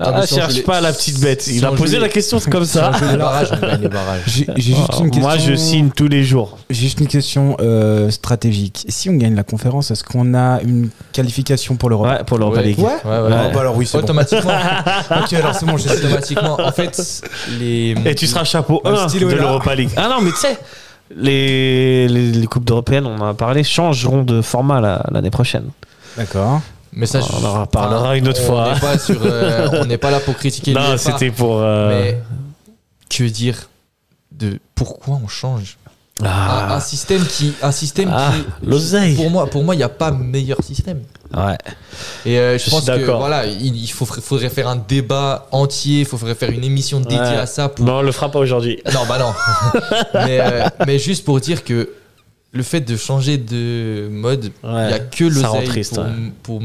Speaker 5: Ah,
Speaker 6: Ah, mais si on
Speaker 5: cherche
Speaker 6: joue les-
Speaker 5: pas la petite bête. Il
Speaker 6: si
Speaker 5: a
Speaker 6: on
Speaker 5: posé
Speaker 6: joue
Speaker 5: la
Speaker 6: les-
Speaker 5: question comme ça.
Speaker 6: Les barrages, on gagne les barrages.
Speaker 7: J'ai j'ai juste une question.
Speaker 5: Euh, Moi, je signe tous les jours.
Speaker 7: J'ai juste une question euh, stratégique. Si on gagne la conférence, est-ce qu'on a une qualification pour l'Europe
Speaker 5: Ouais, pour l'Europa
Speaker 6: Ouais.
Speaker 5: League.
Speaker 7: Ouais.
Speaker 6: Ouais, ouais,
Speaker 5: Ouais.
Speaker 6: ouais.
Speaker 7: Ah bah alors oui, c'est bon.
Speaker 6: Automatiquement,
Speaker 7: Ok, alors c'est bon, j'ai
Speaker 6: automatiquement. En fait, les.
Speaker 5: Et tu seras chapeau
Speaker 7: Le
Speaker 5: 1 de
Speaker 7: stylo est là.
Speaker 5: l'Europa League. Ah non, mais tu sais, les, les, les Coupes européennes, on en a parlé, changeront de format la- l'année prochaine.
Speaker 7: D'accord.
Speaker 6: Mais ça, je-
Speaker 5: On en reparlera
Speaker 6: enfin,
Speaker 5: une autre
Speaker 6: Ah, on
Speaker 5: fois.
Speaker 6: n'est pas sur, euh, on n'est pas là pour critiquer.
Speaker 5: Non,
Speaker 6: l'UEFA,
Speaker 5: c'était pour. euh,
Speaker 6: Mais que dire de pourquoi on change un, un
Speaker 5: Ah,
Speaker 6: système qui, un système
Speaker 5: Ah,
Speaker 6: qui,
Speaker 5: l'oseille.
Speaker 6: Pour moi, pour moi, il n'y a pas meilleur système.
Speaker 7: ah,
Speaker 5: ouais.
Speaker 6: Et euh, je,
Speaker 5: Je
Speaker 6: pense
Speaker 5: suis
Speaker 6: que
Speaker 5: d'accord.
Speaker 6: voilà, il, il faut, faudrait faire un débat entier, il faudrait faire une émission dédiée
Speaker 5: Ouais.
Speaker 6: à ça pour
Speaker 5: Non, on le fera pas aujourd'hui.
Speaker 6: non, bah non. mais, euh, mais juste pour dire que le fait de changer de mode, il
Speaker 5: Ouais,
Speaker 6: n'y a que
Speaker 5: ça
Speaker 6: l'oseille
Speaker 5: rend
Speaker 6: pour,
Speaker 5: triste, ouais.
Speaker 6: pour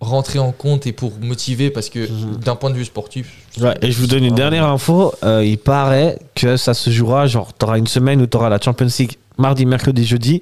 Speaker 6: rentrer en compte et pour motiver parce que d'un point de vue sportif.
Speaker 5: Mhm. Ouais, et je vous donne une dernière info. euh, il paraît que ça se jouera, genre, t'auras une semaine où t'auras la Champions League mardi, mercredi, jeudi.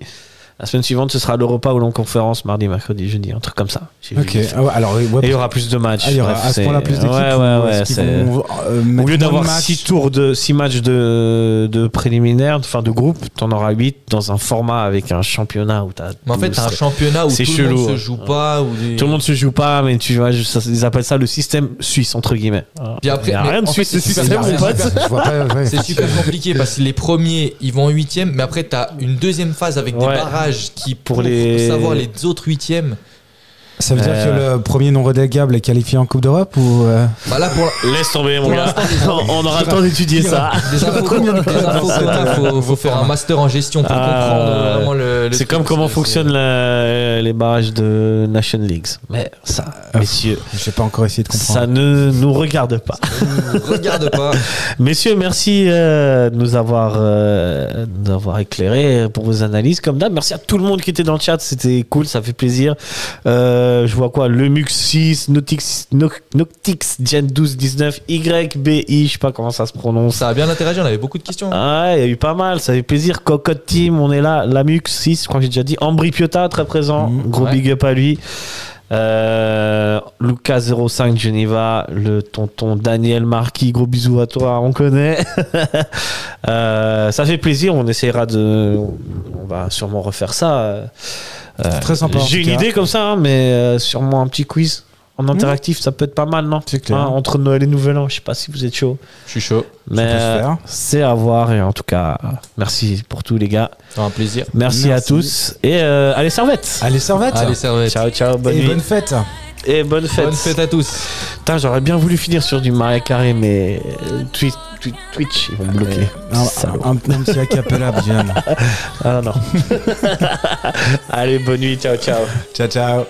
Speaker 5: La semaine suivante, ce sera l'Europa ou l'Enconférence mardi, mercredi, jeudi, un truc comme ça. J'ai vu
Speaker 7: Ok.
Speaker 5: vite fait.
Speaker 7: Ah ouais, alors, ouais,
Speaker 5: Et il y aura plus de matchs.
Speaker 7: Ah, il y aura
Speaker 5: bref,
Speaker 7: à ce
Speaker 5: c'est-
Speaker 7: point-là plus d'équipes.
Speaker 5: Ouais,
Speaker 7: ou
Speaker 5: ouais,
Speaker 7: est-ce
Speaker 5: ouais.
Speaker 7: qu'ils
Speaker 5: c'est-
Speaker 7: vont, euh, mettre
Speaker 5: Au
Speaker 7: moins
Speaker 5: lieu
Speaker 7: de
Speaker 5: d'avoir
Speaker 7: matchs
Speaker 5: 6 tours de 6 matchs de, de préliminaires, enfin de groupe, t'en auras 8 dans un format avec un championnat où t'as.
Speaker 6: Mais en fait,
Speaker 5: 12.
Speaker 6: t'as un championnat où tout
Speaker 5: C'est
Speaker 6: le
Speaker 5: chelou,
Speaker 6: monde
Speaker 5: ouais.
Speaker 6: se joue pas. Ou des-
Speaker 5: tout le monde se joue pas, mais tu vois, je- ça- ils appellent ça le système suisse entre guillemets.
Speaker 6: Puis après,
Speaker 5: Il y a
Speaker 6: mais
Speaker 5: rien de
Speaker 6: en
Speaker 5: suisse
Speaker 6: fait,
Speaker 5: ce
Speaker 6: c'est super
Speaker 5: système, mon
Speaker 6: bizarre.
Speaker 5: pote.
Speaker 7: Je vois pas, ouais.
Speaker 6: C'est super compliqué parce que les premiers ils vont en huitième, mais après t'as une deuxième phase avec
Speaker 5: Ouais.
Speaker 6: des barrages qui
Speaker 5: Pour
Speaker 6: pour
Speaker 5: les-
Speaker 6: savoir les autres huitièmes.
Speaker 7: Ça veut dire
Speaker 5: Euh,
Speaker 7: que le premier non relégable est qualifié en Coupe d'Europe ou euh,
Speaker 6: Bah là pour la-
Speaker 5: Laisse tomber, mon
Speaker 6: Pour
Speaker 5: gars. On aura le temps d'étudier ça.
Speaker 6: Des infos, des infos quota, faut, faut faire un master en gestion pour
Speaker 5: Ah, ouais.
Speaker 6: comprendre vraiment le. le
Speaker 5: C'est
Speaker 6: truc,
Speaker 5: comme comment
Speaker 6: c'est- euh,
Speaker 5: fonctionnent la- les barrages de Nation Leagues. Mais ça,
Speaker 6: Ah,
Speaker 5: messieurs,
Speaker 7: J'ai pas encore essayé de comprendre.
Speaker 5: ça ne nous regarde pas.
Speaker 6: c'est- Regarde pas.
Speaker 5: Messieurs, merci euh, de nous avoir, euh, de nous avoir éclairés pour vos analyses. Comme d'hab, merci à tout le monde qui était dans le chat. C'était cool, ça fait plaisir. Euh, je vois quoi Lemux 6, Notix, Noc- Noctix, Gen 12, 19, YBI, je sais pas comment ça se prononce.
Speaker 6: Ça a bien interagi, on avait beaucoup de questions.
Speaker 5: Ah, il y a eu pas mal, ça fait plaisir. Cocotte Team, on est là. Lamux 6, je crois que j'ai déjà dit. Ambri Piotta, très présent.
Speaker 7: Mhm,
Speaker 5: Gros
Speaker 6: ouais.
Speaker 5: big up à lui. Euh, Lucas 05 Geneva, le tonton Daniel Marquis, gros bisous à toi, on connaît. Euh, ça fait plaisir, on essaiera de. On va sûrement refaire ça. Euh,
Speaker 7: C'est très sympa. en
Speaker 5: J'ai
Speaker 7: tout
Speaker 5: une
Speaker 7: cas. Mm.
Speaker 5: idée comme ça, hein, mais euh, sûrement un petit quiz en interactif, ça peut être pas mal, non
Speaker 7: C'est clair.
Speaker 5: Hein, Entre Noël et Nouvel An, je sais pas si vous êtes chaud.
Speaker 6: Je suis chaud.
Speaker 5: Mais
Speaker 7: peut se faire.
Speaker 5: euh, c'est à voir. Et en tout cas, merci pour tout, les gars.
Speaker 6: C'est un plaisir.
Speaker 5: Merci, à
Speaker 7: Merci.
Speaker 5: tous. Et euh, allez, servette.
Speaker 7: Allez, servette
Speaker 6: Allez, servette.
Speaker 5: Ciao, ciao. Bonne
Speaker 7: Et
Speaker 5: nuit.
Speaker 7: bonne fête
Speaker 5: Et bonne fête.
Speaker 6: Bonne fête à tous.
Speaker 5: Putain, j'aurais bien voulu finir sur du Maria Carré, mais euh, Twi- Twi- Twitch, ils vont me bloquer.
Speaker 7: Un,
Speaker 5: Salaud.
Speaker 7: un- un petit acapella bien.
Speaker 5: Ah non. allez, bonne nuit. Ciao, ciao.
Speaker 7: Ciao, ciao